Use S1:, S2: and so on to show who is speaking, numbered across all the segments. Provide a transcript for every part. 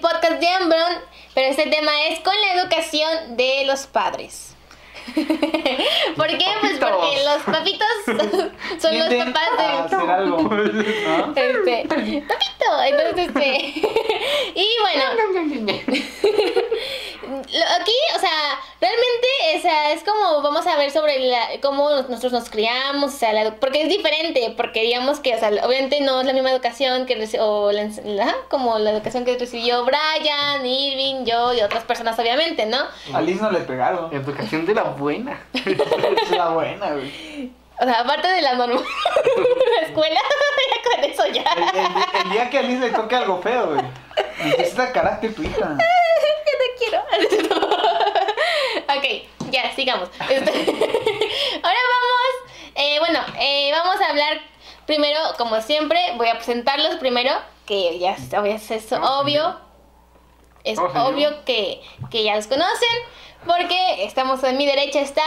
S1: podcast de Ambrón, pero este tema es con la educación de los padres. ¿Por qué? Pues porque los papitos son los
S2: Intenta
S1: papás de...
S2: Ah, hacer algo. ¿no?
S1: Este, papito, entonces este... y bueno, lo- aquí, o sea, realmente o sea, es como vamos a ver sobre la- cómo nos- nosotros nos criamos, o sea, la edu- porque es diferente, porque digamos que, o sea, obviamente no es la misma educación que reci- o la ens- la- como la educación que recibió Brian, Irving, yo y otras personas, obviamente, ¿no?
S2: A Liz no le pegaron.
S3: Educación de la buena.
S2: Es la buena, güey.
S1: O sea, aparte de la normal, la escuela, ya con eso ya.
S2: El, el- el día que a Liz le toque algo feo, güey. Necesita carácter tu hija.
S1: que no quiero. ok, ya, sigamos. Este, Ahora vamos, eh, bueno, eh, vamos a hablar primero, como siempre, voy a presentarlos primero, que ya es, obvio, es eso,
S3: Vamos
S1: obvio. Es
S3: Vamos primero.
S1: obvio que, que ya los conocen, porque estamos a mi derecha está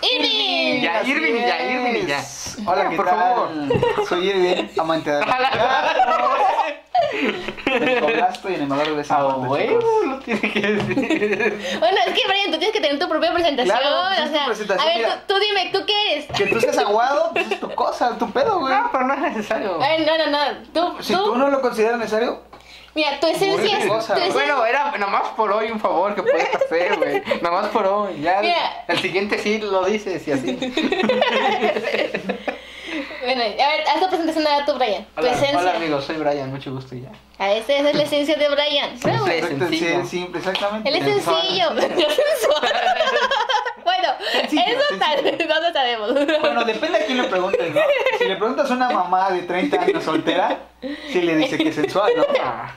S1: Irving.
S3: Ya,
S2: Así
S3: Irving, ya,
S2: es.
S3: Irving, ya.
S2: Hola, ¿qué
S3: Por
S2: tal?
S3: favor.
S2: Soy Irving, amante de Cobrasto y animador de
S3: A
S2: esa banda,
S3: huevo
S2: chicos.
S3: lo tiene que decir.
S1: Bueno, es que Brian, tú tienes que tener tu propia presentación.
S2: Claro,
S1: o
S2: tienes tu
S1: sea,
S2: presentación,
S1: a ver,
S2: mira.
S1: tú, tú dime, ¿tú qué eres?
S2: Que tú seas aguado, pues es tu cosa, tu pedo, güey.
S3: No, pero no es necesario.
S1: A ver, no, no, no. Tú,
S2: Si
S1: tú,
S2: tú no lo consideras necesario,
S1: mira, tu esencia es.
S2: Burger, cosa,
S1: tu esencia-
S3: Bueno, era nada más por hoy un favor que puedes hacer, güey. Nada más por hoy. Ya el-
S1: Mira.
S3: el, siguiente sí lo dices y así.
S1: Bueno, a ver, haz tu presentación ahora tú, Brian. Tu
S3: Hola,
S1: esencia.
S3: hola amigos, soy Brian, mucho gusto y ya.
S1: A ese esa es la esencia de Brian. Bravo.
S3: Sí. Es
S2: perfecto, sí,
S3: sencillo.
S2: es simple, exactamente.
S1: Él es
S2: Sensual.
S1: sencillo. No es sensual. bueno,
S2: Sencillo,
S1: eso tal- no lo sabemos.
S2: Bueno, depende a quién le preguntes, ¿no? Si le preguntas a una mamá de 30 años soltera, sí le dice que es sensual, ¿no?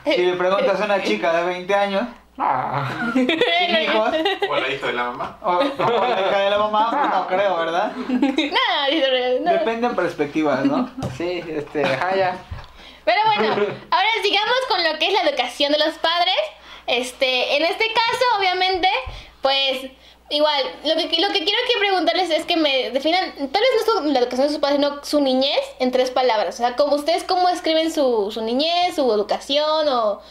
S2: Si le preguntas a una chica de 20 años,
S3: Ah,
S2: sin hijos,
S4: O la hija de la mamá.
S2: o, o la hija de la mamá, pues no creo, ¿verdad?
S1: Nada, dice Brian, no.
S2: Depende en perspectivas, ¿no?
S3: sí, este, ajá, ya.
S1: Pero bueno, ahora sigamos con lo que es la educación de los padres. Este, en este caso, obviamente, pues igual, lo que, lo que quiero que preguntarles es que me definan, tal vez no su- la educación de sus padres, sino su niñez en tres palabras. O sea, como ustedes cómo escriben su, su niñez, su educación o...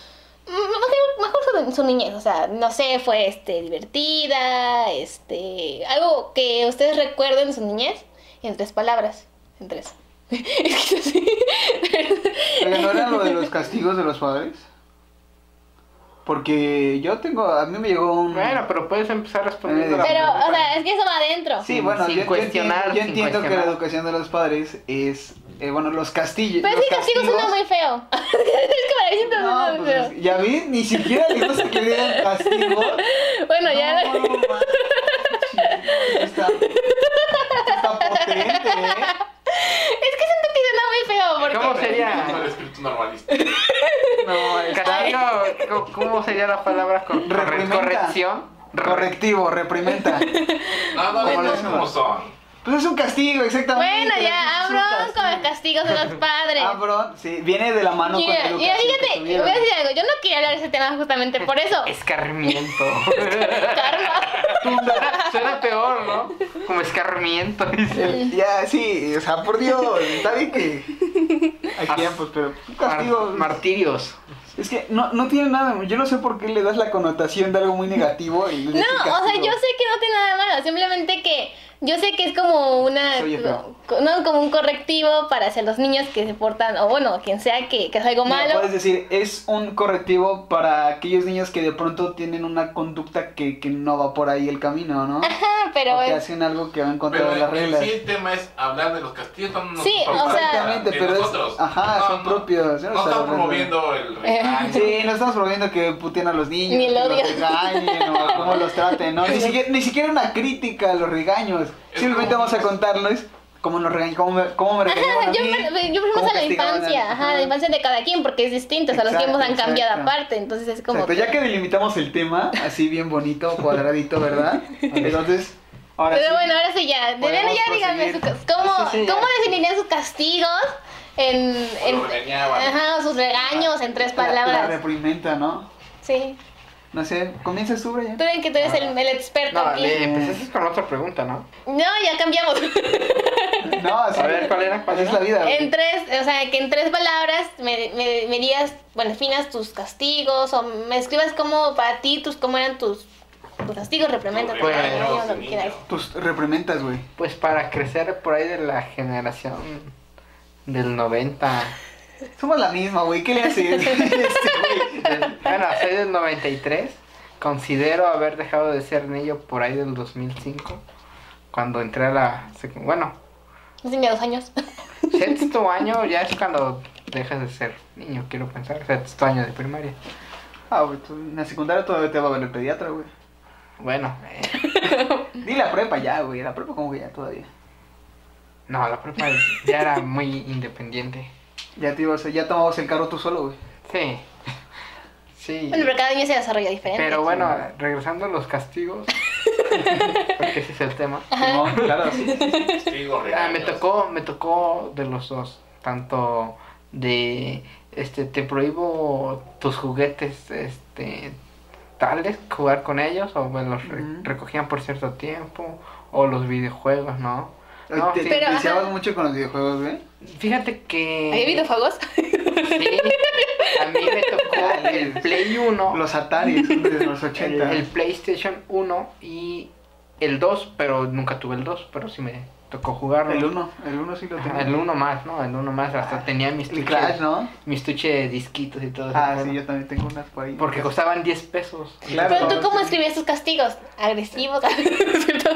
S1: mm, Mejor, mejor su, su niñez, o sea, no sé, fue este divertida, este, algo que ustedes recuerden de su niñez en tres palabras, en tres. Es que es así.
S2: Pero no era lo de los castigos de los padres. Porque yo tengo, a mí me llegó un...
S3: Bueno, pero puedes empezar respondiendo la
S1: Pero,
S3: pregunta.
S1: o sea, es que eso va adentro.
S2: Sí, bueno,
S3: Sin
S2: yo, yo
S3: cuestionar,
S2: entiendo, yo
S3: sin
S2: entiendo que la
S3: cuestionar.
S2: educación de los padres es, eh, bueno, los castillos.
S1: Pero es
S2: los
S1: que castigo suena muy feo. es que para mí siento
S2: No,
S1: suena muy
S2: pues,
S1: feo.
S2: ya vi, ni siquiera le gusta que le digan castigo.
S1: Bueno,
S2: No,
S1: ya.
S2: no, pues. manches, está, está potente, ¿eh?
S1: Es que siento que suena muy feo. Porque...
S3: ¿Cómo sería?
S4: El espíritu normalista.
S2: No, está
S3: Castigo, ¿cómo- ¿cómo sería la palabra cor- corre-
S2: Reprimenda.
S3: corrección?
S2: correctivo, reprimenta.
S4: No, no,
S2: Como
S4: no,
S2: lo
S4: es
S2: dicen.
S4: como son.
S2: Pues es un castigo, exactamente.
S1: Bueno, ya,
S2: es un
S1: Abrón
S2: castigo.
S1: con los castigos de los padres.
S2: Abrón, sí, viene de la mano Ah, con ¿eh? la
S1: Mira, mira,
S2: educación que
S1: fíjate, voy
S2: tuvieron.
S1: a decir algo. Yo no quería hablar de ese tema justamente por eso.
S3: Escarmiento.
S1: Karma.
S3: suena, suena peor, ¿no? Como escarmiento. dice.
S2: El- Eh, ya, sí, o sea, por Dios, está bien que hay tiempos, pero un castigo.
S3: Mar- martirios.
S2: es que no, no tiene nada, yo no sé por qué le das la connotación de algo muy negativo. Y le
S1: No,
S2: dices
S1: o sea,
S2: castigo.
S1: yo sé que no tiene nada de malo, simplemente que yo sé que es como una
S2: Se oye feo.
S1: no como un correctivo para hacia los niños que se portan o bueno, quien sea que, que es algo
S2: Mira,
S1: malo.
S2: Puedes decir, es un correctivo para aquellos niños que de pronto tienen una conducta que, que no va por ahí el camino, ¿no?
S1: Ajá, pero
S2: o que
S1: es-
S2: hacen algo que va en contra
S4: Pero
S2: de las
S4: en
S2: reglas.
S4: sí el tema es hablar de los castillos. son
S1: Sí,
S4: nuestros
S1: o
S4: papás,
S1: sea-
S2: Exactamente,
S4: de
S2: pero es-
S4: nosotros.
S2: ajá, son propios, yo no
S4: No,
S2: sé,
S4: están
S2: verdad.
S4: promoviendo el
S1: Eh.
S4: regaño.
S2: Sí, no estamos promoviendo que puten a los niños,
S1: Ni el
S2: que
S1: odio.
S2: los regañen o cómo los traten, ¿no? Ni siquiera, ni siquiera una crítica a los regaños.
S4: Es
S2: Simplemente
S4: como-
S2: vamos a contarles cómo nos regañan, cómo me, cómo me regañaron a
S1: Ajá, yo,
S2: mí,
S1: me- yo prefiero
S2: cómo
S1: más a la
S2: castigaban
S1: infancia, ajá, la infancia de cada quien, porque es distinto, o sea, los
S2: Exacto,
S1: tiempos han cambiado
S2: exacto.
S1: aparte, entonces es como...
S2: Exacto, ya que delimitamos el tema, así bien bonito, cuadradito, ¿verdad? Entonces, ahora
S1: Pero
S2: sí.
S1: bueno, ahora sí ya, de
S2: Podemos
S1: verdad ya díganme,
S2: proseguir.
S1: su- ¿cómo,
S3: Sí, sí, ya.
S1: ¿cómo definirían sus castigos en...
S4: O lo
S1: en
S4: regañaban.
S1: ajá, sus regaños en tres
S2: La, la
S1: palabras?
S2: reprimenta, ¿no?
S1: Sí.
S2: No sé, comienza su Brian.
S1: Tú ven que tú eres el, el experto
S3: No,
S1: aquí.
S3: le empezaste con otra pregunta, ¿no?
S1: No, ya cambiamos.
S2: No, así,
S3: A ver, ¿cuál era? ¿Cuál
S2: así es la
S3: era?
S2: vida.
S1: en tres, o sea, que en tres palabras me, me, me digas, bueno, finas tus castigos o me escribas cómo para ti, tus, cómo eran tus, tus castigos, reprimendas,
S4: Pues,
S1: regaños, lo que
S4: niño.
S1: quieras.
S2: Tus reprimentas, güey.
S3: Pues para crecer por ahí de la generación del 90.
S2: Somos la misma, güey. ¿Qué le haces? Este, güey.
S3: Bueno, soy del 93. Considero haber dejado de ser niño por ahí del 2005. Cuando entré a la... sec- Bueno,
S1: No sé, ni a dos años.
S3: sexto año ya es cuando dejas de ser niño, quiero pensar. Sexto año de primaria.
S2: Ah, güey, tú en la secundaria todavía te va a ver el pediatra, güey.
S3: Bueno, eh,
S2: Di la prepa ya, güey. La prepa como que ya todavía.
S3: no, la prepa ya era muy independiente.
S2: Ya te ibas, ya tomabas el carro tú solo, güey.
S3: Sí. Sí.
S1: Bueno, pero cada niño se desarrolla diferente.
S3: Pero bueno, regresando a los castigos, porque ese es el tema.
S2: Simón, claro, sí.
S4: Castigo,
S3: Ah, me
S4: regaños.
S3: tocó, me tocó de los dos, tanto de, este, te prohíbo tus juguetes, este, tales, jugar con ellos, o me los re-
S2: Ujú.
S3: recogían por cierto tiempo, o los videojuegos, ¿no?
S2: Ay,
S3: No,
S2: te
S3: sí.
S1: Pero, ajá.
S2: viciabas mucho con los videojuegos, güey.
S3: Fíjate que...
S1: ¿Hay videojuegos?
S3: Sí, a mí me tocó el Play 1.
S2: Los Atari, son de los
S3: el,
S2: 80.
S3: el PlayStation 1 y el 2, pero nunca tuve el 2, pero sí me tocó jugarlo.
S2: El 1, el 1 sí lo
S3: Ajá,
S2: tenía.
S3: Ah, el 1 más, ¿no? El 1 más, hasta tenía
S2: El
S3: mi estuche,
S2: Crash, ¿no?
S3: mi estuche de disquitos y todo eso.
S2: Ah, sí, yo también tengo unas por ahí.
S3: Porque costaban 10 pesos.
S2: Claro.
S1: Pero tú, ¿cómo escribías tus castigos? Agresivos, ¿cierto?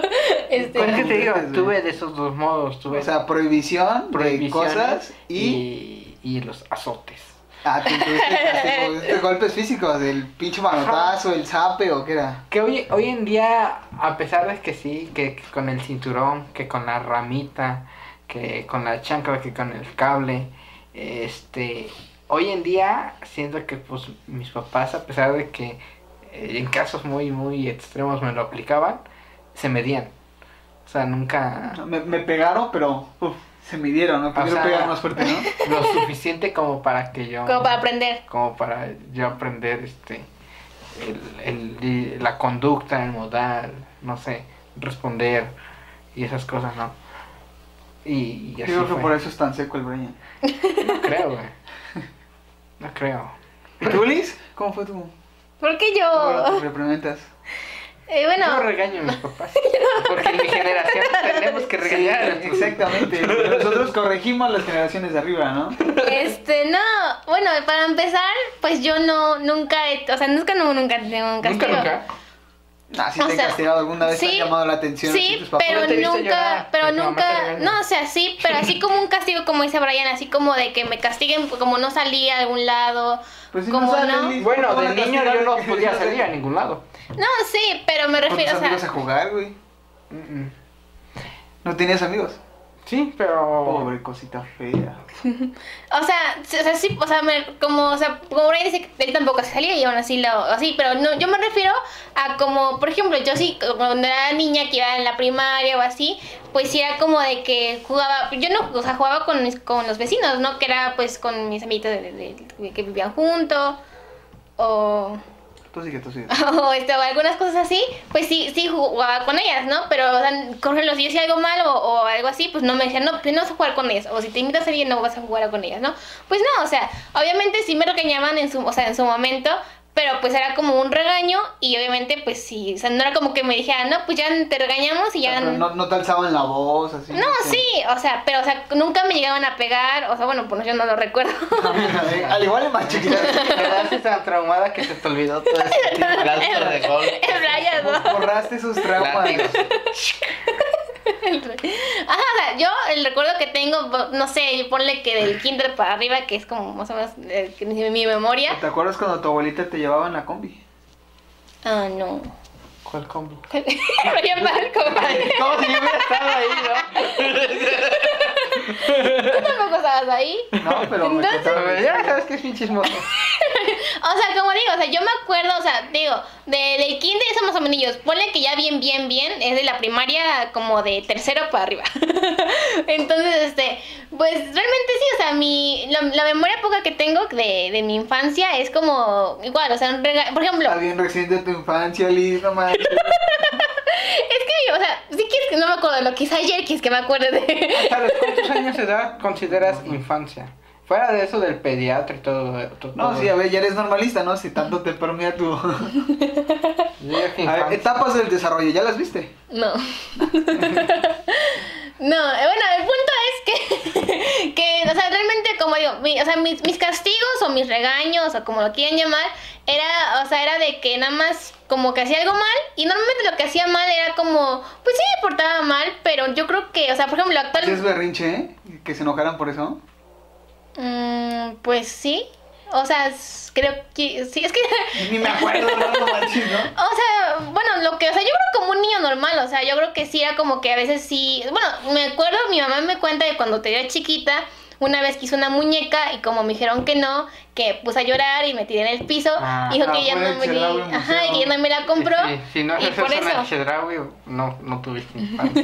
S1: Este,
S3: Pues es que te digo,
S2: Juguetes,
S3: tuve de esos dos modos, tuve
S2: O sea, prohibición, de
S3: prohibiciones
S2: cosas y...
S3: y, y los azotes.
S2: Ah, tú tuviste castigo, este, golpes físicos, el pinche manotazo, el zape o qué era.
S3: Que hoy, hoy en día, a pesar de que sí, que, que con el cinturón, que con la ramita, que con la chancla, que con el cable, este, hoy en día siento que pues mis papás, a pesar de que eh, en casos muy, muy extremos me lo aplicaban, se medían. O sea, nunca
S2: Me, me pegaron, pero uf, se midieron, ¿no? Pudieron
S3: sea-
S2: pegar más fuerte, ¿no?
S3: lo suficiente como para que yo...
S1: Como para aprender.
S3: como para yo aprender este el- el- la conducta, el modal, no sé, responder y esas cosas, ¿no? Y, y así
S2: Yo creo
S3: fue.
S2: que por eso es tan seco el Brian.
S3: No creo, güey. No creo.
S2: ¿Y tú, Liz? ¿Cómo fue
S1: Oh.
S2: tu...?
S1: ¿Por qué
S2: ahora tus
S1: yo?
S2: reprimendas?
S1: Eh,
S3: Yo
S1: bueno,
S3: regaño a mis papás. Porque en mi generación tenemos que regañar a nuestros-
S2: Exactamente. Nosotros corregimos las generaciones de arriba, ¿no?
S1: este, no. Bueno, para empezar, pues yo no, nunca, he- o sea, nunca, no, nunca tengo un
S3: Nunca,
S1: castigo.
S3: nunca.
S2: Ah, si
S1: O
S2: te han
S1: sea,
S2: castigado alguna vez, te
S1: sí,
S2: han llamado la atención. así
S1: Sí,
S2: tus papás.
S1: pero
S3: pues, te he visto
S1: nunca,
S3: llorar,
S1: pero
S3: tu mamá te
S1: nunca,
S3: regaña.
S1: no, o sea, sí, pero así como un castigo, como dice Brian, así como de que me castiguen, como no salí a algún lado,
S2: Pues si no
S1: como no.
S2: sales,
S1: No,
S2: Liz.
S3: Bueno,
S2: ¿Cómo
S3: de
S2: la
S3: niño yo
S2: castigaron?
S3: no podía salir a ningún lado.
S1: sí, pero me
S2: Con tus
S1: refiero, o sea,
S2: amigos a jugar, güey.
S3: Mm, mm.
S2: No tenías amigos.
S3: Sí, pero...
S2: Pobre cosita fea.
S1: o sea, sí, o sea, sí, o sea, me- como, o sea, como Brian dice que él tampoco salía y aún así lo, así, pero no, yo me refiero a como, por ejemplo, yo sí, cuando era niña que iba en la primaria o así, pues sí era como de que jugaba, yo no, o sea, jugaba con, mis- con los vecinos, ¿no? Que era pues con mis amiguitos de- de- de- que vivían juntos, o...
S2: Tú sigue, tú sigue.
S1: o, este, o algunas cosas así, pues sí, sí jugaba con ellas, ¿no? Pero, o sea, corren los si algo malo o, o algo así, pues no me decían, no, pues no vas a jugar con ellas. O si te invitas a salir, no vas a jugar con ellas, ¿no? Pues no, o sea, obviamente sí me regañaban en su, o sea, en su momento, pero pues era como un regaño y obviamente, pues sí, o sea, no era como que me dijeran, no, pues ya te regañamos y ya...
S2: Pero no, no te alzaban la voz, así.
S1: No, sí, o sea, pero, o sea, nunca me llegaban a pegar, o sea, bueno, pues yo no lo recuerdo.
S2: Al igual es más chiquita.
S3: Quedaste tan traumada que se te olvidó todo ese lazo de gol.
S1: En rayas, ¿no?
S2: Borraste sus traumas.
S3: Látigos.
S1: Ajá, o sea, yo el recuerdo que tengo, bo- no sé, yo ponle que del kinder para arriba, que es como más o menos eh, que mi mi memoria.
S2: ¿Te acuerdas cuando tu abuelita te llevaba en la combi?
S1: Ah, no.
S3: ¿Cuál combo?
S1: Ryan Barco, madre.
S3: Como si yo hubiera estado ahí, ¿no?
S1: ¿Tú tampoco estabas ahí?
S2: No, pero me
S1: Entonces-
S2: contaron.
S3: Pero ya sabes que es bien chismoso.
S1: O sea, como digo, o sea, yo me acuerdo, o sea, digo, de, del kinder ya somos niños. Ponle que ya bien, bien, bien, es de la primaria como de tercero para arriba. Entonces, este, Pues realmente sí, o sea, mi, la, la memoria poca que tengo de, de mi infancia es como igual, o sea, un rega- por ejemplo,
S2: Está bien reciente tu infancia, Liz, no manches.
S1: es que, o sea, si quieres que no me acuerdo de lo que hice ayer, quieres que me acuerde de...
S3: ¿Hasta los cuántos años de edad consideras infancia? Fuera de eso del pediatra y todo. to-
S2: No,
S3: todo
S2: sí, a ver, ya eres normalista, ¿no? Si tanto te permea tu... A
S3: Yo digo que
S2: ver,
S3: infancia.
S2: etapas del desarrollo, ¿ya las viste?
S1: No. no, eh, bueno, el punto es que, que o sea, realmente, como digo, mi- o sea, mis, mis castigos o mis regaños o como lo quieran llamar, era, o sea, era de que nada más como que hacía algo mal y normalmente lo que hacía mal era como, pues sí, me portaba mal, pero yo creo que, o sea, por ejemplo,
S2: Sí es
S1: actual...
S2: berrinche, ¿eh? Que se enojaran por eso.
S1: Mm, pues sí, o sea, s- creo que sí, es que...
S2: Ni me acuerdo, no, no manches, ¿no?
S1: O sea, bueno, lo que, o sea, yo creo como un niño normal, o sea, yo creo que sí era como que a veces sí, bueno, me acuerdo, mi mamá me cuenta de cuando te era chiquita, una vez quise una muñeca y como me dijeron que no, que puse a llorar y me tiré en el piso,
S3: Ah,
S1: dijo que
S2: ah,
S1: ya
S2: fue
S1: no
S2: el
S1: me,
S2: Chedraui Museo.
S1: ajá, y que ya no me la compró
S3: Sí, Si no
S1: y
S3: haces
S1: por
S3: eso en el
S1: eso.
S3: Chedraui, no, no tuviste infancia.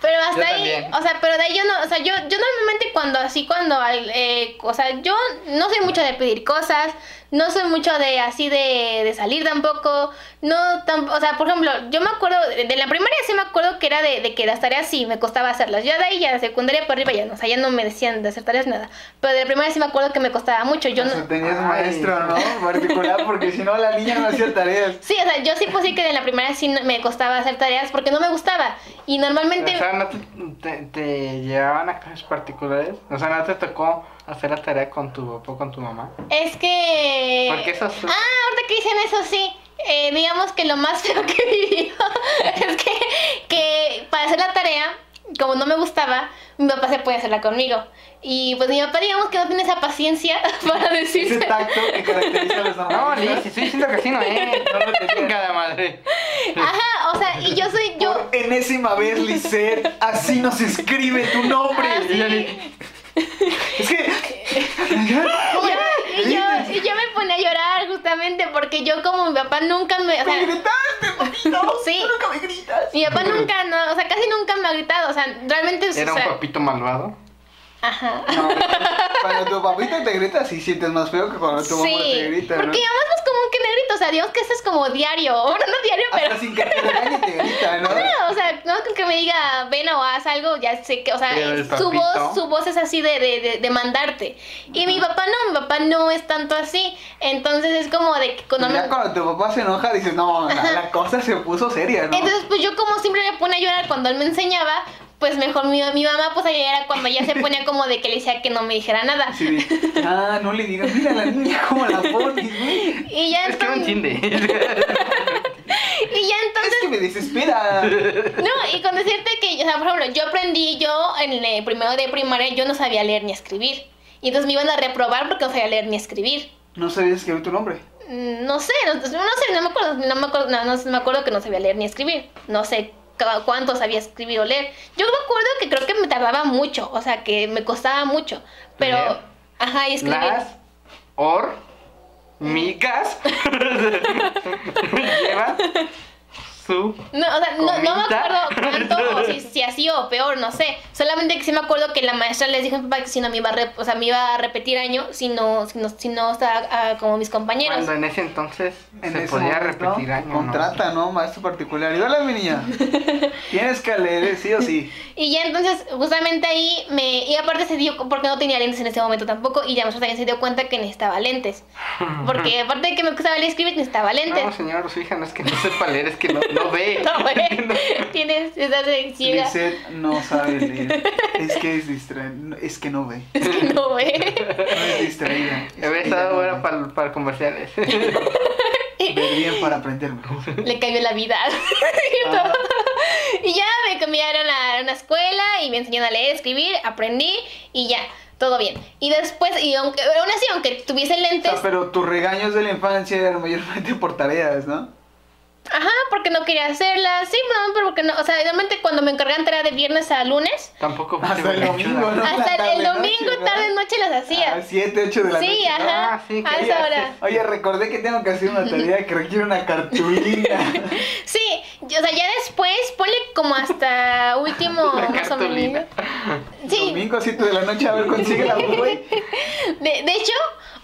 S1: Pero hasta
S3: Yo
S1: ahí,
S3: también.
S1: o sea, pero de ahí yo no, o sea, yo, yo normalmente cuando así, cuando, al- eh, o sea, yo no soy mucho de pedir cosas, no soy mucho de así de, de salir tampoco, no, tam- o sea, por ejemplo, yo me acuerdo, de, de la primaria sí me acuerdo que era de, de que las tareas sí me costaba hacerlas, ya de ahí, ya de secundaria para arriba ya no, o sea, ya no me decían de hacer tareas nada, pero de la primaria sí me acuerdo que me costaba mucho, yo
S2: o sea,
S1: no...
S2: tenías
S3: Ay.
S2: maestro, ¿no? Particular, porque si no, la niña no hacía tareas.
S1: Sí, o sea, yo sí puse que en la primaria sí no- me costaba hacer tareas porque no me gustaba y
S3: o
S1: normalmente...
S3: sea, no te, te- te llevaban a clases particulares. O sea, no te tocó hacer la tarea con tu papá o con tu mamá.
S1: Es que...
S3: Porque eso es-
S1: Ah, ahorita que dicen eso, sí. Eh, digamos que lo más feo que he vivido es que, que para hacer la tarea, como no me gustaba, mi papá se puede hacerla conmigo. Y pues mi papá, digamos que no tiene esa paciencia para
S2: Ese
S1: decirse.
S2: tacto que caracteriza a los
S3: No, Liz,
S2: normalistas.
S3: si estoy diciendo que sí, no, eh. No lo tenía de madre.
S1: Ajá, o sea, y yo soy yo.
S2: Por enésima vez, Lisset, así nos escribe tu nombre.
S1: Ah, sí.
S2: Y yo le- Es que.
S1: Y yo, y yo- y yo me ponía a llorar justamente porque yo como mi papá nunca me... O
S2: ¡Me
S1: sea,
S2: gritaste, papito!
S1: Sí.
S2: ¡Tú nunca me gritas!
S1: mi papá nunca, no, o sea, casi nunca me ha gritado. O sea, realmente...
S3: Era
S1: o
S3: un
S1: sea,
S3: papito malvado.
S1: Ajá.
S2: No, cuando tu papita te grita, sí sientes más feo que cuando tu mamá te grita,
S1: porque
S2: ¿no?
S1: además no es común que me grito, o sea, digamos que eso es como diario, bueno, no diario, pero...
S2: Hasta sin que te regañe te grita, ¿no?
S1: Claro, o sea, no con que me diga ven o haz algo, ya sé que, o sea,
S3: Pero el
S1: es- su voz,
S3: papito.
S1: su voz es así de, de, de, de mandarte. Y mi papá no, mi papá no es tanto así. Entonces es como de que
S3: Pues
S1: cuando
S2: Y ya
S1: me-
S2: cuando tu papá se enoja, dices, no, la, la cosa se puso seria, ¿no?
S1: Entonces, pues yo como siempre me pone a llorar cuando él me enseñaba, pues mejor mi, mi mamá, pues ahí era cuando ya se ponía como de que le decía que no me dijera nada.
S2: Así de, ah, no le digas, mira la niña como la pones, güey.
S1: Y ya
S3: Es que era un
S1: entonces,
S3: chinde.
S1: y ya entonces
S2: Es que me desespera.
S1: No, y con decirte que, o sea, por ejemplo, yo aprendí, yo en el eh, primero de primaria, yo no sabía leer ni escribir. Y entonces me iban a reprobar porque no sabía leer ni escribir.
S2: No sabías escribir tu nombre.
S1: Mm, No sé, no, no sé, no me acuerdo, no me acuerdo, no, no sé, me acuerdo que no sabía leer ni escribir. No sé cu- cuánto sabía escribir o leer. Yo me acuerdo que creo que me tardaba mucho, o sea, que me costaba mucho. Pero,
S3: Leer.
S1: ajá, y escribir.
S3: Las or migas llevan su
S1: No, o sea, no, no me
S3: Comida.
S1: acuerdo cuánto, o si, si así o peor, no sé. Solamente que sí me acuerdo que la maestra les dijo a mi papá que si no me iba a, rep- o sea, me iba a repetir año si no, si no, si no estaba ah, como mis compañeros.
S3: cuando en ese entonces
S2: En
S3: se
S2: ese
S3: podía
S2: momento,
S3: repetir año ¿no?
S2: Contrata, ¿no? Maestro particular. Y hola, mi niña. Tienes que leer, sí o sí.
S1: Y ya entonces, justamente ahí me. Y aparte se dio. Porque no tenía lentes en ese momento tampoco. Y ya más también se dio cuenta que necesitaba lentes. Porque aparte de que me gustaba leer y escribir, necesitaba lentes.
S3: No, señor, su hija no es que no sepa leer, es que no, no ve.
S1: No, güey. Tienes. Estás de ciega.
S2: Lisette no sabe leer. Es que es distraída. Es que no ve.
S1: Es que no, güey.
S2: No es distraída. Es
S3: Habría
S2: que ella
S3: estado
S2: no
S3: bueno
S2: ve.
S3: para, para comerciales.
S2: Ver bien para aprender mejor.
S1: Le cambió la vida.
S2: Ah,
S1: Y ya me cambiaron a una escuela y me enseñaron a leer, escribir, aprendí y ya, todo bien. Y después, y aunque, aún así, aunque tuviese
S2: o sea,
S1: lentes,
S2: pero tus regaños de la infancia eran mayormente por tareas, ¿no?
S1: ajá, porque no quería hacerlas, sí, no, pero porque no, o sea, realmente cuando me encargaban tarea de viernes a lunes,
S3: Tampoco fuiste
S2: Hasta el
S3: berrinchuda.
S2: domingo, ¿no?
S1: hasta
S2: La
S1: el
S2: tarde,
S1: domingo,
S2: noche, ¿no?
S1: tarde, noche las hacía.
S2: A 7, 8 Ah, de la noche.
S1: sí,
S2: ¿no?
S1: ajá,
S3: Ah, sí,
S1: a
S3: ¿qué
S1: esa
S3: haces?
S1: hora.
S2: Oye, recordé que tengo que hacer una tarea que requiere una cartulina.
S1: Sí, y, o sea, ya después, ponle como hasta último,
S3: La
S1: más o menos.
S3: cartulina.
S1: Sí,
S2: Domingo 7 de la noche, a ver, consigue la güey.
S1: de, de hecho,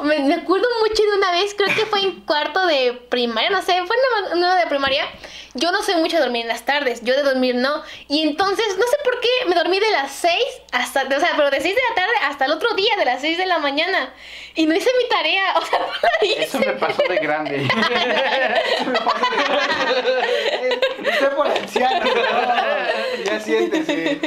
S1: me, me acuerdo mucho de una vez, creo que fue en cuarto de primaria, no sé, fue en uno de primaria. Yo no soy mucho de dormir en las tardes, yo de dormir no. Y entonces, no sé por qué, me dormí de las 6 hasta, o sea, pero de 6 de la tarde hasta el otro día, de las 6 de la mañana. Y no hice mi tarea, o sea, no la hice.
S3: Eso me pasó de grande.
S2: Me pasa de- Eh, Usted por anciano, ¿no? ya siéntese.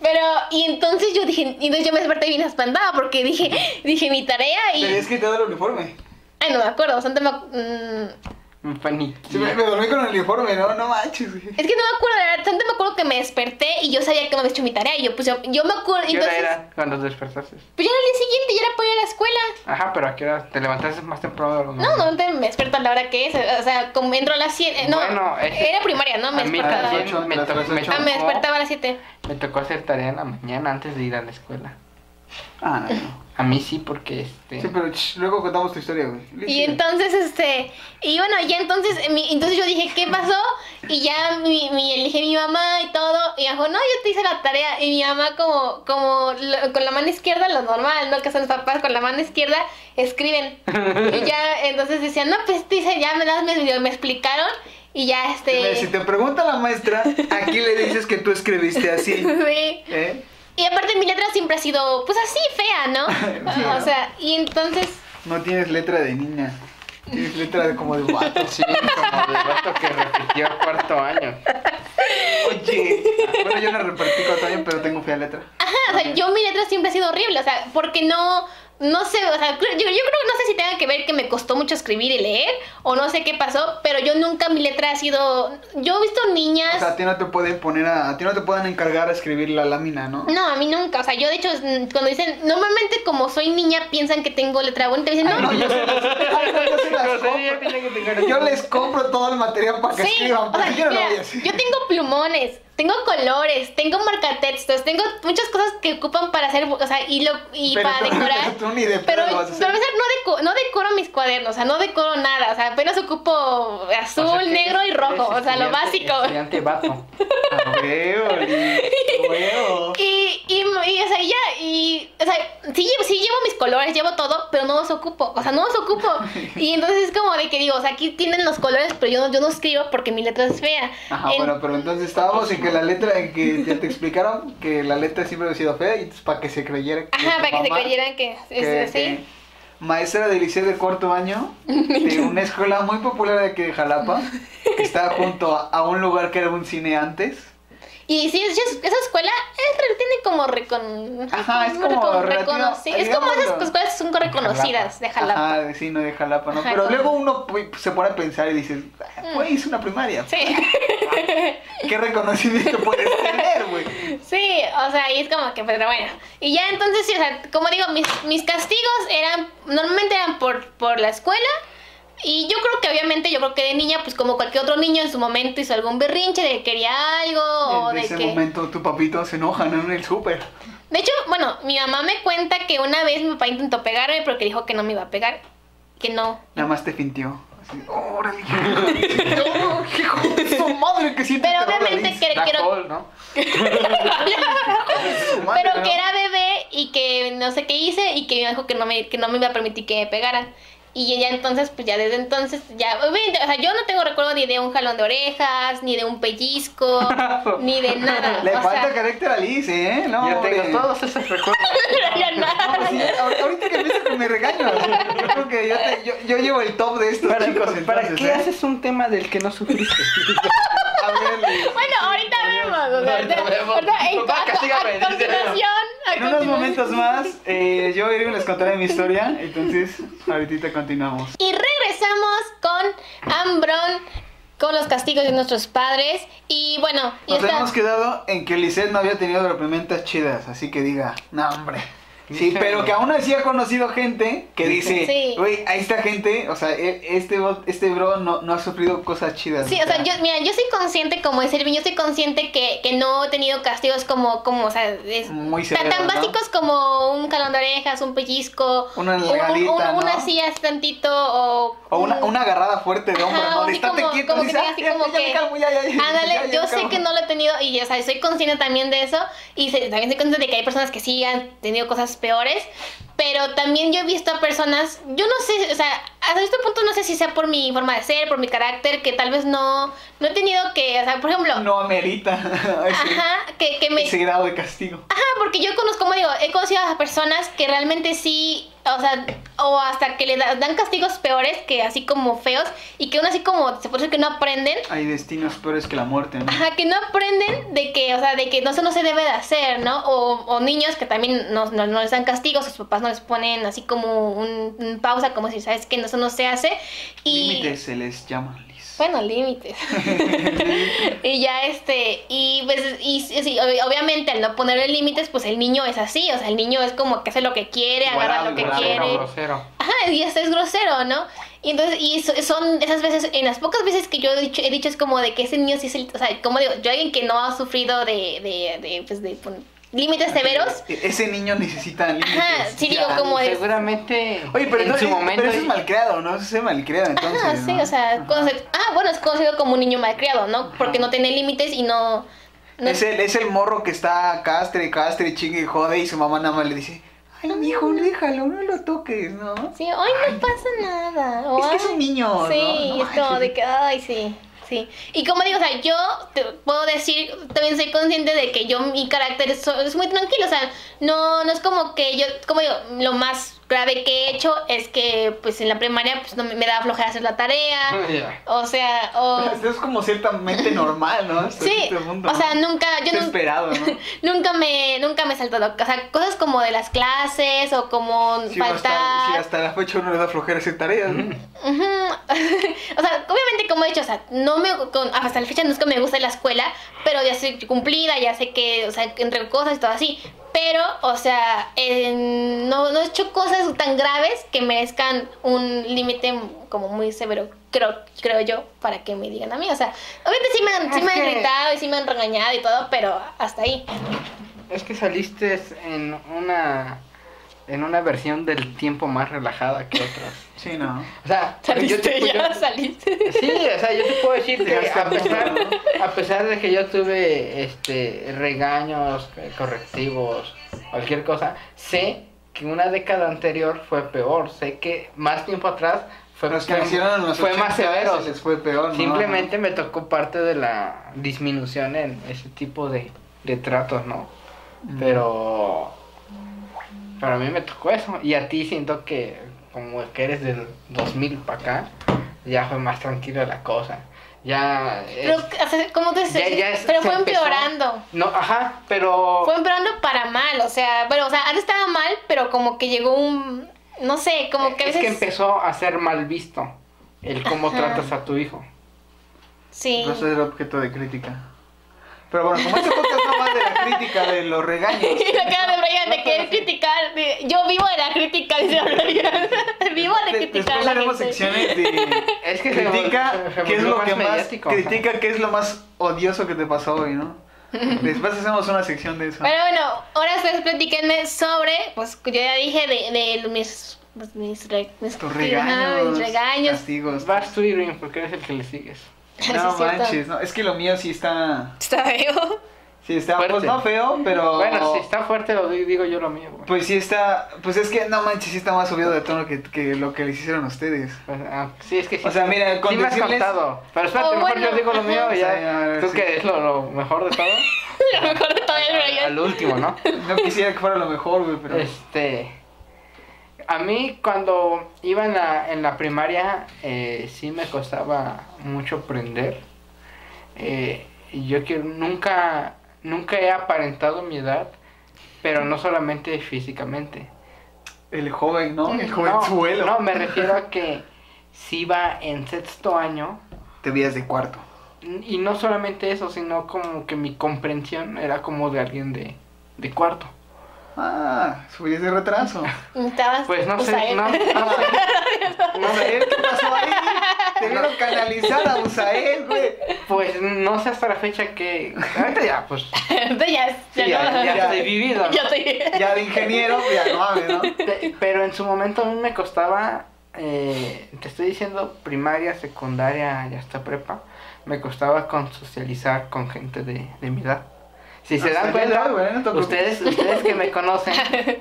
S1: Pero, y entonces yo dije, y entonces yo me desperté bien espantada porque dije, dije mi tarea y.
S2: Tenías quitado el uniforme.
S1: Ay, no me acuerdo, o sea, no me ac- mm,
S3: Me
S2: Sí, me,
S3: paniqué.
S2: me dormí con el uniforme, no, no manches. güey.
S1: es que no me acuerdo, la verdad, tanto me acuerdo que me desperté y yo sabía que no había hecho mi tarea y yo, pues yo, yo me acuerdo.
S3: ¿Qué hora
S1: entonces,
S3: era cuando despertaste?
S1: Pues ya era el día siguiente, ya era para ir a la escuela.
S3: Ajá, pero ¿a qué hora? ¿Te levantaste más temprano? o
S1: No, no te- me despierto a la hora que es, o sea, como entro a las 7. No,
S3: Bueno, ese-
S1: era primaria, ¿no? Me
S3: a mí
S1: despertaba.
S3: también
S2: Ocho,
S3: me,
S2: las
S3: to-
S2: tres,
S3: me
S2: ocho.
S1: Ah, me
S3: tocó-
S1: despertaba a las 7.
S3: me tocó hacer tarea en la mañana antes de ir a la escuela.
S2: Ah, no, no.
S3: A mí sí, porque este...
S2: Sí, pero ch, luego contamos tu historia, güey.
S1: Y entonces, este, y bueno, ya entonces, eh, mi- entonces yo dije, ¿qué pasó? Y ya mi, mi, le dije a mi mamá y todo, y me dijo, no, yo te hice la tarea, y mi mamá como, como, lo- con la mano izquierda, lo normal, ¿no? Que son los papás, con la mano izquierda, escriben. Y ya, entonces decían, no, pues te hice, ya me las me, me explicaron, y ya, este...
S2: Si te pregunta la maestra, aquí le dices que tú escribiste así.
S1: Sí.
S2: ¿Eh?
S1: Y aparte mi letra siempre ha sido, pues así, fea, ¿no?
S2: Sí,
S1: O
S2: ¿no?
S1: sea, y entonces...
S2: No tienes letra de niña. Tienes letra de como de vato.
S3: Sí, como de vato que repitió cuarto año.
S2: Oye. Bueno, yo la repartí cuatro años, pero tengo fea letra.
S1: Ajá, o sea, yo mi letra siempre ha sido horrible, o sea, porque no, no sé, o sea, creo- yo, yo creo que no sé si tenga que ver que me costó mucho escribir y leer, o no sé qué pasó, pero yo nunca mi letra ha sido, yo he visto niñas,
S2: O sea, a ti no te pueden poner a... A ti no te pueden encargar a escribir la lámina, ¿no?
S1: no, a mí nunca, o sea, yo de hecho, es- cuando dicen, normalmente como soy niña piensan que tengo letra bonita, y dicen, no,
S2: No, yo se las, Ay, no, yo se las
S3: No sé,
S2: compro.
S3: ya tiene que tener-
S2: Yo les compro todo el material para que
S1: Sí,
S2: escriban,
S1: o sea,
S2: porque yo no lo
S1: mira,
S2: voy a hacer.
S1: yo tengo plumones, tengo colores, tengo marcatextos, tengo muchas cosas que ocupan para hacer, o sea, y, lo, y
S2: Pero
S1: para
S2: tú-
S1: decorar.
S2: tú ni de pedo
S1: pero
S2: lo vas a hacer.
S1: pero a veces no, deco- no decoro mis cuadernos, o sea, no decoro nada, o sea, apenas ocupo azul,
S3: O sea, que
S1: negro y
S3: eres-
S1: rojo,
S3: eres
S1: o sea, lo
S3: estudiante-
S1: básico.
S3: Estudiante vato.
S2: Lo veo, Oli, lo veo.
S1: Y, y, y, o sea, ya, y, o sea, sí, llevo- sí llevo mis colores, llevo todo, pero no los ocupo, o sea, no los ocupo. Y entonces es como de que digo, o sea, aquí tienen los colores, pero yo no, yo no escribo porque mi letra es fea.
S2: Ajá,
S1: En-
S2: bueno, pero entonces estábamos en que la letra, en que ya te explicaron que la letra siempre había sido fea y entonces para que se creyera que
S1: Ajá,
S2: tu
S1: para que se
S2: mamá,
S1: creyeran que es
S2: que-
S1: así.
S2: que maestra de liceo de cuarto año de una escuela muy popular de aquí de Jalapa, que estaba junto a, a un lugar que era un cine antes.
S1: Y sí, es- es- esa escuela es, re- tiene como recon,
S2: Ajá, es como
S1: recon-
S2: relativa-
S1: reconoci- Es como
S2: digámoslo.
S1: esas escuelas que son reconocidas de Jalapa.
S2: Ajá, de sí, no de Jalapa, ¿no?
S1: Ajá,
S2: Pero
S1: con-
S2: luego uno pues, se pone a pensar y dices, "Ah, güey, es una primaria.
S1: Sí,
S2: ¿Qué reconocimiento puedes tener, güey?
S1: sí, o sea, y es como que, pero bueno. Y ya entonces, sí, o sea, como digo, mis, mis castigos eran, normalmente eran por, por la escuela. Y yo creo que obviamente, yo creo que de niña, pues como cualquier otro niño en su momento hizo algún berrinche de que quería algo o
S2: en
S1: de
S2: ese
S1: que...
S2: momento tu papito se enoja, ¿no? En el súper.
S1: De hecho, bueno, mi mamá me cuenta que una vez mi papá intentó pegarme porque dijo que no me iba a pegar. Que no.
S2: Nada más te fintió. Así, órale, no, qué hijo de su madre que siente
S1: Pero
S2: terror,
S1: obviamente
S2: Alice.
S1: que
S3: Da
S1: quiero-
S3: call, ¿no?
S2: Su madre,
S1: Pero
S2: ¿no?
S1: que era bebé y que no sé qué hice y que me dijo que no me, que no me iba a permitir que me pegaran. Y ella entonces, pues ya desde entonces, ya, obviamente, o sea, yo no tengo recuerdo ni de un jalón de orejas, ni de un pellizco, ni de nada.
S2: Le
S1: o
S2: falta
S1: sea,
S2: carácter a Alice, ¿eh? No,
S3: Yo
S2: hombre.
S3: tengo todos esos recuerdos.
S1: ya nada.
S2: No, sí, ahor- ahorita que empiezo con mi regaño, yo creo que yo, te- yo, yo llevo el top de estos
S3: ¿Para,
S2: chicos.
S3: para
S2: entonces,
S3: qué
S2: ¿eh?
S3: haces un tema del que no sufriste?
S2: A ver, Alice.
S1: Bueno, ahorita vemos. o sea,
S3: Ahorita
S1: ahorita-
S3: vemos.
S1: ahorita, en-
S3: Va,
S1: a- a- a
S3: castígame, dice.
S1: continuación, a
S2: En unos
S1: continuación.
S2: momentos más, eh, yo Irving les contaré mi historia, entonces ahorita continuamos.
S1: Y regresamos con Ambrón, con los castigos de nuestros padres. Y bueno, y
S2: Nos
S1: está-
S2: hemos quedado en que Lisette no había tenido herramientas chidas, así que diga, no hombre, Sí,
S3: Dice-
S2: pero que aún así ha conocido gente que
S1: Sí.
S2: dice, güey, a esta gente, o sea, e- este, bot- este bro no, no ha sufrido cosas chidas.
S1: Sí, o sea, yo, mira, yo soy consciente, como es Irving, yo soy consciente que, que no he tenido castigos como, como o sea, es-
S2: Muy
S1: tan,
S2: severo,
S1: tan
S2: ¿no?
S1: básicos como un calón de orejas, un pellizco,
S2: Una
S1: un- un-
S2: nalgadita,
S1: un-
S2: ¿no?
S1: una silla así tantito o...
S2: O una,
S1: un-
S2: una agarrada fuerte de hombro,
S1: Ajá,
S2: ¿no?
S1: o
S2: De
S1: así
S2: estate
S1: como-
S2: quieto,
S1: como que
S2: dices,
S1: tenga así
S2: "Ah, ya,
S1: como
S2: ya, ya
S1: que-
S2: me calmo, ya, ya, ya, ya,
S1: Ándale,
S2: ya
S1: yo
S2: me
S1: sé
S2: calmo".
S1: que no lo he tenido y o sea, soy consciente también de eso y se- también soy consciente de que hay personas que sí han tenido cosas peores, pero también yo he visto a personas, yo no sé, o sea, hasta este punto no sé si sea por mi forma de ser, por mi carácter, que tal vez no, no he tenido que, o sea, por ejemplo,
S2: No amerita ese,
S1: ajá, que, que me...
S2: ese grado de castigo.
S1: Ajá, porque yo conozco, como digo, he conocido a personas que realmente sí, o sea, o hasta que le da- dan castigos peores que así como feos y que aún así como se puede decir que no aprenden
S2: Hay destinos peores que la muerte, ¿no?
S1: Ajá, que no aprenden de que, o sea, de que no se, no se debe de hacer, ¿no? O, o niños que también no, no, no les dan castigos, sus papás no les ponen así como un, un pausa, como si sabes que no, eso no se hace. Y,
S2: Límites se les llama, Liz.
S1: Bueno, límites. y ya este, y pues, y, sí, sí, ob- obviamente al no ponerle límites, pues el niño es así, o sea, el niño es como que hace lo que quiere, agarra lo que
S3: Grosero,
S1: quiere.
S3: grosero.
S1: Ajá, y esto es grosero, ¿no? Y entonces, y so- son esas veces, en las pocas veces que yo he dicho, he dicho es como de que ese niño sí es el, o sea, como digo, yo alguien que no ha sufrido de, de, de, pues, de pon- límites severos.
S2: E- Ese niño necesita límites.
S1: Ajá, sí digo
S2: ya.
S1: como de...
S3: Seguramente
S2: Oye, pero,
S3: en
S2: no,
S3: su
S2: es-
S3: momento...
S2: pero eso es malcriado, ¿no? Eso es malcriado, entonces.
S1: Ajá, sí,
S2: ¿no?
S1: o sea,
S2: Ajá.
S1: cuando se- ah, bueno, es conocido como un niño malcriado, ¿no? Porque no tiene límites y no... no
S2: Es el, es el morro que está castre, castre, chingue, y jode, y su mamá nada más le dice, ay, mijo, déjalo, no lo toques, ¿no?
S1: Sí, hoy no pasa nada. o
S2: Es que es
S1: "Ay,
S2: un niño,
S1: Sí,
S2: ¿no?
S1: y
S2: No
S1: es como
S2: manches.
S1: de que, ay, sí, sí. Y como digo, o sea, yo te puedo decir, también soy consciente de que yo, mi carácter es, es muy tranquilo, o sea, no, no es como que yo, como digo, lo más grave que he hecho es que, pues, en la primaria, pues, no me, me daba flojera hacer la tarea,
S3: Ya.
S1: o sea, o...
S2: Esto es como ciertamente normal, ¿no? Este Hasta
S1: Sí,
S2: cierto punto,
S1: o
S2: ¿no?
S1: sea, nunca, yo
S2: Está
S1: nun-
S2: esperado, ¿no?
S1: nunca me, nunca me he saltado, o sea, cosas como de las clases o como
S2: Sí, hasta,
S1: faltar.
S2: sí, hasta la fecha uno le da flojera hacer tareas, ¿no?
S1: Ujú. o sea, obviamente como he dicho, o sea, no me con- hasta la fecha no es que me guste la escuela, pero ya soy cumplida, ya sé que, o sea, entre cosas y todo así. Pero, o sea, eh, no, no he hecho cosas tan graves que merezcan un límite como muy severo, creo, creo yo, para que me digan a mí. O sea, obviamente sí me han, sí
S3: Es
S1: me han
S3: que-
S1: gritado y sí me han regañado y todo, pero hasta ahí.
S3: Es que saliste en una... En una versión del tiempo más relajada que otras.
S2: Sí, no.
S3: O sea, yo
S1: Saliste
S3: te, yo-
S1: ya, saliste.
S3: Sí, o sea, yo te puedo decir que
S2: Dejaste
S3: a pesar,
S2: abajo,
S3: a pesar de que yo tuve este regaños, eh, correctivos, cualquier cosa, sé que una década anterior fue peor, sé que más tiempo atrás fue,
S2: Los que
S3: fue-
S2: hicieron en los
S3: fue más
S2: 80
S3: severo.
S2: se les fue peor, ¿no?
S3: Simplemente me tocó parte de la disminución en ese tipo de, de tratos, ¿no?
S2: Mm.
S3: Pero para mí me tocó eso. Y a ti siento que como que eres del 2000 para acá, ya fue más tranquila la cosa. Ya... es-
S1: Pero, o sea, ¿cómo te
S3: ya- ya es-
S1: Pero
S3: se
S1: fue
S3: empezó-
S1: empeorando.
S3: No, ajá, pero...
S1: Fue empeorando para mal, o sea, bueno, o sea, antes estaba mal, pero como que llegó un, no sé, como que a
S3: es
S1: veces...
S3: que empezó a ser mal visto el cómo
S1: Ajá.
S3: tratas a tu hijo.
S1: Sí.
S2: No ser objeto de crítica. Pero bueno, como este podcast no va de la crítica, de los regaños.
S1: Y la cara de Brian de querer criticar, de- yo vivo de la crítica, dice Brian. vivo de
S2: De-
S1: criticar a
S2: Después
S1: la
S2: haremos
S1: gente.
S2: secciones de
S3: Es que se vol- se- se
S2: critica qué es
S3: volvió
S2: lo que más
S3: mediático, ajá.
S2: critica qué es lo más odioso que te pasó hoy, ¿no? Después hacemos una sección de eso.
S1: Pero bueno, ahora ustedes platíquenme sobre, pues yo ya dije, de, de mis... pues, mis, re- mis-
S2: Tus
S1: ajá,
S2: regaños,
S1: mis regaños.
S2: castigos.
S3: Vas tú, Irving, porque eres el que le sigues.
S1: Sí,
S2: No
S1: es cierto.
S2: manches, no, es que lo mío sí está
S1: Está feo.
S2: sí está
S3: Fuerte.
S2: pues no feo, pero
S3: Bueno, si está fuerte lo di- digo yo lo mío. güey.
S2: pues sí está, pues es que no manches, sí está más subido de tono que, que lo que les hicieron a ustedes.
S3: Pues, ah, sí, es que sí.
S2: O sea, mira,
S3: sí
S2: con
S3: me has
S2: decirles-
S3: contado. Pero espérate,
S1: Oh,
S3: mejor
S1: bueno,
S3: yo digo lo
S1: ajá.
S3: mío y ya.
S2: Sí, a ver,
S3: ¿Tú
S2: sí.
S3: qué es lo, lo mejor de todo?
S1: Lo mejor de todo el
S3: Al-
S1: Brian.
S3: Al último, ¿no?
S2: No quisiera que fuera lo mejor, güey, pero
S3: Este. A mí, cuando iba en la, en la primaria, eh, sí me costaba mucho aprender. Eh, y yo que nunca, nunca he aparentado mi edad, pero no solamente físicamente.
S2: el joven, ¿no? El
S3: no,
S2: jovenzuelo.
S3: no, me refiero a que si iba en sexto año,
S2: Te veías de cuarto.
S3: Y no solamente eso, sino como que mi comprensión era como de alguien de, de cuarto.
S2: Ah, subí ese retraso.
S1: Estabas
S3: Pues no sé,
S1: Usael.
S3: no, no sé.
S2: Usael, ¿qué pasó ahí? Te vieron canalizar a Usael, güey.
S3: Pues no sé hasta la fecha que. Ahorita ya, pues.
S1: Ahorita ya, ya,
S3: sí, ya,
S1: no.
S3: ya
S2: ya.
S3: estoy vivido. ¿no?
S1: Ya te-
S2: Ya de ingeniero, ya no mames, ¿no?
S3: Pe- Pero en su momento a mí me costaba, eh, te estoy diciendo primaria, secundaria y hasta prepa, me costaba con socializar con gente de, de mi edad. Si se
S2: Hasta
S3: dan
S2: mi
S3: cuenta,
S2: edad, güey, no te preocupes.
S3: ustedes, ustedes que me conocen,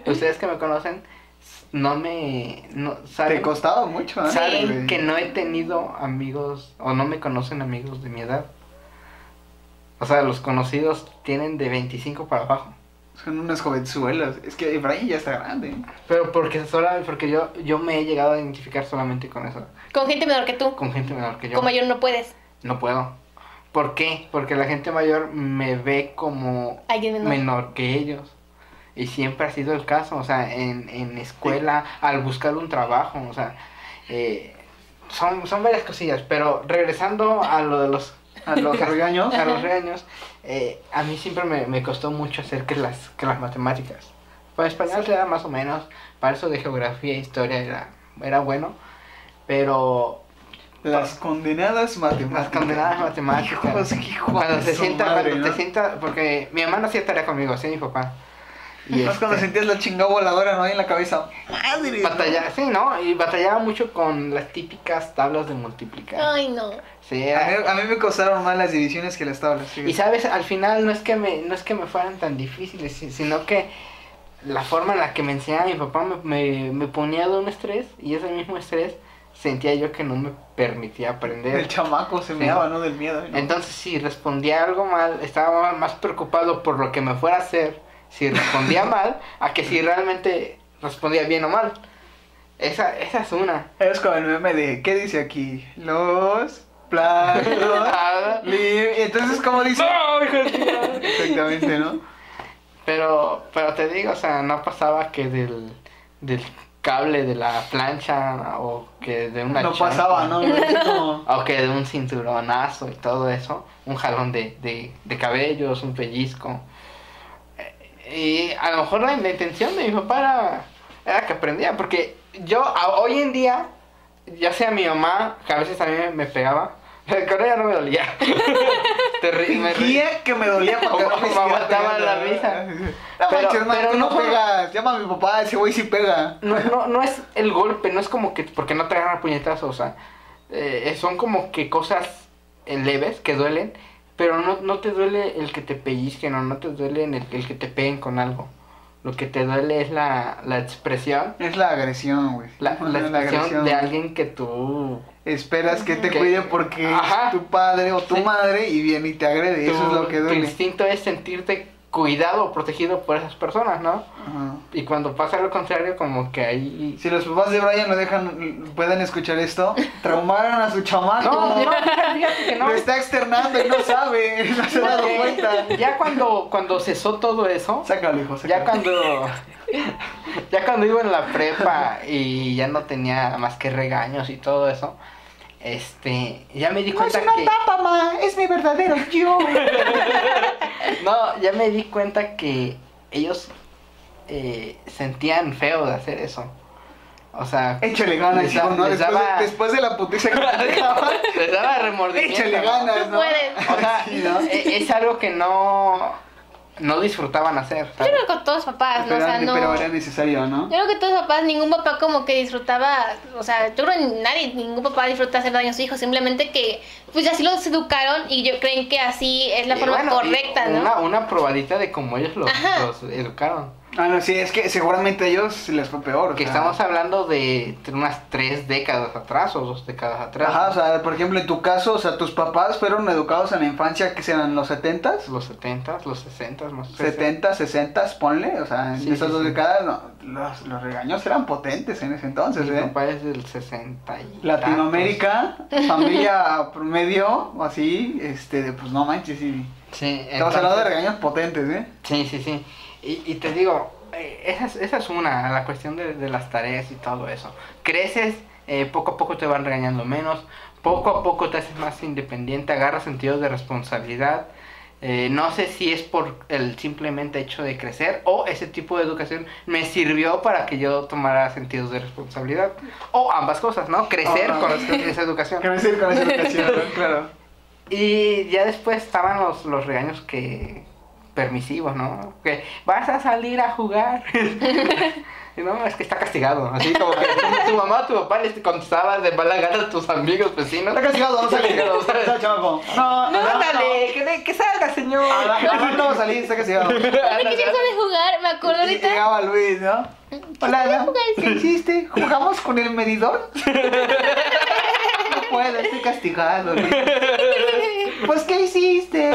S3: ustedes que me conocen, s- no me, no,
S2: Te
S3: saben,
S2: costaba mucho, ¿eh?
S3: saben
S2: güey?
S3: que no he tenido amigos o no me conocen amigos de mi edad. O sea, los conocidos tienen de 25 para abajo.
S2: Son unas jovenzuelas. Es que Brian ya está grande. ¿eh?
S3: Pero porque sola, porque yo, yo me he llegado a identificar solamente con eso,
S1: Con gente menor que tú.
S3: con gente menor que yo.
S1: Con mayor no puedes.
S3: No puedo. ¿Por qué? Porque la gente mayor me ve como
S1: Alguien menor.
S3: menor que ellos. Y siempre ha sido el caso, o sea, en, en escuela, al buscar un trabajo, o sea, eh, son, son varias cosillas, pero regresando a lo de los,
S2: A los regaños.
S3: a los regaños, eh, a mí siempre me, me costó mucho hacer que las, que las matemáticas. Para español era más o menos, para eso de geografía e historia era, era bueno, pero
S2: Las condenadas matemáticas.
S3: las condenadas matemáticas.
S2: Hijos, hijo
S3: cuando
S2: de
S3: se
S2: su
S3: sienta,
S2: madre,
S3: cuando
S2: ¿no?
S3: te sienta, porque mi hermano hacía tarea conmigo, hacía mi papá. Y
S2: Más cuando
S3: este,
S2: sentías la chingada voladora, ¿no? Ahí en la cabeza. Madre.
S3: batalla- sí, ¿no? Y batallaba mucho con las típicas tablas de multiplicar.
S1: Ay, no.
S3: Sí,
S2: A
S3: era-
S2: mí, a mí me costaron más las divisiones que las tablas. fíjate.
S3: y sabes, al final no es que me, no es que me fueran tan difíciles, si- sino que la forma en la que me enseñaba mi papá me, me- me ponía de un estrés y ese mismo estrés sentía yo que no me permitía aprender.
S2: El chamaco se
S3: Sí.
S2: meaba, ¿no? Del miedo. ¿no?
S3: Entonces, si respondía algo mal, estaba más preocupado por lo que me fuera a hacer si respondía mal, a que si realmente respondía bien o mal. Esa, esa es una.
S2: Es como el meme de, ¿qué dice aquí? Los platos
S3: Ah,
S2: libres. Entonces, ¿cómo dice?
S3: no, hijo de tu madre.
S2: Exactamente, ¿no?
S3: Pero, pero te digo, o sea, no pasaba que del, del cable de la plancha o que de una
S2: No
S3: chanta,
S2: pasaba, ¿no? Es como-
S3: O que de un cinturonazo y todo eso, un jalón de, de, de cabellos, un pellizco. Eh, Y a lo mejor la, la intención de mi papá era, era que aprendía, porque yo a- hoy en día, ya sea mi mamá, que a veces también me pegaba, con ella no me dolía. Te ri- me ri-
S2: Fingía que me dolía porque
S3: O-
S2: no me
S3: o aguantaba
S2: siguiera
S3: la
S2: pegando.
S3: risa.
S2: No
S3: Pero-
S2: manches, man,
S3: pero
S2: tú no
S3: no-
S2: pegas. Llama a mi papá, ese güey sí pega.
S3: no, no, no es el golpe, no es como que porque no te agarran puñetazos, o sea, eh, son como que cosas eh, leves que duelen, pero no, no te duele el que te pellizquen o no te duele en el, el que te peguen con algo. Lo que te duele es la, la expresión,
S2: Es la agresión, güey.
S3: la,
S2: No,
S3: la
S2: no es
S3: expresión de alguien que tú...
S2: Esperas que te
S3: Que-
S2: cuide porque
S3: Ajá.
S2: es tu padre o tu
S3: Sí.
S2: madre y viene y te agrede. Eso es
S3: tu-
S2: lo que
S3: Tu
S2: duele.
S3: instinto es sentirte cuidado o protegido por esas personas, ¿no?
S2: Ajá.
S3: Y cuando pasa lo contrario, como que ahí...
S2: Si los papás de Brian lo dejan, pueden escuchar esto, traumaron a su chamaco.
S3: No, no, fíjate que no.
S2: Lo está externando y no sabe, no se ha dado
S3: Porque
S2: cuenta.
S3: Ya cuando, cuando cesó todo eso,
S2: Sácalo, hijo, sácalo.
S3: ya cuando ya cuando iba en la prepa y ya no tenía más que regaños y todo eso, este, ya me di
S2: No es
S3: cuenta
S2: una
S3: que
S2: tapa, ma, es mi verdadero yo.
S3: no, ya me di cuenta que ellos eh, sentían feo de hacer eso. O sea,
S2: Échale ganas,
S3: Les
S2: hijo,
S3: da-
S2: ¿no?
S3: les
S2: Después, de-
S3: daba-
S2: después de la putiza que te dejaban,
S3: les daba remordimiento.
S2: échale
S3: ¿no?
S2: ganas,
S1: Tú
S2: ¿no?
S1: puedes.
S3: O sea,
S2: Sí, ¿no?
S3: e- es algo que no no disfrutaban hacer.
S1: Yo
S3: ¿sabes?
S1: creo que con todos los papás, ¿no?
S2: Pero,
S1: O sea, no.
S2: pero era necesario, ¿no?
S1: Yo creo que todos los papás, ningún papá como que disfrutaba, o sea, yo creo que nadie, ningún papá disfruta hacer daño a su hijo, simplemente que, pues así los educaron y yo creen que así es la
S3: Y
S1: forma
S3: bueno, y
S1: correcta, ¿no?
S3: Una, una probadita de cómo ellos los,
S1: Ajá.
S3: los educaron.
S2: Ah, no, sí, es que seguramente a ellos se les fue peor. o
S3: Porque
S2: sea.
S3: estamos hablando de t- unas tres décadas atrás o dos décadas atrás.
S2: Ajá, o sea, por ejemplo, en tu caso, o sea, tus papás fueron educados en la infancia, que serán los 70s.
S3: Los 70, los 60, más o menos.
S2: 70, 60, ponle, o sea, en
S3: Sí,
S2: esas
S3: sí,
S2: dos
S3: sí.
S2: décadas no, los, los regaños eran potentes en ese entonces,
S3: Mi
S2: ¿eh?
S3: papá es del 60 y
S2: Latinoamérica, familia promedio, o así, este, de, pues no manches, sí.
S3: tantos. Sí,
S2: Estamos hablando de
S3: entonces-
S2: regaños potentes, ¿eh?
S3: Sí, sí, sí. Y, y te digo, eh, esa es, esa es una, la cuestión de, de las tareas y todo eso. Creces, eh, poco a poco te van regañando menos, poco a poco te haces más independiente, agarras sentido de responsabilidad, Eh, no sé si es por el simplemente hecho de crecer o ese tipo de educación me sirvió para que yo tomara sentidos de responsabilidad. O ambas cosas, ¿no? Crecer
S2: Ajá.
S3: con esa educación.
S2: Crecer con esa educación.
S3: Claro. Y ya después estaban los, los regaños que permisivos, ¿no? Que vas a salir a jugar. Y no, es que está castigado. Así como que tu, tu mamá o tu papá les contestaba de mala gana a tus amigos, vecinos.
S2: Está castigado, no sale.
S3: Castigado, no sale.
S2: Está chamaco. No,
S3: No,
S2: no, no.
S3: dale, que, que salga, señor.
S2: Al rato no va a salir, está castigado.
S1: Ahorita que se de jugar, me acuerdo
S2: Y
S1: ahorita.
S2: llegaba Luis, ¿no? Hola,
S1: ¿Quieres
S2: ¿no?
S1: jugar?
S2: ¿qué hiciste? ¿Jugamos con el medidor? No puedo, estoy castigado. Luis. Pues, ¿qué hiciste?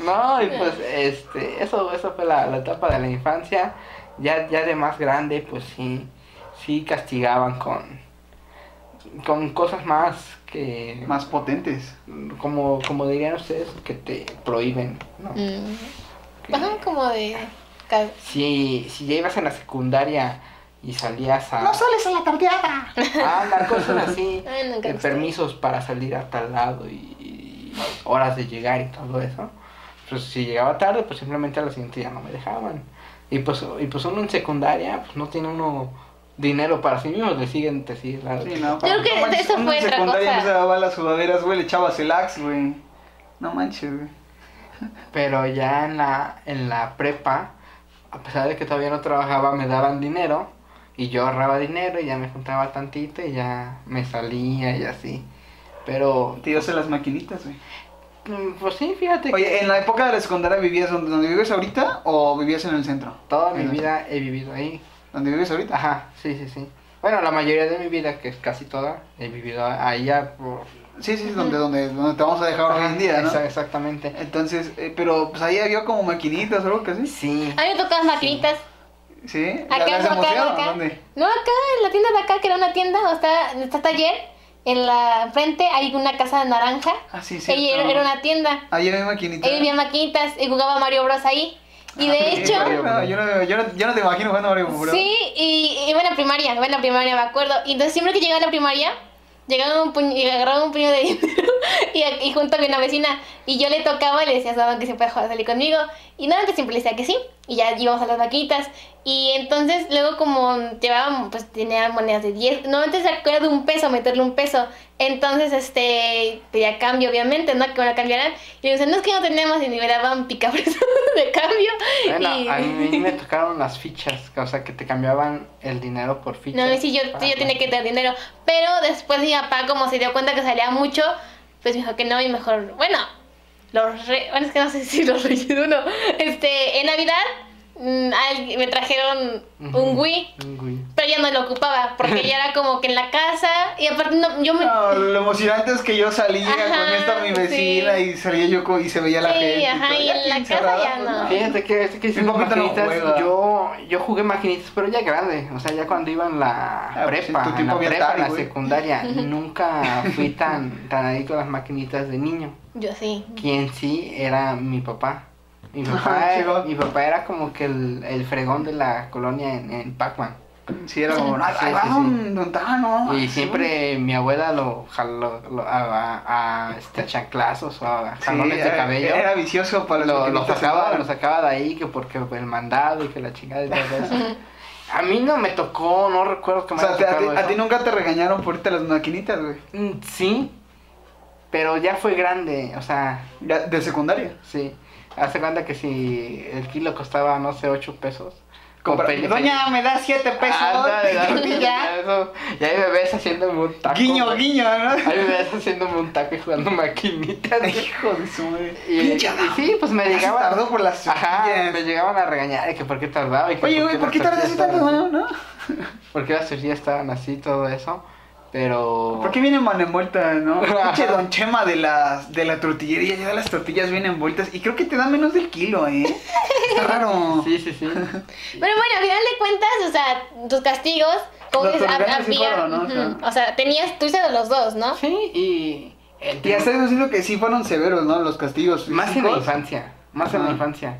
S3: No, y pues este, eso, eso fue la, la etapa de la infancia. Ya, ya de más grande, pues sí, sí castigaban con, con cosas más que,
S2: Más potentes.
S3: como, como dirían ustedes, que te prohíben, ¿no?
S1: Mm.
S3: Que
S1: Ajá, como de. ca-
S3: Si, si ya ibas en la secundaria y salías a,
S2: ¡No sales a la tardeada!
S3: a andar cosas así,
S1: Ay, nunca
S3: eh,
S1: me
S3: permisos para salir a tal lado y, y horas de llegar y todo eso. Pues si llegaba tarde, pues simplemente a la siguiente ya no me dejaban. Y pues, y pues uno en secundaria, pues no tiene uno dinero para sí mismo, le siguen, te siguen la-
S2: Sí, no,
S1: Yo creo que
S2: no manches,
S1: eso
S2: uno
S1: fue
S2: en
S1: otra
S2: secundaria
S1: cosa.
S2: no se lavaba las sudaderas, güey, le echabas el axe, güey. No manches, güey.
S3: Pero ya en la, en la prepa, a pesar de que todavía no trabajaba, me daban dinero. Y yo ahorraba dinero y ya me juntaba tantito y ya me salía y así. Pero,
S2: Te ibas a las maquinitas, güey.
S3: mm, pues sí, fíjate que
S2: Oye, eh, ¿en la época de la secundaria vivías donde, donde vives ahorita o vivías en el centro?
S3: toda mi
S2: en la-
S3: vida he vivido ahí.
S2: ¿Donde vives ahorita?
S3: Ajá, sí, sí, sí. Bueno, la mayoría de mi vida, que es casi toda, he vivido ahí ya por...
S2: Sí, sí, donde, donde, donde te vamos a dejar hoy en día, ¿no?
S3: Exa- Exactamente.
S2: Entonces, eh, pero pues ahí había como maquinitas o algo que sí.
S3: Sí.
S1: A mí me tocaban maquinitas.
S2: Sí, ¿La-
S1: Acá,
S2: las de
S1: acá,
S2: museo,
S1: acá.
S2: ¿dónde?
S1: No, acá, en la tienda de acá, que era una tienda, o está, está taller. En la frente hay una casa de naranja.
S2: Ah, sí, sí.
S1: Ella era, era una tienda.
S2: Ahí había maquinitas.
S1: Ahí vivía maquinitas y jugaba Mario Bros. ahí. Y de
S2: Ah, Sí,
S1: hecho,
S2: Mario, no, yo, no, yo, no, yo no te imagino jugando a Mario Bros.
S1: Sí, y y iba en la primaria, iba en la primaria, me acuerdo. Y entonces siempre que llegaba a la primaria, llegaba un puño, y agarraba un puño de dinero y, a- y junto a mi una vecina. Y yo le tocaba y le decía a Saban que siempre puede salir conmigo. Y nada, que siempre le decía que sí. Y ya íbamos a las vaquitas. Y entonces luego como llevábamos, pues tenía monedas de 10. No, antes era de un peso, meterle un peso. Entonces, este, pedía cambio, obviamente, ¿no? Que me lo cambiaran. Y me decían, no, es que no tenemos. Y me daban picabresas de cambio.
S3: Bueno,
S1: y...
S3: a mí me tocaron las fichas, o sea, que te cambiaban el dinero por fichas.
S1: No, sí, yo, sí, yo tenía que tener dinero. Pero después mi papá, como se dio cuenta que salía mucho, pues dijo que no y mejor, bueno, los re- bueno, es que no sé si los reyes uno. Este, en Navidad mm, al- me trajeron un Wii,
S3: Un Wii.
S1: pero ya no lo ocupaba porque ya era como que en la casa y aparte no, yo me...
S2: No, lo emocionante es que yo salía
S1: Ajá,
S2: con esta mi vecina
S1: sí.
S2: y salía yo co- y se veía la
S1: Sí,
S2: gente.
S1: ajá,
S2: todo,
S1: y
S2: ya
S1: en la
S2: aquí
S1: casa
S2: encerrada,
S1: ya
S2: pues,
S1: no.
S3: Fíjate que, que
S2: Mi
S3: hicimos
S2: papita no
S3: maquinitas.
S2: juega.
S3: yo, yo jugué maquinitas, pero ya grande. O sea, ya cuando iba en la
S2: Ah, pues,
S3: prepa,
S2: en tu
S3: en
S2: tiempo
S3: la
S2: había
S3: prepa, en la
S2: Atari, güey.
S3: secundaria, nunca fui tan, tan adicto a las maquinitas de niño.
S1: Yo sí.
S3: Quien sí era mi papá. Mi
S2: Ah,
S3: papá, era,
S2: chido.
S3: mi papá era como que el, el fregón de la colonia en, en Pac-Man.
S2: Sí, era como, "Ay,
S3: Sí,
S2: ahí
S3: sí,
S2: va
S3: sí.
S2: un don Tano".
S3: Y siempre mi abuela lo jaló lo- a, a, a, este, chanclazos o a
S2: Sí,
S3: jalones de
S2: era-
S3: cabello.
S2: Era vicioso para
S3: lo,
S2: los
S3: lo sacaba, lo sacaba de ahí que porque el mandado y que la chingada y todo eso. A mí no me tocó, no recuerdo que
S2: O
S3: me
S2: sea,
S3: haya
S2: te- a ti,
S3: tocado
S2: a ti
S3: eso.
S2: nunca te regañaron por irte a las maquinitas, güey.
S3: Mm, Sí, pero ya fue grande, o sea,
S2: Ya, De secundaria.
S3: sí. Hace cuenta que si el kilo costaba, no sé, 8 pesos. con
S2: Compra-
S3: peli-
S2: Doña, me da siete pesos.
S3: Ándale,
S2: de
S3: ándale,
S2: tortilla.
S3: eso. Y ahí me ves haciéndome un taco.
S2: Guiño, guiño,
S3: Ahí
S2: ¿no?
S3: me ves haciéndome un taco y jugando maquinitas.
S2: Hijo de su madre.
S3: Y, y sí, pues me
S2: Ya se
S3: llegaba.
S2: tardó por las
S3: Ajá,
S2: tortillas.
S3: me llegaban a regañar de que por qué tardaba y que
S2: Oye, güey, ¿por qué
S3: las
S2: tardas así
S3: tortillas
S2: tanto,
S3: estaban
S2: güey, no?
S3: así? Porque las tortillas estaban así, todo eso, pero...
S2: ¿Por qué viene mal envuelta, no?
S3: Ajá.
S2: Pinche don Chema de la, de la tortillería lleva las tortillas bien envueltas y creo que te da menos del kilo, ¿eh? Está raro.
S3: Sí, sí, sí.
S1: Pero bueno, al final de cuentas, o sea, tus castigos, como
S2: Los
S1: dices, hab-
S2: orgasmos sí
S1: había-
S2: fueron, ¿no? O sea.
S1: ujú, o sea, tenías, tuviste de los dos, ¿no?
S3: Sí, y... el
S2: Y
S3: tema-
S2: hasta eso siento que sí fueron severos, ¿no? Los castigos
S3: Más en la
S2: físicos.
S3: infancia, más en
S2: Ajá.
S3: la infancia.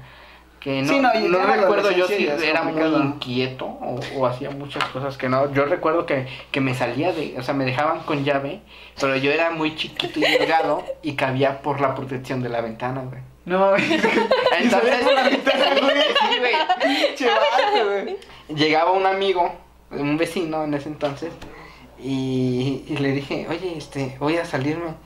S3: que no,
S2: Sí, no, ya
S3: no
S2: en la
S3: recuerdo yo si
S2: adolescencia ya es
S3: era muy
S2: complicado.
S3: inquieto o, o hacía muchas cosas que no. Yo recuerdo que, que me salía de, o sea, me dejaban con llave, pero yo era muy chiquito y delgado y cabía por la protección de la ventana, güey.
S2: No mames.
S3: Entonces,
S2: Pinche
S3: sí, güey.
S2: vato, güey.
S3: llegaba un amigo, un vecino en ese entonces, y, y le dije, oye, este, voy a salirme.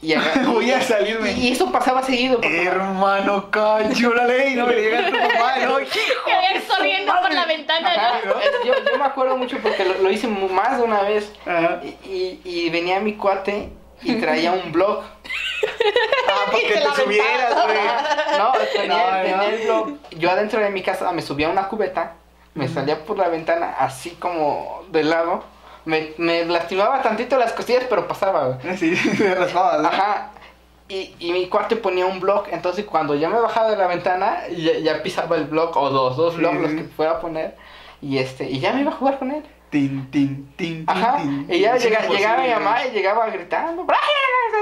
S3: Y aga-
S2: Voy a salirme.
S3: Y eso pasaba seguido. porque-
S2: Hermano, cacho, la ley. No, le llega a tu mamá, no.
S1: Que había corriendo por la ventana,
S3: Ajá,
S1: ¿no?
S2: ¿no?
S3: es- yo, yo me acuerdo mucho porque lo, lo hice mu- más de una vez.
S2: Ajá.
S3: Y, y- y venía mi cuate y traía un blog.
S2: Ah, para que
S1: te la
S2: te subieras, güey.
S3: No, tenía,
S2: No,
S3: tenía
S2: no.
S3: el blog. Yo adentro de mi casa me subía a una cubeta, me salía por la ventana así como de lado. Me, me lastimaba tantito las costillas, pero pasaba. güey.
S2: Sí, te raspabas, ¿no?
S3: Ajá. Y, y mi cuate ponía un blog, entonces cuando ya me bajaba de la ventana, ya, ya pisaba el blog o dos, dos
S2: Sí,
S3: blogs
S2: sí.
S3: los que fuera a poner. Y este, y ya me iba a jugar con él.
S2: Tin, tin, tin, tin,
S3: Ajá.
S2: tin.
S3: Y ya
S2: Es
S3: llega-
S2: imposible,
S3: llegaba mi
S2: güey.
S3: mamá y llegaba gritando.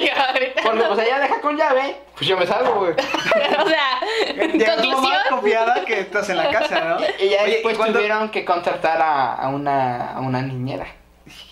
S1: Llegaba gritando.
S3: Cuando pues ella deja con llave, pues yo me salgo, güey.
S1: O sea,
S2: Ya tu mamá
S1: conclusión.
S2: confiada que estás en la casa, ¿no?
S3: Y ya
S2: Oye,
S3: después
S2: cuándo-
S3: tuvieron que contratar a, a una, a una niñera.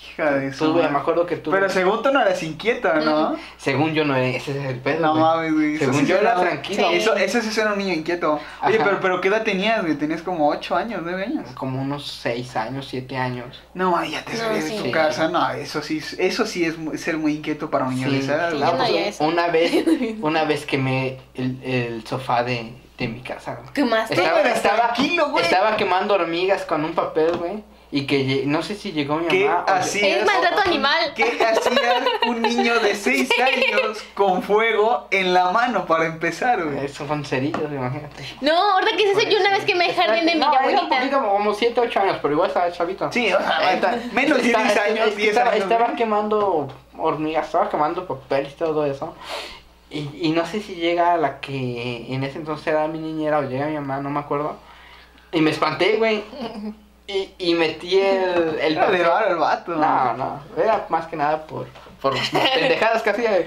S2: Hija de su
S3: Tuve,
S2: madre.
S3: me acuerdo que tuve.
S2: Pero según tú no eras inquieto, ¿no?
S3: Según yo no es, ese es el pedo.
S2: No
S3: güey.
S2: mames, güey. eso
S3: Según
S2: sí
S3: yo era
S2: suena-
S3: tranquilo.
S1: Sí.
S2: Eso, eso sí era un niño inquieto. Oye,
S3: Ajá.
S2: pero, pero ¿qué edad tenías, güey? Tenías como 8 años, 9 años.
S3: Como unos 6 años, 7 años.
S2: No, mames, ya te
S1: No,
S2: salías
S1: sí.
S2: de tu casa. No, eso sí, eso sí es mu- ser muy inquieto para un niño de
S3: Sí.
S2: esa edad.
S1: Sí,
S2: ¿no?
S1: yo no
S2: Pues,
S1: haría eso.
S3: Una vez, una vez quemé el, el sofá de, de mi casa. güey.
S1: ¿Quemaste?
S2: Estaba- eras tranquilo, güey.
S3: estaba quemando hormigas con un papel, güey. Y que lle- no sé si llegó mi
S2: ¿Qué Ah,
S3: mamá. o-
S2: hacías?
S1: Es maltrato animal.
S2: ¿Qué hacía un niño de 6 años con fuego en la mano para empezar, güey?
S3: Eso son cerillos, imagínate.
S1: No, ahorita que es eso, yo una vez que me dejé al jardín de mi
S3: no, era un
S1: abuelita.
S3: poquito como- como 7, 8 años, pero igual estaba chavito.
S2: Sí, o sea,
S3: eh, Está-
S2: menos de
S3: está-
S2: 10
S3: es que- es
S2: años,
S3: que
S2: 10
S3: estaba,
S2: años.
S3: Estaba
S2: güey.
S3: quemando hormigas, estaba quemando papel y todo eso. Y, y no sé si llega la que en ese entonces era mi niñera o llega mi mamá, no me acuerdo. Y me espanté, güey. Y, y metí el, el
S2: Era de
S3: papel.
S2: varo el vato.
S3: No, no, era más que nada por, por pendejadas que hacía. güey.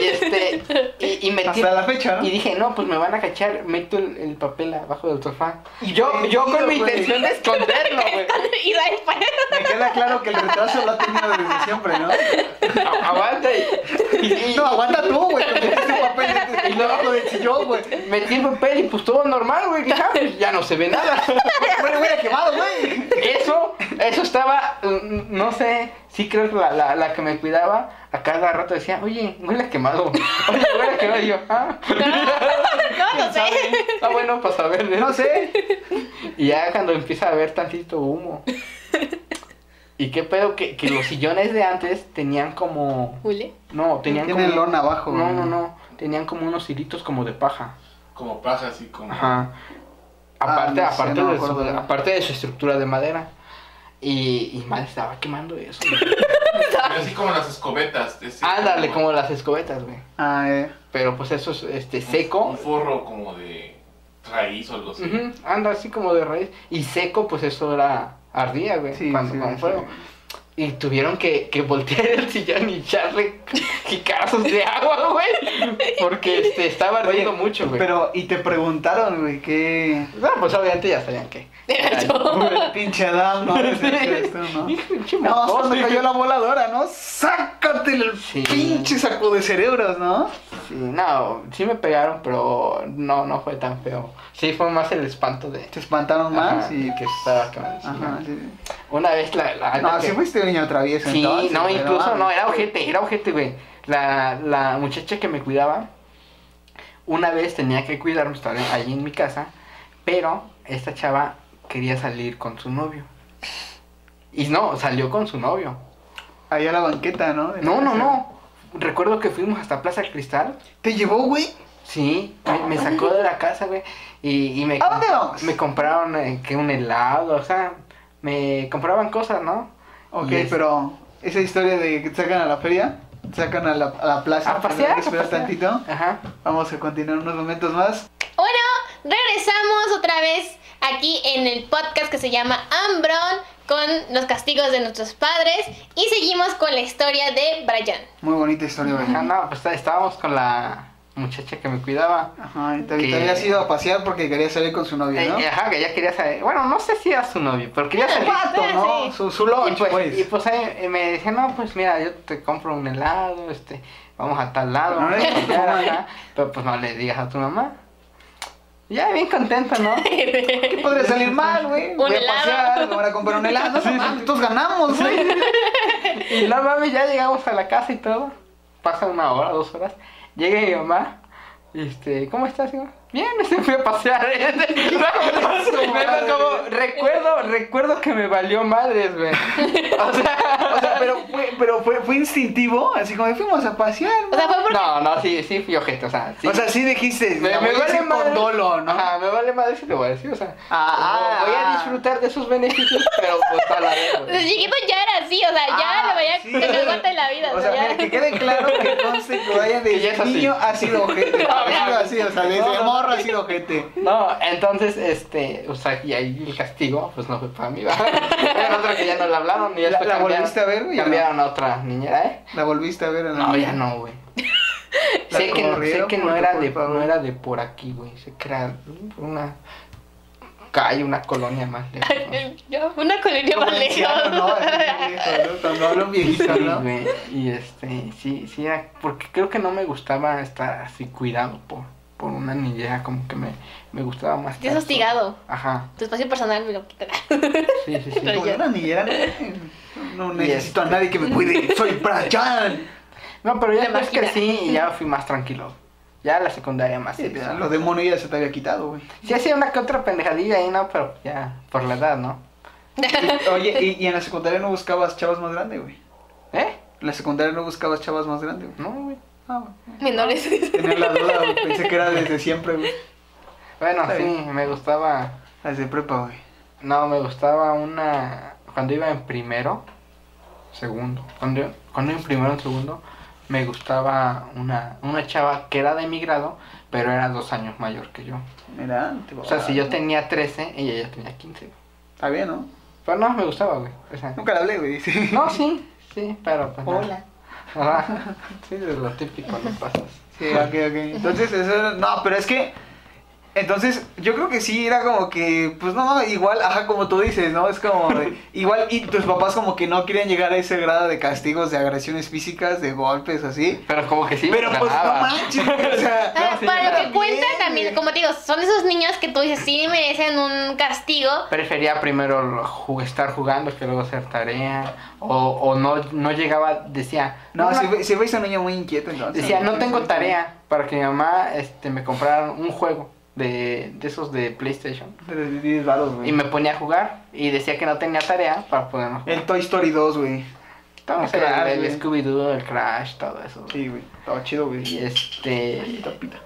S3: Y, este, y, y metí
S2: Hasta la fecha, ¿no?
S3: y dije, no, pues me van a cachar, meto el, el papel abajo del sofá.
S2: Y
S3: Yo, yo con
S2: prendido,
S3: mi
S2: güey.
S3: intención de esconderlo, güey.
S1: Y da el pan.
S2: Me queda claro que el retraso lo ha tenido desde siempre, ¿no?
S3: A- Aguanta y, y- y-
S2: No, aguanta tú, güey, que metiste papel de- de- debajo del sillón, güey.
S3: metí el papel y pues todo normal, güey. que ya, ya no se ve nada.
S2: Bueno, hubiera quemado, güey.
S3: Eso, eso estaba, mm, no sé, sí creo que la, la, la que me cuidaba a cada rato decía, oye, huele a quemado. Oye, huele a quemado. Y yo, ah,
S1: No, no sé.
S3: está bueno para saber. ¿no?
S2: No sé.
S3: Y ya cuando empieza a haber tantito humo. ¿Y qué pedo? Que, que los sillones de antes tenían como...
S1: Jule.
S3: No, tenían
S2: Tiene
S3: como...
S2: lona abajo,
S3: No,
S2: güey.
S3: no, no. Tenían como unos hilitos como de paja.
S4: Como paja, así como.
S3: Ajá.
S2: Ah,
S3: Aparte,
S2: no sé,
S3: aparte,
S2: no me
S3: de su,
S2: acuerdo.
S3: aparte de su estructura de madera. Y, y mal estaba quemando eso. güey.
S4: Pero así como las escobetas. ese-
S3: Ándale, como las escobetas, güey.
S2: Ah, eh.
S3: Pero pues eso es este,
S2: Ah,
S4: un-
S3: seco.
S4: Un forro como de raíz o algo así.
S3: Ujú, Anda así como de raíz. Y seco, pues eso era ardía, güey.
S2: Sí,
S3: cuando
S2: sí,
S3: con
S2: sí.
S3: fuego. Y tuvieron que, que voltear el sillón y echarle jicazos de agua, güey. Porque este, estaba ardiendo
S2: Oye,
S3: mucho, güey.
S2: Pero, y te preguntaron, güey, qué.
S3: No, pues obviamente ya sabían que.
S1: Era yo.
S2: Pinche Adam, ¿no? Ese que eres tú, ¿no?
S3: Hijo, pinche
S2: No,
S3: mocoso,
S2: cuando
S3: güey.
S2: cayó la voladora, ¿no? Sácate el
S3: Sí.
S2: pinche saco de cerebros, ¿no?
S3: Sí, no, sí me pegaron, pero no, no fue tan feo. Sí, fue más el espanto de.
S2: Te espantaron más
S3: Ajá,
S2: y.
S3: que estaba quemando el
S2: Ajá,
S3: sillón.
S2: sí.
S3: Una vez la. la la
S2: No,
S3: que-
S2: sí fuiste un niño travieso
S3: Sí,
S2: entonces,
S3: no,
S2: pero
S3: incluso
S2: mames.
S3: no, era ojete, era ojete, güey. La, la muchacha que me cuidaba, una vez tenía que cuidarme, estaba allí en mi casa, pero esta chava quería salir con su novio. Y no, salió con su novio.
S2: Allá a la banqueta, ¿no? De la
S3: No, no,
S2: casa.
S3: no. Recuerdo que fuimos hasta Plaza Cristal.
S2: ¿Te llevó, güey?
S3: Sí, me, me sacó de la casa, güey. Y, y me,
S2: ¿A dónde
S3: comp-
S2: vamos?
S3: me compraron eh, que un helado, o sea, me compraban cosas, ¿no?
S2: Ok,
S3: Y es-
S2: pero esa historia de que te sacan a la feria, te sacan a la, a la plaza,
S3: A pasear,
S2: que esperar
S3: a pasear.
S2: tantito.
S3: Ajá.
S2: Vamos a continuar unos momentos más.
S1: Bueno, regresamos otra vez aquí en el podcast que se llama Ambron con los castigos de nuestros padres y seguimos con la historia de Brian.
S2: Muy bonita historia,
S3: Ah,
S2: Brian.
S3: no, pues está- estábamos con la muchacha que me cuidaba.
S2: Ajá, y te,
S3: Que-
S2: te habías ido a pasear porque quería salir con su novio, ¿no?
S3: Eh, ajá, que ya quería saber. Bueno, no sé si era su novio, pero quería
S2: El
S3: saber.
S2: vato, ¿no?
S1: Sí.
S2: Su, su lunch,
S3: y pues,
S2: pues.
S3: y pues ahí eh, me dije, no, pues mira, yo te compro un helado, este, vamos a tal lado.
S2: Pero no le
S3: vamos a
S2: digas a tu
S3: allá,
S2: mamá.
S3: ajá, pero pues no le digas a tu mamá. Ya, bien contento, ¿no?
S2: ¿Qué podría salir mal, güey? Voy a
S1: helado.
S2: pasear, me van a comprar un helado. No, mames, todos ganamos, güey.
S3: Y no mames, ya llegamos a la casa y todo. Pasa una hora, dos horas. Llega mi mamá. Este, ¿cómo estás, hijo? Bien, se fui a pasear.
S2: madre?
S3: Luego, como, recuerdo, recuerdo que me valió madres, güey. O sea,
S2: O sea, pero fue, pero fue, fue instintivo, así como de, fuimos a pasear.
S1: O sea, fue porque.
S3: no, no, sí, sí fui ojete, o sea, sí.
S2: O sea, sí dijiste,
S3: me,
S2: la
S3: me
S2: voy a
S3: vale
S2: decir
S3: madre.
S2: con dolo, ¿no?
S3: Ajá, me vale madre si te voy a decir, o sea.
S2: Ah, ah,
S3: voy
S2: ah.
S3: a disfrutar de sus beneficios, pero pues a la vez, güey.
S1: Desde chiquito ya era así, o sea, ya
S2: Ah,
S1: le veía
S2: sí.
S1: que cagota en la vida.
S2: O sea,
S1: ya.
S2: mira, que quede claro que entonces que vaya
S3: Que ya es
S2: de
S3: así.
S2: niño ha sido ojete.
S3: No,
S2: Ha sido
S3: no.
S2: así, o sea,
S3: No,
S2: desde
S3: no.
S2: morro ha sido ojete.
S3: No, entonces, este, o sea, y ahí el castigo, pues no fue para mí, ¿va? Era otra que ya no la hablaron y ya
S2: ¿La-
S3: después
S2: la
S3: cambiaron-
S2: volviste a ver, güey, o no?
S3: Cambiaron a otra niñera, ¿eh?
S2: La volviste a ver en la
S3: No, ya no, güey.
S2: La
S3: sé que, no, sé
S2: corrieron
S3: que no
S2: por tu
S3: era de,
S2: culpa,
S3: no
S2: güey.
S3: era de por aquí, güey. Sé que era una calle, una colonia más lejos. ¿no?
S1: Yo, una colonia
S2: Como
S1: más
S2: anciano, ¿no? Así viejo, ¿no? Cuando habla un viejito,
S3: Sí,
S2: ¿no?
S3: güey, y este, sí, sí, era- porque creo que no me gustaba estar así cuidado por, por una niñera, como que me, me gustaba más.
S1: Te has
S3: estar solo.
S1: hostigado.
S3: Ajá,
S1: Tu espacio personal me lo quitará.
S3: sí, sí, sí.
S1: Pero
S2: Como
S1: ya-
S2: una niñera, no, no necesito a nadie que me cuide. Soy Prachan.
S3: No, pero ya
S1: La
S3: después que
S1: máquina.
S3: sí, y ya fui más tranquilo. Ya la secundaria más.
S2: Sí,
S3: seria.
S2: ya, Los demonios ya se te había quitado, güey.
S3: Sí hacía una que otra pendejadilla ahí, ¿no? Pero ya, por la edad, ¿no?
S2: Y- Oye, y, y en la secundaria no buscabas chavas más grandes, güey.
S3: ¿Eh?
S2: En la secundaria no buscabas chavas más grandes, güey.
S3: No, güey.
S2: Ah, güey.
S1: Menores.
S2: Tenía la duda, güey. pensé que era desde siempre, güey.
S3: Bueno,
S2: Está
S3: sí,
S2: bien.
S3: me gustaba...
S2: Desde prepa, güey.
S3: No, me gustaba una... Cuando iba en primero, segundo. Cuando, cuando iba en primero, en segundo, me gustaba una, una chava que era de mi grado, pero era dos años mayor que yo.
S2: Mira, te
S3: O sea, si yo tenía 13, ella ya tenía 15.
S2: Ah, Está bien, ¿no?
S3: Pero no, me gustaba, güey. O sea,
S2: Nunca la hablé, güey. sí.
S3: no, sí, sí, pero... Pues, no. Ajá. Sí, de lo típico no pasas.
S2: Sí, ok, ok. Entonces, eso era- No, pero es que. Entonces, yo creo que sí era como que. Pues no, igual, ajá, como tú dices, ¿no? Es como. de- igual, y tus papás como que no quieren llegar a ese grado de castigos, de agresiones físicas, de golpes, así.
S3: Pero como que sí,
S2: pero
S3: me
S2: pues no
S3: ganaba.
S2: manches, o sea.
S1: Ah,
S3: sí,
S1: para lo que
S2: también,
S1: cuenta
S2: güey.
S1: también, como te digo, son esos niños que tú dices, sí merecen un castigo.
S3: Prefería primero lo- ju- estar jugando que luego hacer tarea. O, o no, no llegaba, decía,
S2: No,
S3: no,
S2: si, ve- si veis a un niño muy inquieto, entonces.
S3: decía, no tengo tarea para que mi mamá este, me comprara un juego de, de esos de PlayStation.
S2: Pero sí, sí, es raro, güey.
S3: Y me ponía a jugar y decía que no tenía tarea para ponernos.
S2: El Toy Story 2, güey.
S3: Estamos
S2: el
S3: en
S2: Crash,
S3: el,
S2: güey.
S3: Scooby-Doo, el Crash, todo eso.
S2: Sí, güey. Estaba chido, güey.
S3: Y este.
S2: Tapita.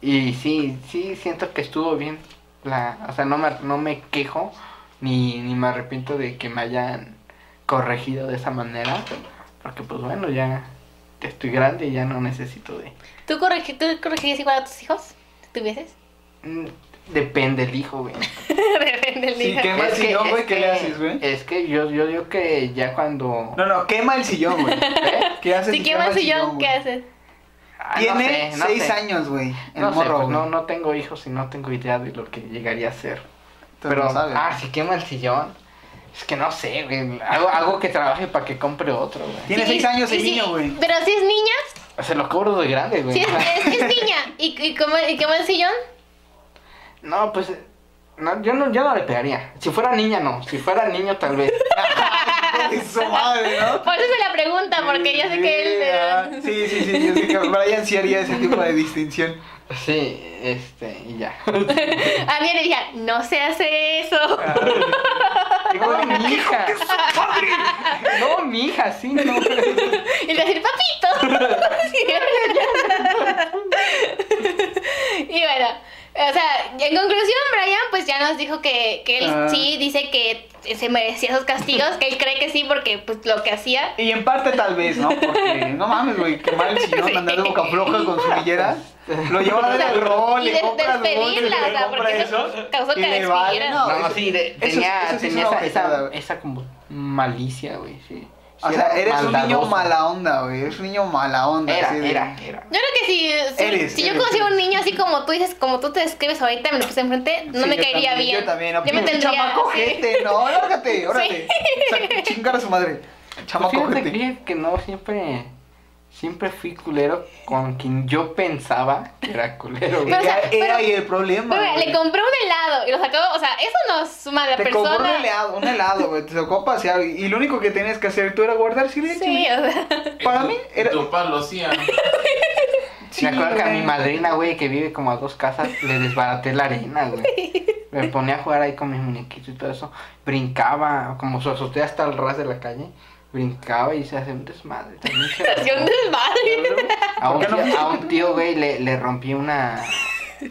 S3: Y sí, sí, siento que estuvo bien. La, o sea, no me, no me quejo ni, ni me arrepiento de que me hayan corregido de esa manera. Porque pues bueno, ya ya estoy grande y ya no necesito de...
S1: ¿Tú, corregi- tú corregirías igual a tus hijos? Si tuvieses.
S3: Mm, Depende el hijo, güey.
S1: Depende del
S2: Sí,
S1: niño.
S2: quema el sillón, güey, ¿qué le haces, güey?
S3: Es que yo, yo digo que ya cuando...
S2: No, no, quema el sillón, güey.
S3: ¿eh?
S2: ¿Qué haces?
S1: Si quemas y yo,
S2: güey?
S1: ¿qué haces?
S3: Ah, no
S2: Tiene
S3: sé, no
S2: 6
S3: sé.
S2: años, güey. El
S3: No, sé,
S2: morro,
S3: pues,
S2: güey.
S3: no, no tengo hijos y no tengo idea de lo que llegaría a ser.
S2: Entonces,
S3: Pero,
S2: no sabe.
S3: ah, si quema el sillón. Es que no sé, güey. Hago, hago que trabaje para que compre otro, güey.
S2: Tiene
S1: Sí,
S2: seis años
S1: y
S2: el
S1: sí,
S2: niño, güey.
S1: Pero si es niña,
S3: Se lo cobro de grande, güey.
S1: si es, es que es niña. ¿Y, y, cómo- y quema el sillón?
S3: No, pues. no, yo, no, yo no le pegaría. Si fuera niña, no. Si fuera niño, tal vez.
S2: Ay, su madre, ¿no?
S1: Por eso se la pregunta, Ah, porque yo sé que él.
S2: Ah,
S1: eh,
S2: Sí, sí, sí, yo sé que Brian sí haría ese tipo de distinción.
S3: Sí, este, y ya.
S1: A mí le diría, no se hace eso.
S2: Ah,
S3: Digo, mi hija. No, mi hija, sí, no.
S1: Y le decir, papito. Sí. y bueno, o sea, en conclusión, Brian pues ya nos dijo que, que él
S2: Ah.
S1: sí dice que se merecía esos castigos, que él cree que sí porque pues lo que hacía.
S2: Y en parte tal vez, ¿no? Porque no mames, güey, quemar el sillón, andar de boca floja con sumilleras. Lo lleva a
S1: O
S2: la
S1: sea,
S2: del rol,
S1: y
S2: le
S1: de-
S2: compra los dulces,
S1: despedirla,
S2: le
S1: o sea,
S2: compra
S1: porque
S2: eso.
S1: eso causó
S2: y
S1: que la
S2: le vale,
S1: despidieran.
S2: no,
S3: No,
S2: eso-
S3: sí, de-
S2: eso-
S3: tenía,
S2: eso sí es
S3: tenía
S2: una
S3: esa,
S2: objetada,
S3: esa,
S2: güey.
S3: esa como malicia, güey, sí.
S2: O sea,
S3: era
S2: eres un niño
S3: maldadoso.
S2: mala onda, güey. Eres un niño mala onda.
S3: Era,
S2: así de-
S3: era, era.
S1: Yo creo que si, si,
S2: Eres,
S1: si yo
S2: eres,
S1: consigo un
S2: eres.
S1: niño así como tú dices, como tú te describes ahorita, me lo puse enfrente, no
S2: Sí,
S1: me
S2: yo
S1: caería
S2: también,
S1: bien.
S2: Yo también.
S1: Yo me
S2: pinche
S1: tendría.
S2: Chamaco
S1: sí.
S2: gente, no, órate, órate. Sa- Chingar a su madre.
S3: Pues
S2: Chamaco
S3: fíjate
S2: gente.
S3: que- que no, siempre, siempre fui culero con quien yo pensaba que era culero. güey.
S1: Pero, o sea,
S2: Era, era
S1: pero-
S2: ahí el problema.
S1: Pero,
S2: güey.
S1: le compré un helado y lo sacó, o sea, eso no es mala
S2: Te
S1: persona.
S2: compró un helado, un helado, güey. Te sacó a pasear. Y y lo único que tenías que hacer tú era guardar silencio.
S1: Sí,
S2: güey.
S1: o sea.
S2: Para mí era-
S4: Tu papá lo hacía.
S2: Sí,
S3: Me acuerdo que a
S2: güey.
S3: mi madrina, güey, que vive como a dos casas, le desbaraté la arena, güey. Me ponía a jugar ahí con mis muñequitos y todo eso. Brincaba, como su azotea hasta el ras de la calle. Brincaba y se hacía un desmadre. También se
S1: Hacía un desmadre.
S3: A un
S2: ¿Por qué no?
S3: tío- a un tío, güey, le, le rompí una,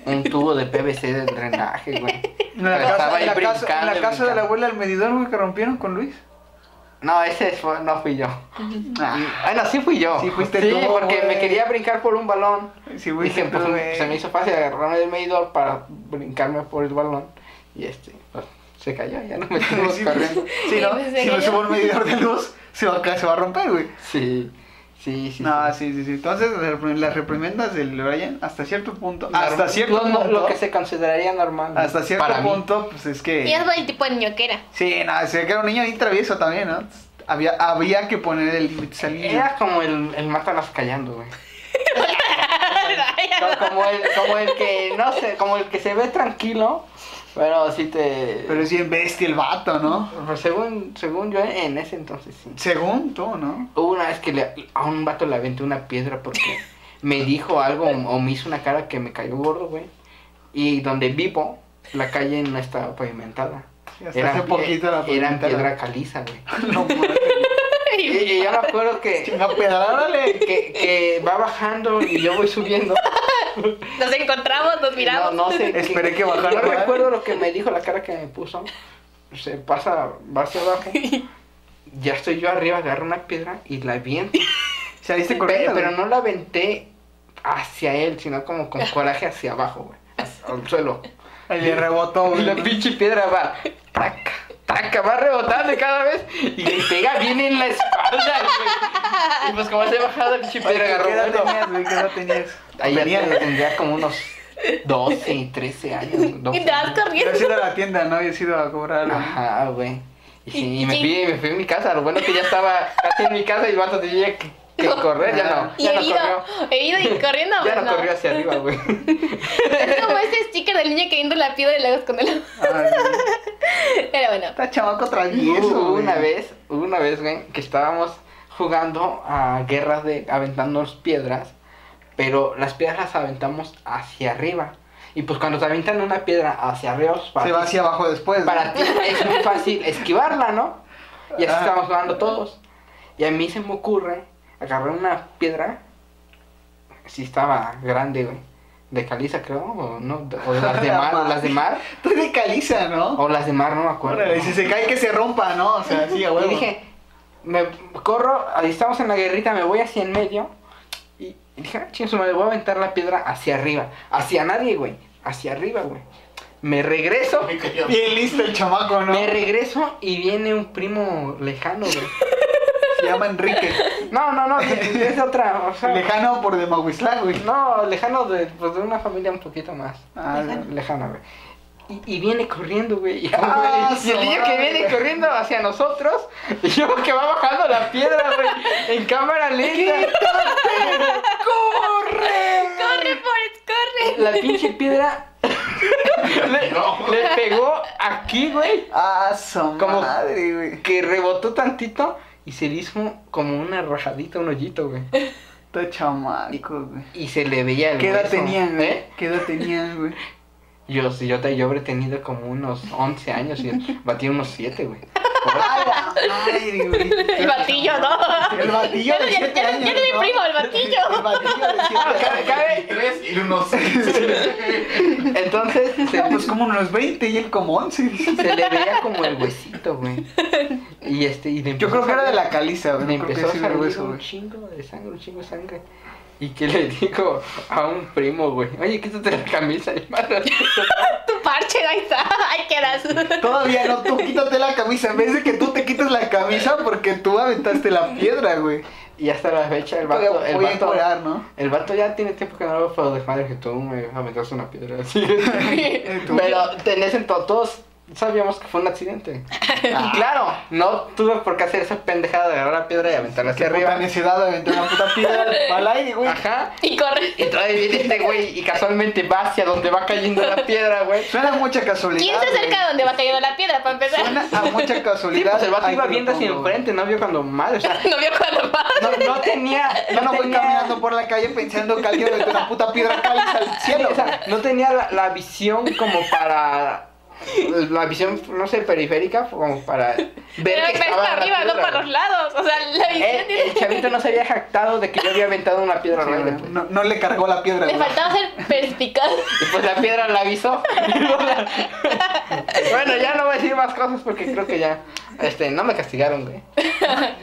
S3: un tubo de PVC del drenaje, güey.
S2: En la
S3: Pero
S2: casa, en
S3: estaba ahí
S2: la casa- en la
S3: brincando,
S2: casa de la
S3: brincando.
S2: abuela del medidor, güey, que rompieron con Luis.
S3: No, ese fue- no fui yo.
S2: Ah,
S3: Ah, no, sí fui yo.
S2: Sí fuiste
S3: Sí,
S2: tú,
S3: porque
S2: güey.
S3: me quería brincar por un balón.
S2: sí, güey.
S3: Dije,
S2: sí,
S3: pues,
S2: güey.
S3: se me hizo fácil agarrarme del medidor para brincarme por el balón. Y este, pues, se cayó, ya no me estuvimos
S2: Sí,
S3: corriendo.
S2: sí, ¿no?
S1: Y pues, se
S2: Si me
S1: cayó.
S2: subo un medidor de luz, se va, a ca- se va a romper, güey.
S3: Sí, sí, sí.
S2: No,
S3: sí.
S2: sí, sí, sí. Entonces, repri- las reprimendas del Brian, hasta cierto punto.
S3: Normal.
S2: Hasta cierto
S3: Lo- lo,
S2: punto.
S3: lo que se consideraría normal. ¿no?
S2: Hasta cierto
S3: Para mí.
S2: punto, pues es
S1: Y es
S2: que.
S1: por el tipo de niño que era.
S2: Sí, nada, se ve que era un niño bien travieso también, ¿no? Había, había que poner el límite al niño.
S3: Era como el, el mátalas callando, güey. No, como, el, como el que, no sé, como el que se ve tranquilo, pero sí te...
S2: Pero es bien bestia el vato, ¿no?
S3: Pues, según, según yo, en ese entonces sí.
S2: Según tú, ¿no?
S3: Hubo una vez que le- a un vato le aventé una piedra porque me dijo algo o me hizo una cara que me cayó gordo, güey. Y donde vivo, la calle no estaba pavimentada.
S2: Sí, hasta hace poquito era
S3: era eran
S2: pavimentada.
S3: piedra caliza, güey.
S2: No, mames.
S3: Y, y yo me acuerdo que,
S2: Chinga pedrarale.
S3: que, que va bajando y yo voy subiendo.
S1: Nos encontramos, nos miramos.
S3: No, no sé.
S2: Esperé que bajara,
S3: No
S2: ¿verdad?
S3: recuerdo lo que me dijo, la cara que me puso. Se pasa, va hacia abajo. Ya estoy yo arriba, agarro una piedra y la aviento.
S2: Saliste corriendo.
S3: Pero, pero
S2: güey.
S3: no la aventé hacia él, sino como con coraje hacia abajo, güey. hacia- Al suelo.
S2: Ahí Le rebotó,
S3: Y
S2: güey.
S3: la pinche piedra va. Taca, taca, va rebotando cada vez. Y le pega bien en la espalda, güey. Y pues como se ha bajado la pinche piedra,
S2: ¿Qué edad
S3: agarró bueno.
S2: tenías, güey? ¿Qué edad tenías?
S3: Ahí ya
S2: Venías, güey.
S3: tendría como unos 12, 13 años. 12.
S1: Y te vas
S2: Yo he
S1: corriendo.
S2: sido a la tienda, ¿no? Yo he sido a cobrar algo.
S3: Ajá, güey. Y, sí,
S1: ¿Y- y
S3: y me,
S1: qué?
S3: fui, me fui a mi casa. Lo bueno que ya estaba casi en mi casa y el vato tenía que, que correr. Ya no,
S1: Y
S3: ya no
S1: herido,
S3: corrió.
S1: herido y corriendo.
S3: Ya
S1: pues,
S3: no corrió hacia arriba, güey.
S1: Es como ese sticker del niño cayendo en la piedra y luego esconderlo.
S2: Ay, güey.
S1: Pero bueno.
S2: Está chamaco travieso,
S3: Hubo
S2: güey.
S3: una vez, hubo una vez, güey, que estábamos jugando a guerras de aventándonos piedras, pero las piedras las aventamos hacia arriba. Y pues cuando te aventan una piedra hacia arriba, pues, para
S2: Se va
S3: ti-
S2: hacia abajo después.
S3: para
S2: güey.
S3: ti es muy fácil esquivarla, ¿no? Y así
S2: Ah.
S3: estamos jugando todos. Y a mí se me ocurre agarrar una piedra, si estaba grande, güey, de caliza creo, o no, o de las de mar, o las de mar,
S2: Tú de caliza, ¿no?
S3: o las de mar, no me acuerdo.
S2: Órale, si se cae que se rompa, ¿no? O sea, sí, a huevo.
S3: Y dije, me corro, ahí estamos en la guerrita, me voy hacia en medio. Y y dije, ah, chingos, me voy a aventar la piedra hacia arriba. Hacia nadie, güey. Hacia arriba, güey. Me regreso.
S4: Me caía
S2: Bien listo el chamaco, ¿no?
S3: Me regreso y viene un primo lejano, güey.
S2: Se llama Enrique.
S3: No, no, no, es otra. O sea,
S2: Lejano por de Mahuislán, güey.
S3: No, lejano de, pues, de una familia un poquito más.
S2: Ah,
S3: lejana, güey. Y, y viene corriendo, güey. Y,
S2: Ah,
S3: güey, y el
S2: su
S3: niño que
S2: madre.
S3: viene corriendo hacia nosotros, y yo que va bajando la piedra, güey, en cámara lenta. ¡Corre!
S1: Corre, Forrest, corre.
S3: La pinche piedra le,
S4: No.
S3: le pegó aquí, güey,
S2: Ah, su
S3: Como-
S2: madre, güey.
S3: que rebotó tantito y se le hizo como una rajadita, un hoyito, güey.
S2: Está chamaco, güey.
S3: Y se le veía el
S2: ¿Qué edad
S3: hueso,
S2: tenían, güey?
S3: ¿eh?
S2: ¿Qué edad tenían, güey?
S3: Yo, si yo, te, yo habré tenido como unos 11 años y él batía unos 7, güey.
S2: Ah, la madre, güey.
S1: El batillo, ¿no?
S2: El batillo
S1: Ya no-
S2: de
S1: ya-
S2: 7
S1: ya-
S2: años.
S1: ya no le
S2: ¿no?
S1: primo, el batillo.
S2: El batillo de 7 años.
S3: Cabe- cabe-
S4: Tres y unos seis.
S3: Entonces se,
S2: Pues como unos 20 y él como 11. dice.
S3: se le veía como el huesito, güey. Y este, y le
S2: Yo creo
S3: empezó
S2: que
S3: a
S2: era de
S3: salir-
S2: la caliza, güey.
S3: Le
S2: no creo
S3: empezó
S2: que
S3: a
S2: sea del
S3: salir
S2: hueso,
S3: un
S2: güey.
S3: chingo de sangre, un chingo de sangre. Y que le digo a un primo, güey, oye, quítate la camisa y más
S1: Tu parche, ahí está. asqueroso.
S2: Todavía no, tú quítate la camisa. En vez de que tú te quites la camisa porque tú aventaste la piedra, güey.
S3: Y hasta la fecha el
S2: Voy a-
S3: vato, el
S2: voy a
S3: vato,
S2: encuerar, ¿no?
S3: el vato ya tiene tiempo que no lo puedo dejar que tú me aventaste una piedra así.
S2: tú.
S3: Pero en ese entonces todos sabíamos que fue un accidente. Y claro, no tuve por qué hacer esa pendejada de agarrar la piedra y aventarla hacia
S2: Qué puta
S3: arriba.
S2: necesidad de aventar una puta piedra al aire, güey.
S3: Ajá.
S1: Y corre.
S3: Y todavía viene este güey y casualmente va hacia donde va cayendo la piedra, güey.
S2: Suena mucha casualidad.
S1: ¿Quién se acerca a donde va cayendo la piedra para empezar?
S2: Suena a mucha
S3: Sí,
S2: casualidad.
S3: pues el vato
S2: Ay,
S3: iba
S2: te lo
S3: viendo hacia
S2: pongo, güey.
S3: enfrente, no vio cuando mal, o sea,
S1: No vio cuando va.
S3: no, no tenía,
S2: Yo no voy
S3: tenía-
S2: caminando por la calle pensando que alguien le una puta piedra caliza al
S3: Sí,
S2: cielo.
S3: o sea, no tenía la, la visión como para. La visión, no sé, periférica, como para ver
S1: Pero
S3: que
S1: ves
S3: estaba
S1: para
S3: la
S1: arriba, no
S3: piedra,
S1: para los
S3: güey.
S1: lados. O sea, la visión
S3: Eh, el
S1: tiene...
S3: chavito no se había jactado de que yo había aventado una piedra al
S2: Sí,
S3: aire,
S2: güey,
S3: pues.
S2: no, no le cargó la piedra.
S1: Le
S2: güey.
S1: faltaba ser perspicaz.
S3: Y pues la piedra la avisó. bueno, ya no voy a decir más cosas porque creo que ya. Este, no me castigaron, güey.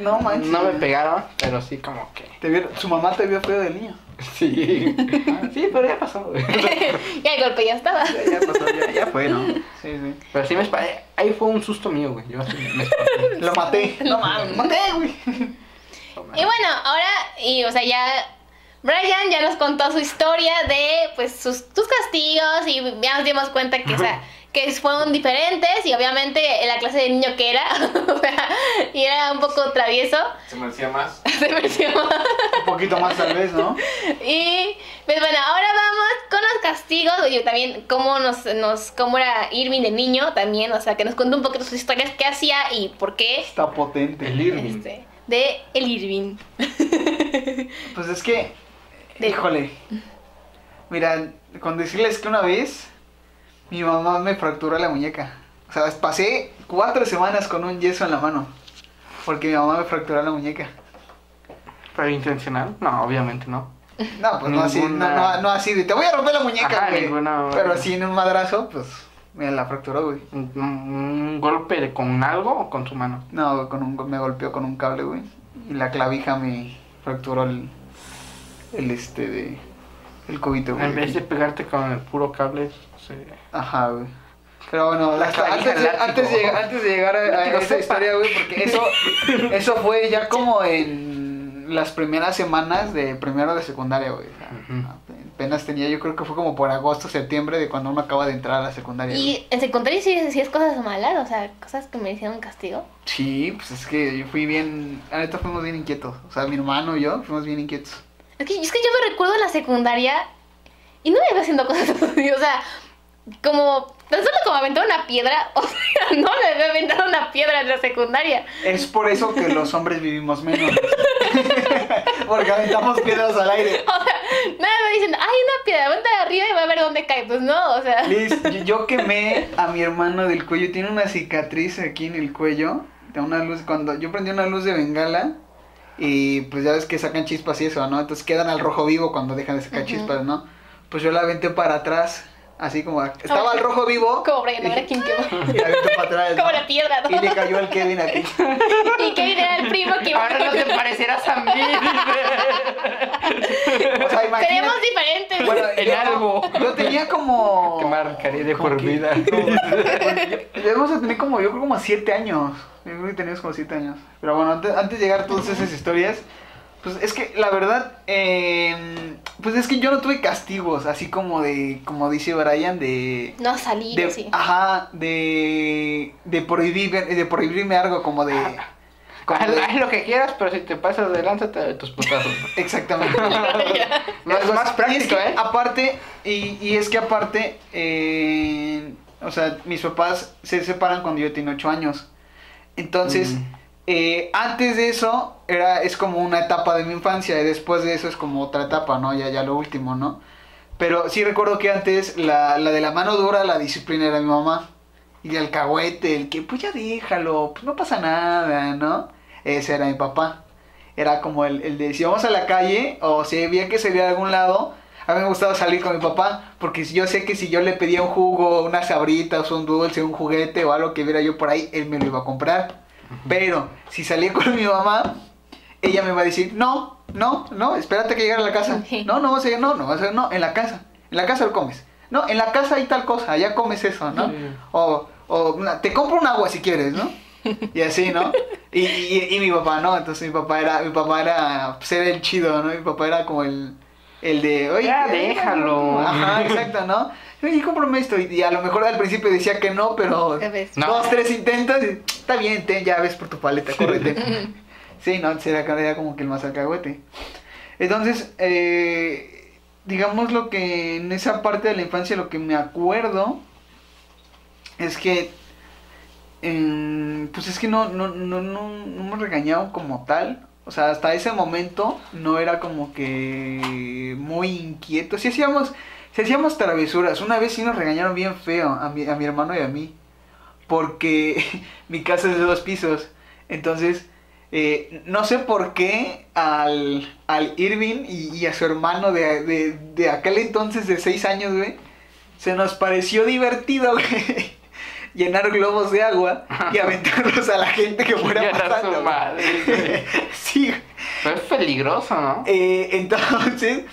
S2: No manches.
S3: No me pegaron, pero sí como que.
S2: Te vieron- su mamá te vio feo de niño.
S3: Sí. Sí, pero ya pasó, güey.
S1: Y el golpe ya estaba.
S2: Ya pasó, ya, ya fue, ¿no? Sí, sí.
S3: Pero sí me espa- eh, Ahí fue un susto mío, güey. Yo así me espanté.
S2: Lo maté.
S1: No mames.
S2: Maté, güey.
S1: Y bueno, ahora, y o sea, ya Brian ya nos contó su historia de pues sus tus castigos y ya nos dimos cuenta que, o sea, que fueron diferentes y obviamente la clase de niño que era, o sea, y era un poco travieso,
S4: Se me hacía más.
S1: se mereció más.
S2: Un poquito más tal vez, ¿no?
S1: Y pues bueno, ahora vamos con los castigos, y también cómo nos, nos cómo era Irving de niño también, o sea, que nos contó un poquito sus historias, qué hacía y por qué.
S2: Está potente.
S3: El Irving.
S1: Este, de el Irving.
S2: Pues es que,
S1: De-
S2: híjole, mira, con decirles que una vez mi mamá me fracturó la muñeca. O sea, pasé cuatro semanas con un yeso en la mano. Porque mi mamá me fracturó la muñeca.
S3: ¿Pero intencional? No, obviamente no.
S2: No, pues no así, no,
S3: Ninguna-
S2: no, no así de te voy a romper la muñeca,
S3: Ajá,
S2: güey.
S3: ninguna-
S2: Pero así en un madrazo, pues me la fracturó, güey.
S3: ¿Un, un golpe de- con algo o con su mano?
S2: No, con un, me golpeó con un cable, güey. Y la clavija me fracturó el, el este de, el cubito, güey.
S3: En vez de pegarte con el puro cable, se...
S2: Ajá, güey. Pero bueno,
S3: La
S2: hasta-
S3: clavija
S2: antes, de,
S3: látigo.
S2: antes de lleg- antes de llegar a, a
S3: Látigo
S2: esta
S3: sopa.
S2: historia, güey, porque eso, eso fue ya como en las primeras semanas de primero de secundaria, güey. O sea,
S3: Ujú.
S2: Apenas tenía, yo creo que fue como por agosto, septiembre de cuando uno acaba de entrar a la secundaria. güey.
S1: Y en secundaria sí, sí es cosas malas, o sea, cosas que me hicieron castigo.
S2: Sí, pues es que yo fui bien, la neta fuimos bien inquietos. O sea, mi hermano y yo fuimos bien inquietos.
S1: Es que, es que yo me recuerdo en la secundaria y no me iba haciendo cosas así, o sea, como, tan solo como aventar una piedra, o sea, no me había aventado una piedra en la secundaria.
S2: Es por eso que los hombres vivimos menos. porque aventamos piedras al aire.
S1: O sea, nada me dicen, ay, una piedra, aguanta arriba y va a ver dónde cae. Pues no, o sea,
S2: Liz, yo- yo quemé a mi hermano del cuello. Tiene una cicatriz aquí en el cuello. De una luz. Cuando yo prendí una luz de bengala. Y pues ya ves que sacan chispas y eso, ¿no? Entonces quedan al rojo vivo cuando dejan de sacar
S1: Ujú.
S2: chispas, ¿no? Pues yo la aventé para atrás. Así como. Estaba al rojo vivo.
S1: cobra, y no era quien quema.
S2: Y la aventé para atrás. ¿no?
S1: Como la piedra, ¿no?
S2: Y le cayó al Kevin aquí.
S1: Y que era el primo que iba
S3: Ahora no te parecerás a mí.
S2: O sea, imagínate.
S1: Seremos diferentes.
S2: Bueno,
S3: En
S2: yo-
S3: algo.
S2: Yo tenía como.
S3: Te marcaré de
S2: como
S3: por
S2: que-
S3: vida.
S2: como- Debemos de tener como, yo creo como siete años. Yo creo que teníamos como siete años. Pero bueno, antes, antes de llegar a todas esas historias, pues es que la verdad, eh, pues es que yo no tuve castigos, así como de, como dice Brian, de...
S1: no salí,
S2: de- Ah,
S1: sí.
S2: Ajá, de, de, prohibir, de prohibirme algo como de...
S3: Ah.
S2: como
S3: Haz
S2: de-
S3: haz lo que quieras, pero si te pasas de lanza, te doy tus putazos.
S2: exactamente.
S3: No, es
S2: Algo así.
S3: más
S2: Y
S3: práctico,
S2: es que
S3: ¿eh?
S2: Aparte, y, y es que aparte, eh, o sea, mis papás se separan cuando yo tenía 8 años. Entonces,
S3: Mm.
S2: eh, antes de eso, era, es como una etapa de mi infancia, y después de eso es como otra etapa, ¿no? Ya, ya lo último, ¿no? Pero sí recuerdo que antes la, la de la mano dura, la disciplina era mi mamá. Y el alcahuete, el que, pues ya déjalo, pues no pasa nada, ¿no? Ese era mi papá. Era como el, el de si vamos a la calle o si había que salir a algún lado, a mí me gustaba salir con mi papá, porque si- yo sé que si yo le pedía un jugo, unas sabritas, un dulce, un juguete o algo que viera yo por ahí, él me lo iba a comprar. Pero si salía con mi mamá, ella me va a decir, no, no, no, espérate que llegue a la casa.
S1: Sí.
S2: No, no vas a ir, no, no vas a ir, no, en la casa. En la casa lo comes. No, en la casa hay tal cosa, ya comes eso, ¿no? O, o una- te compro un agua si quieres, ¿no? Y así, ¿no? Y, y- y mi papá, ¿no? Entonces mi papá era, mi papá era, pues era el chido, ¿no? Mi papá era como el, el de, oye, eh,
S3: Ya, déjalo.
S2: Ajá, exacto, ¿no? Oye, cómprame esto. Y, y a lo mejor al principio decía que no, pero
S1: Ya ves.
S3: No.
S2: dos, tres intentos, y, está bien, ten, ya ves por tu paleta, córrete. sí, ¿no? Entonces era, era como que el más alcahuete. Entonces, eh, digamos lo que en esa parte de la infancia lo que me acuerdo es que, em, pues es que no, no, no, no, no me regañaban como tal. O sea, hasta ese momento no era como que muy inquieto. Sí hacíamos, sí hacíamos travesuras. Una vez sí nos regañaron bien feo a mi, a mi hermano y a mí. Porque mi casa es de dos pisos. Entonces, eh, no sé por qué al, al Irving y, y a su hermano de, de, de aquel entonces de seis años, güey, se nos pareció divertido, güey, llenar globos de agua y aventarlos a la gente que fuera
S3: Llenar su
S2: pasando. güey.
S3: madre, güey.
S2: sí, güey.
S3: Pero es peligroso, ¿no?
S2: Eh, entonces,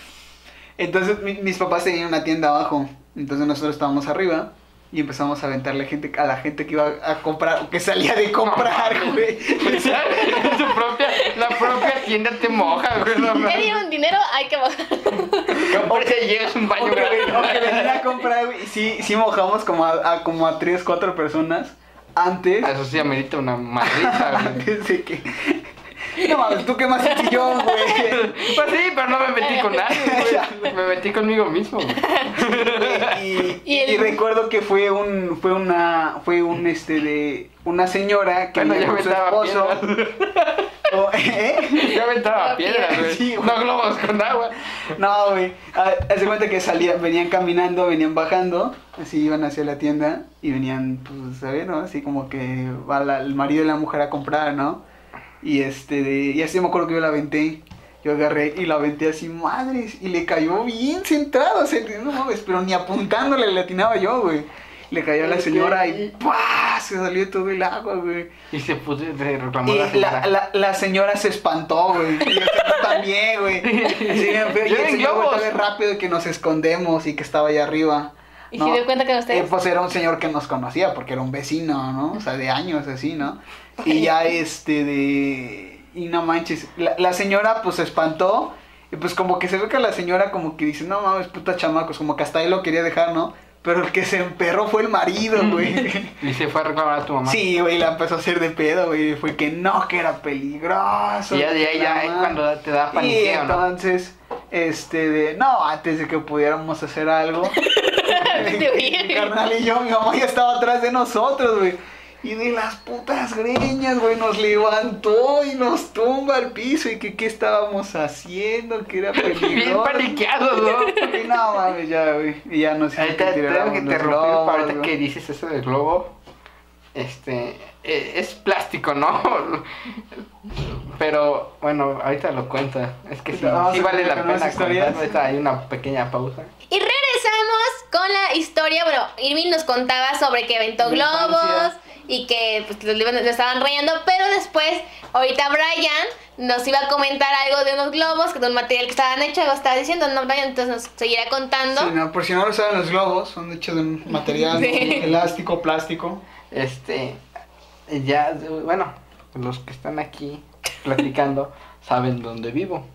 S2: entonces mi- mis papás tenían una tienda abajo, entonces nosotros estábamos arriba y empezamos a aventarle gente, a la gente que iba a comprar, o que salía de comprar, güey.
S3: Su propia, la propia tienda te moja, güey. No,
S1: ¿Te
S3: mames.
S1: dieron dinero? Hay que bajar.
S3: Aparte llegas a un baño
S2: O que ven- o que
S3: grande.
S2: venían a comprar, güey, y sí, sí mojamos como a, a- como a tres, cuatro personas antes,
S3: Ah, Eso sí amerita una madriza, güey.
S2: antes de que... No mames, tú quemas el sillón, güey.
S3: Pues sí, pero no me metí con nadie, güey. Me metí conmigo mismo, güey.
S2: y,
S1: Y el-
S2: y recuerdo que fue un fue una fue un este de una señora que
S3: Bueno,
S2: vivía
S3: yo
S2: con su
S3: aventaba
S2: esposo
S3: piedras.
S2: O- ¿eh?
S3: Yo aventaba
S1: No,
S3: piedras, güey.
S2: sí, güey.
S3: no globos con agua.
S2: no güey Ah, haz de cuenta que salían venían caminando venían bajando así iban hacia la tienda y venían pues sabes no así como que va la- el marido y la mujer a comprar no y este de- y así me acuerdo que yo la aventé yo agarré y la aventé así, madres, y le cayó bien centrado, o sea, no mames, pero ni apuntándole le atinaba yo, güey. Le cayó a la
S3: Ok.
S2: señora y ¡pah! se salió todo el agua, güey.
S3: Y se puso se reclamó
S2: Y
S3: la
S2: la,
S3: señora.
S2: la, la señora se espantó, güey. Y el señor también, güey. Sí, bien feo. Y el
S3: Lleven
S2: señor volteó a
S3: globos.
S2: ver rápido que nos escondemos y que estaba allá arriba.
S1: ¿Y
S2: ¿no?
S1: se dio cuenta que eran
S2: Eh,
S1: ustedes?
S2: pues era un señor que nos conocía porque era un vecino, ¿no? O sea, de años así, ¿no? Y ya este de... Y no manches, la, la señora pues se espantó y pues como que se ve que la señora como que dice, no mames, puta chamacos, como que hasta él lo quería dejar, ¿no? Pero el que se emperró fue el marido, güey.
S3: Y se fue a reclamar a tu mamá.
S2: Sí, güey, la empezó a hacer de pedo, güey. Fue que no, que era peligroso.
S3: Y ya, ya,
S2: la
S3: ya es
S2: madre.
S3: cuando te da
S2: Y
S3: paniqueo, ¿no?
S2: entonces, este, de, no, antes de que pudiéramos hacer algo,
S1: Te huí.
S2: mi carnal y yo, mi mamá ya estaba atrás de nosotros, güey. Y de las putas greñas, güey, nos levantó y nos tumba al piso y que qué estábamos haciendo, que era
S3: Bien
S2: peligroso.
S3: paniqueado, ¿no?
S2: Y no, mames, ya, güey, y ya nos hizo
S3: Ahorita tengo
S2: tiráramos
S3: que
S2: los
S3: interrumpir
S2: globos,
S3: para ahorita
S2: güey.
S3: que dices eso del globo. Este e- es plástico, ¿no? Pero bueno, ahorita lo cuento. Es que sí,
S2: No,
S3: sí
S2: se
S3: vale la
S2: cuentan unas
S3: pena
S2: historias.
S3: contarlo. Ahorita hay una pequeña pausa.
S1: Y regresamos con la historia. Bueno, Irving nos contaba sobre que aventó
S3: Mi infancia.
S1: globos y que pues, los libros lo estaban rayando, pero después, ahorita Brian nos iba a comentar algo de unos globos, que de un material que estaban hechos, algo estaba diciendo, ¿no, Brian? Entonces nos seguirá contando.
S2: Sí, no, por si no lo saben, los globos son hechos de un material
S1: Sí.
S2: elástico, plástico.
S3: Este ya bueno, los que están aquí platicando saben dónde vivo.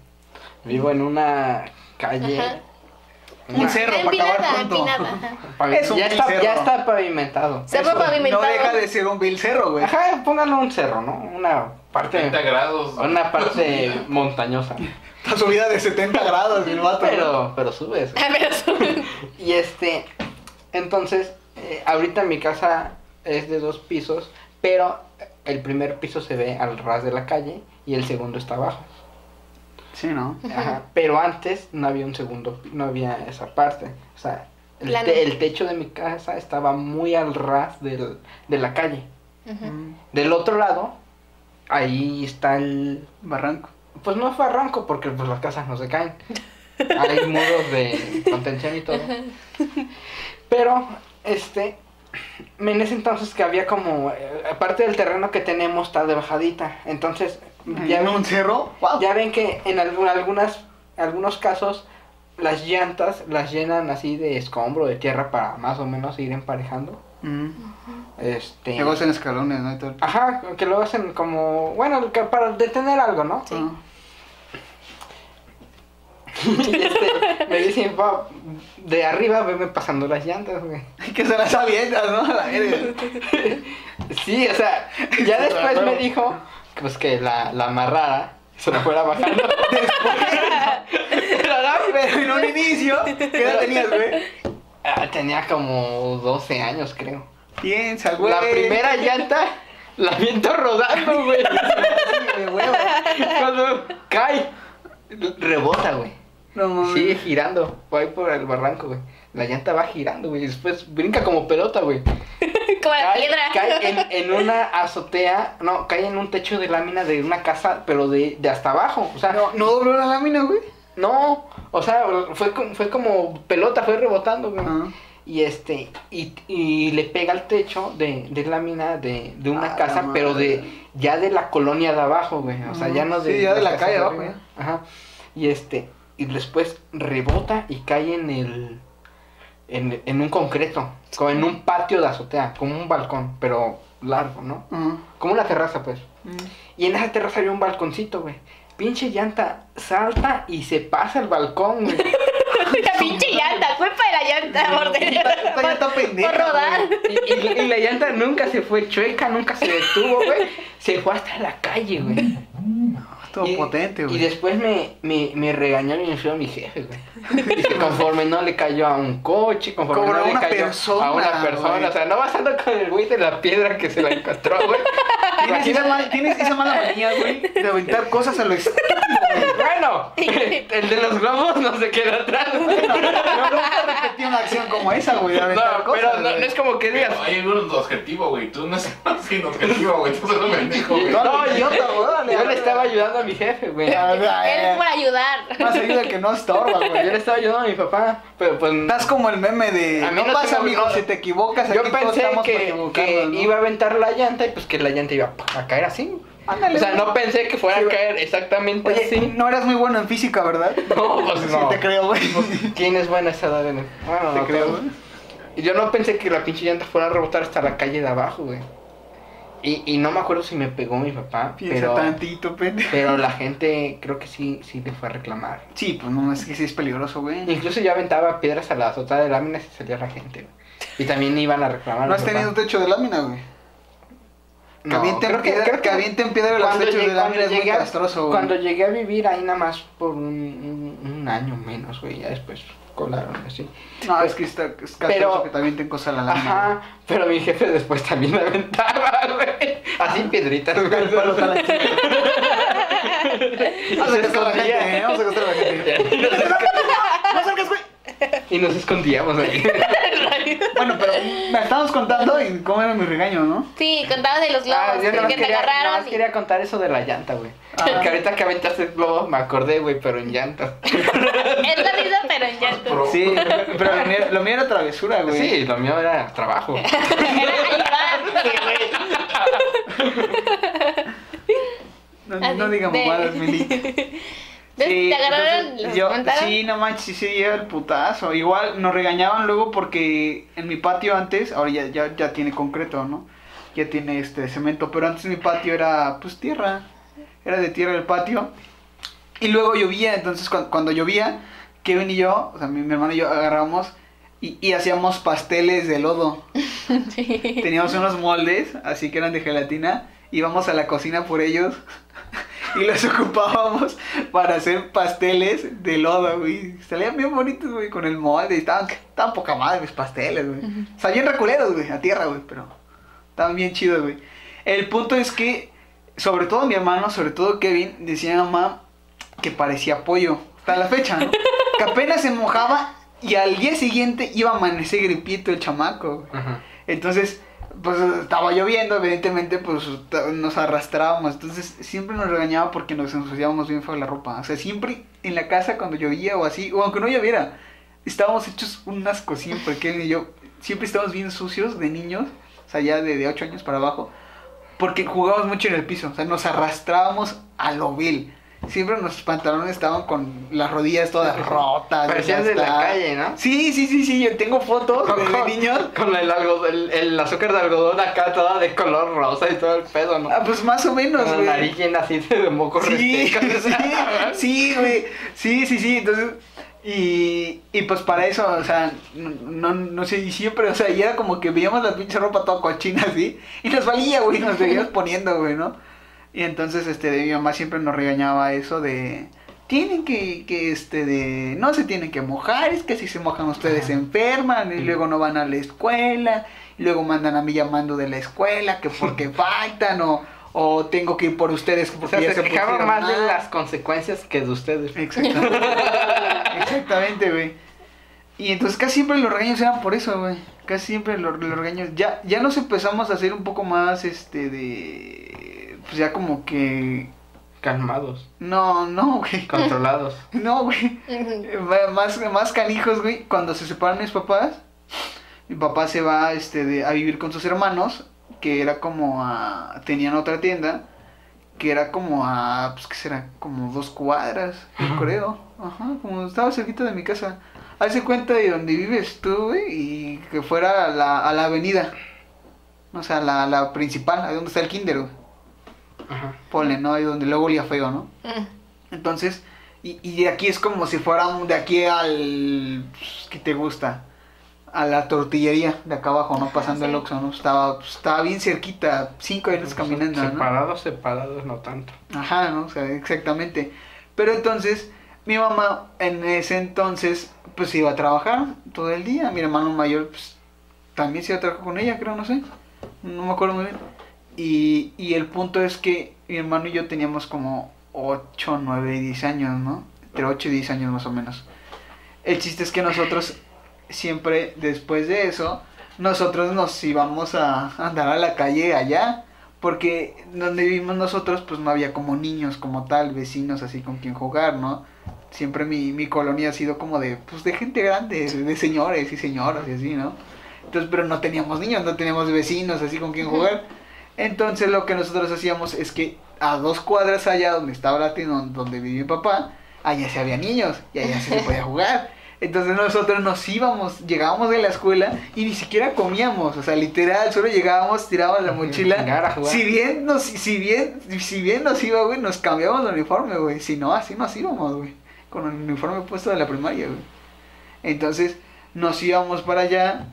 S3: Vivo en una calle
S1: Ajá.
S2: Un
S3: una-
S2: cerro, para
S1: Empinada,
S2: acabar pronto.
S1: empinada, ajá.
S2: Es un
S3: ya, está,
S2: cerro.
S3: ya está pavimentado.
S1: Cerro
S3: Eso. pues,
S1: pavimentado.
S2: No deja de ser un vil cerro, güey.
S3: Ajá, póngalo un cerro, ¿no? Una parte
S4: 30 grados.
S3: una parte montañosa.
S2: Una subida de 70 grados, el vato. güey.
S3: Pero pero subes.
S1: Ah, pero son-
S3: Y este entonces eh, ahorita mi casa es de dos pisos, pero el primer piso se ve al ras de la calle y el segundo está abajo.
S2: Sí, ¿no?
S3: Ajá, pero antes no había un segundo, pi- no había esa parte. O sea, el,
S1: Plano.
S3: te- el techo de mi casa estaba muy al ras del- de la calle.
S2: Mm,
S3: Del otro lado, ahí está el...
S2: Barranco.
S3: Pues no es barranco porque pues, las casas no se caen. Hay muros de contención y todo. Pero, este, en ese entonces que había como... eh, parte del terreno que tenemos está de bajadita. Entonces,
S2: ¿Ya
S3: ya
S2: en un cerro? ¡Wow!
S3: ya ven que en algu- algunas, algunos casos las llantas las llenan así de escombro, de tierra para más o menos ir emparejando. Este...
S2: Luego hacen escalones, ¿no? Y todo.
S3: Ajá, que lo hacen como, bueno, que para detener algo, ¿no?
S1: Sí.
S2: Ah.
S3: Y este, me dicen, "Va, de arriba veme pasando las llantas, güey.
S2: Que se las avientas, ¿no? A la verga.
S3: Sí, o sea, ya después me dijo, que, pues que la, la amarrara, se la fuera bajando. Pero no,
S2: Pero en un inicio, ¿qué edad tenías, güey?
S3: Ah, Tenía como 12 años, creo.
S2: Piensa, güey.
S3: La primera llanta la viento rodando, güey.
S2: Sí, güey, huevo.
S3: Cuando cae, rebota, güey.
S2: No mames.
S3: Sigue girando, va ahí por el barranco, güey. La llanta va girando, güey. y Después brinca como pelota, güey.
S1: Como la
S3: Cae,
S1: piedra.
S3: cae en, en una azotea, no, cae en un techo de lámina de una casa, pero de, de hasta abajo. O sea, no,
S2: No, no dobló la lámina, güey.
S3: o sea, fue, como- fue como pelota, fue rebotando, güey.
S2: Ah.
S3: Y este, y, y le pega al techo de, de lámina de, de una
S2: Ah,
S3: casa,
S2: la
S3: pero
S2: madre.
S3: de ya de la colonia de abajo, güey. O sea, ya no de.
S2: Sí, ya de la
S3: casa
S2: calle
S3: arriba.
S2: abajo,
S3: Ajá. Y este, y después rebota y cae en el. En, en un concreto, como en un patio de azotea, como un balcón, pero largo, ¿no?
S2: Ah.
S3: Como una terraza, pues. Y en esa terraza había un balconcito, güey. Pinche llanta salta y se pasa el balcón, güey.
S1: La pinche llanta, culpa de la llanta, por,
S2: Esta- esta llanta pendeja,
S1: por rodar.
S2: güey.
S3: Y, y la- y la llanta nunca se fue chueca, nunca se detuvo, güey. Se fue hasta la calle, güey.
S2: Estuvo
S3: Y-
S2: potente, güey.
S3: Y después me, me, me regañó bien feo mi jefe, güey. Dice, conforme no le cayó a un coche, conforme
S2: Como
S3: no
S2: a
S3: le
S2: una
S3: cayó a
S2: persona,
S3: una persona.
S2: güey.
S3: O sea, no vas a andar con el güey de la piedra que se la encontró, güey.
S2: ¿Tienes esa,
S3: Imagínate-
S2: mal- tienes esa mala manía, güey, de aventar cosas a los...
S3: Bueno, el de los globos no se queda atrás.
S2: No, no, nunca repetí una acción como esa, güey, de
S3: No,
S2: aventar cosas,
S3: pero no, no
S2: güey.
S3: es como que digas.
S4: Pero hay algunos de objetivo, güey. Tú no estás sin objetivo, güey. Tú solo pendejo, güey.
S2: No,
S3: No, yo-
S2: idiota, güey, dale.
S3: Yo le estaba ayudando a mi jefe, güey.
S2: Ah,
S1: Él por
S2: eh,
S1: ayudar.
S2: Más ayuda que no estorba,
S3: Yo le
S2: güey.
S3: estaba ayudando a mi papá, pero pues
S2: Estás como el meme de...
S3: A mí
S2: no,
S3: no se
S2: pasa,
S3: me
S2: mijo,
S3: olvidó.
S2: si te equivocas,
S3: Yo
S2: aquí todos
S3: pensé
S2: estamos para
S3: que, que
S2: equivocarnos, ¿no?
S3: iba a aventar la llanta y pues que la llanta iba a caer así.
S2: Ándale,
S3: o sea,
S2: güey.
S3: no pensé que fuera
S2: Sí,
S3: a
S2: güey.
S3: caer exactamente
S2: Oye,
S3: así.
S2: no eras muy bueno en física, ¿verdad?
S3: No, pues
S2: Sí,
S3: no.
S2: te creo, Ah, güey.
S3: Tienes buena esa edad, Belén. Bueno,
S2: Te
S3: no,
S2: creo,
S3: todo.
S2: güey.
S3: Y Yo no pensé que la pinche llanta fuera a rebotar hasta la calle de abajo, güey. Y, y no me acuerdo si me pegó mi papá,
S2: Piensa
S3: pero,
S2: tantito, pendejo.
S3: pero la gente creo que sí, sí le fue a reclamar.
S2: Sí, pues no, es que sí es peligroso, güey.
S3: Incluso yo aventaba piedras a la azotada de láminas y salía la gente, güey. Y también iban a reclamar.
S2: ¿No
S3: a
S2: has
S3: mi papá.
S2: tenido techo de lámina, güey? Que
S3: No,
S2: avienten
S3: creo
S2: piedra-
S3: creo
S2: que avienten piedra a los
S3: cuando
S2: techos de
S3: llegué-
S2: lámina
S3: cuando
S2: es muy
S3: llegué a-
S2: castroso, güey.
S3: Cuando llegué a vivir ahí nada más por un, un- un año menos, güey, ya después colaron así.
S2: No, es que está, es castroso
S3: Pero-
S2: que también te cosa la lámina.
S3: Ajá, pero mi jefe después también aventaba, güey. Así piedritas, güey.
S2: El palo está la chica.
S3: Y
S2: Vamos a
S3: se
S2: acostar a la gente, eh,
S3: escondía.
S2: vamos a acostar a la gente.
S3: Y nos
S2: ¡No salgas, güey!
S3: escon- Y nos escondíamos ahí.
S2: Bueno, pero me estabas contando y cómo era mi regaño, ¿no?
S1: Sí, contabas de los
S3: Ah,
S1: globos
S3: yo nada más
S1: que te
S3: quería, nada más
S1: agarraron. y-
S3: quería contar eso de la llanta, güey.
S2: Ah.
S3: Porque ahorita que aventaste el globo me acordé, güey, pero en llanta.
S1: Es la misma, pero en llanto.
S4: Pro-
S2: Sí, pero lo mío, lo mío era travesura, güey.
S3: Sí, lo mío era trabajo.
S1: Era ayudar.
S2: No,
S1: Así
S2: no digamos
S1: de-
S2: malas, Mili.
S1: Entonces,
S2: Sí,
S1: te agarraron,
S2: entonces,
S1: los
S2: yo-
S1: montaron.
S2: Sí, no manches, sí, sí, era el putazo. Igual nos regañaban luego porque en mi patio antes, ahora ya, ya, ya tiene concreto, ¿no? Ya tiene este cemento, pero antes mi patio era pues tierra. Era de tierra el patio. Y luego llovía, entonces cuan- cuando, llovía, Kevin y yo, o sea, mi, mi hermano y yo agarramos y, y hacíamos pasteles de lodo. Teníamos unos moldes, así que eran de gelatina, íbamos a la cocina por ellos y los ocupábamos para hacer pasteles de lodo, güey. Salían bien bonitos, güey, con el molde. y Estaban, estaban poca madre mis pasteles, güey. Salían reculeros, güey, a tierra, güey, pero estaban bien chidos, güey. El punto es que, sobre todo mi hermano, sobre todo Kevin, decía a mamá que parecía pollo. Hasta la fecha, ¿no? que apenas se mojaba y al día siguiente iba a amanecer gripito el chamaco, güey.
S3: Ajá.
S2: Entonces, pues estaba lloviendo, evidentemente, pues ta- nos arrastrábamos. Entonces, siempre nos regañaba porque nos ensuciábamos bien feo la ropa. O sea, siempre en la casa cuando llovía o así, o aunque no lloviera, estábamos hechos un asco siempre, Kevin y yo. Siempre estábamos bien sucios de niños, o sea, ya de, de 8 años para abajo, porque jugábamos mucho en el piso. O sea, nos arrastrábamos a lo vil. siempre nuestros pantalones estaban con las rodillas todas rotas.
S3: Parecían de la
S2: desgastadas.
S3: calle, ¿no?
S2: Sí, sí, sí, sí, yo tengo fotos de, de niños.
S3: Con el, algo- el, el azúcar de algodón acá toda de color rosa y todo el pedo, ¿no?
S2: Ah, pues más o menos,
S3: Con la
S2: güey.
S3: nariz llena así de moco
S2: Sí,
S3: reseca.
S2: sí, sí, güey. Sí, sí, sí. Entonces, y, y pues para eso, o sea, no, no- no sé, y siempre, o sea, y era como que veíamos la pinche ropa toda cochina así, y nos valía, güey, nos seguíamos poniendo, güey, ¿no? Y entonces, este, mi mamá siempre nos regañaba eso de. Tienen que, que, este, de. No se tienen que mojar, es que si se mojan ustedes se enferman, y luego no van a la escuela, y luego mandan a mí llamando de la escuela, que porque faltan, o, o tengo que ir por ustedes
S3: O
S2: porque
S3: sea,
S2: ya
S3: se
S2: se
S3: quejaban
S2: pusieron
S3: más de
S2: mal.
S3: las consecuencias que de ustedes.
S2: Exactamente. Exactamente, güey. Y entonces casi siempre los regaños eran por eso, güey. Casi siempre los, los regaños. Ya, ya nos empezamos a hacer un poco más, este, de. Pues ya como que.
S3: Calmados,
S2: No, no, güey.
S3: controlados.
S2: No, güey.
S1: Ujú.
S2: Eh, va- Más, más canijos, güey. Cuando se separan mis papás, mi papá se va este, de- a vivir con sus hermanos, que era como a... Tenían otra tienda, que era como a... Pues, ¿qué será? Como dos cuadras, yo creo. Ajá, como estaba cerquita de mi casa. Hace cuenta de donde vives tú, güey, y que fuera a la, a la avenida. O sea, la, la principal, ahí donde está el kinder, güey.
S3: Ajá.
S2: Ponle, ¿no? Ahí donde luego olía feo, ¿no?
S1: Ujú.
S2: Entonces, y, y de aquí es como si fuera un- de aquí al. pues, ¿Qué te gusta? A la tortillería de acá abajo, ¿no?
S1: Ajá,
S2: Pasando
S1: sí.
S2: el Oxxo, ¿no? Estaba, pues, estaba bien cerquita, cinco minutos Pues caminando, ¿no?
S3: Separados, separados, no tanto.
S2: Ajá, ¿no? O sea, exactamente. Pero entonces, mi mamá en ese entonces, pues iba a trabajar todo el día. Mi hermano mayor, pues, también se iba a trabajar con ella, creo, no sé. No me acuerdo muy bien. Y, y el punto es que mi hermano y yo teníamos como 8, 9 y 10 años, ¿no? Entre 8 y 10 años más o menos. El chiste es que nosotros siempre después de eso, nosotros nos íbamos a andar a la calle allá. Porque donde vivimos nosotros, pues no había como niños como tal, vecinos así con quien jugar, ¿no? Siempre mi, mi colonia ha sido como de, pues de gente grande, de señores y señoras y así, ¿no? Entonces, pero no teníamos niños, no teníamos vecinos así con quien jugar. Entonces lo que nosotros hacíamos es que a dos cuadras allá donde estaba la tienda, don- donde vivía mi papá, allá se había niños y allá se le podía jugar. Entonces nosotros nos íbamos, llegábamos de la escuela y ni siquiera comíamos, o sea, literal, solo llegábamos, tirábamos la
S3: Ujú,
S2: mochila.
S3: chingar a jugar.
S2: Si bien nos, si bien, si bien nos iba, güey, nos cambiábamos de uniforme, güey. Si no, así nos íbamos, güey. Con el uniforme puesto de la primaria, güey. Entonces, nos íbamos para allá,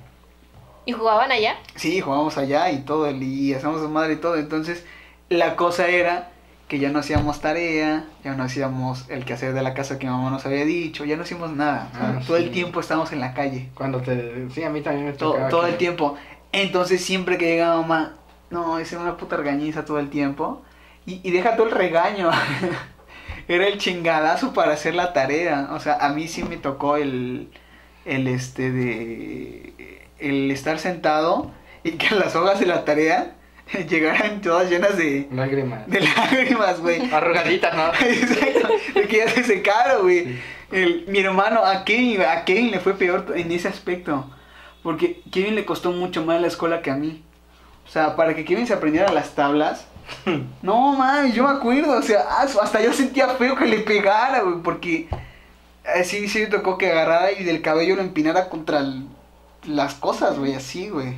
S1: ¿Y jugaban allá?
S2: Sí, jugábamos allá y todo, y hacíamos su madre y todo. Entonces, la cosa era que ya no hacíamos tarea, ya no hacíamos el quehacer de la casa que mi mamá nos había dicho, ya no hacíamos nada. O sea,
S3: Ah,
S2: todo
S3: sí.
S2: el tiempo estábamos en la calle,
S3: Cuando te... Sí, a mí también me
S2: to-
S3: tocaba.
S2: todo
S3: que-
S2: el tiempo. Entonces, siempre que llegaba mamá, no, es una puta regañiza todo el tiempo. Y, y deja todo el regaño. era el chingadazo para hacer la tarea. O sea, a mí sí me tocó el, el este de el estar sentado y que las hojas de la tarea llegaran todas llenas de,
S3: Lágrimas.
S2: de lágrimas, güey.
S3: Arrugaditas, ¿no?
S2: Exacto, de que ya se secaron, güey.
S3: Sí.
S2: El- Mi hermano, a Kevin, a Kevin le fue peor en ese aspecto. Porque Kevin le costó mucho más la escuela que a mí. O sea, para que Kevin se aprendiera las tablas. No, man, yo me acuerdo. O sea, ah, su- hasta yo sentía feo que le pegara, güey. Porque así sí me tocó que agarrara y del cabello lo empinara contra el- las cosas, güey. Así, güey.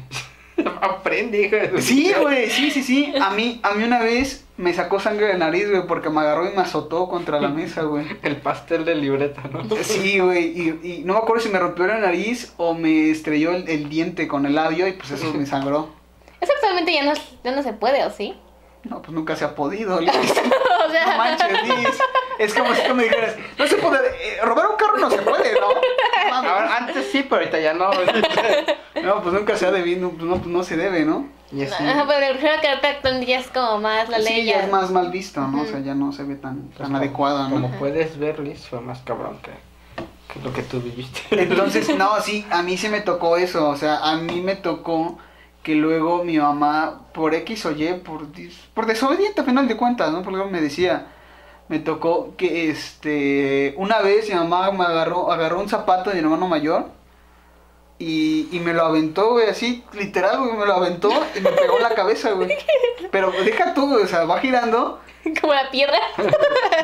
S3: Aprendí, hijo de-
S2: Sí, güey, sí, sí, sí. A mí, a mí una vez me sacó sangre de nariz, güey, porque me agarró y me azotó contra la mesa, güey.
S3: El pastel de libreta, ¿no?
S2: Sí, güey, y, y no me acuerdo si me rompió la nariz o me estrelló el, el diente con el labio y pues eso me sangró.
S1: Eso actualmente ya no, es- ya no se puede, ¿o sí?
S2: No, pues nunca se ha podido, Liz.
S1: o sea,
S2: No manches, Liz. Es como si tú me dijeras, no se puede, eh, robar un carro no se puede, ¿no? No mames.
S3: Ahora, antes sí, pero ahorita ya no.
S2: No, pues nunca se ha debido, pues no, pues no se debe, ¿no?
S3: Y así.
S1: Ajá, pero creo que ahorita actualmente ya es como más la ley.
S2: Sí, ya es más mal visto, ¿no? O sea,
S1: Ujú.
S2: ya no se ve tan,
S3: Pues
S2: tan
S3: como-
S2: adecuado, ¿no?
S3: Como puedes ver, Liz, fue más cabrón que, que lo que tú viviste.
S2: Entonces, no, sí, a mí sí me tocó eso, o sea, a mí me tocó que luego mi mamá, por X o Y, por, dis- por desobediente a final de cuentas, ¿no? Porque me decía, me tocó que, este, una vez mi mamá me agarró, agarró un zapato de mi hermano mayor Y, y me lo aventó, güey, así, literal, güey, me lo aventó y me pegó en la cabeza, güey. Pero deja tú, güey, o sea, va girando,
S1: Como la piedra.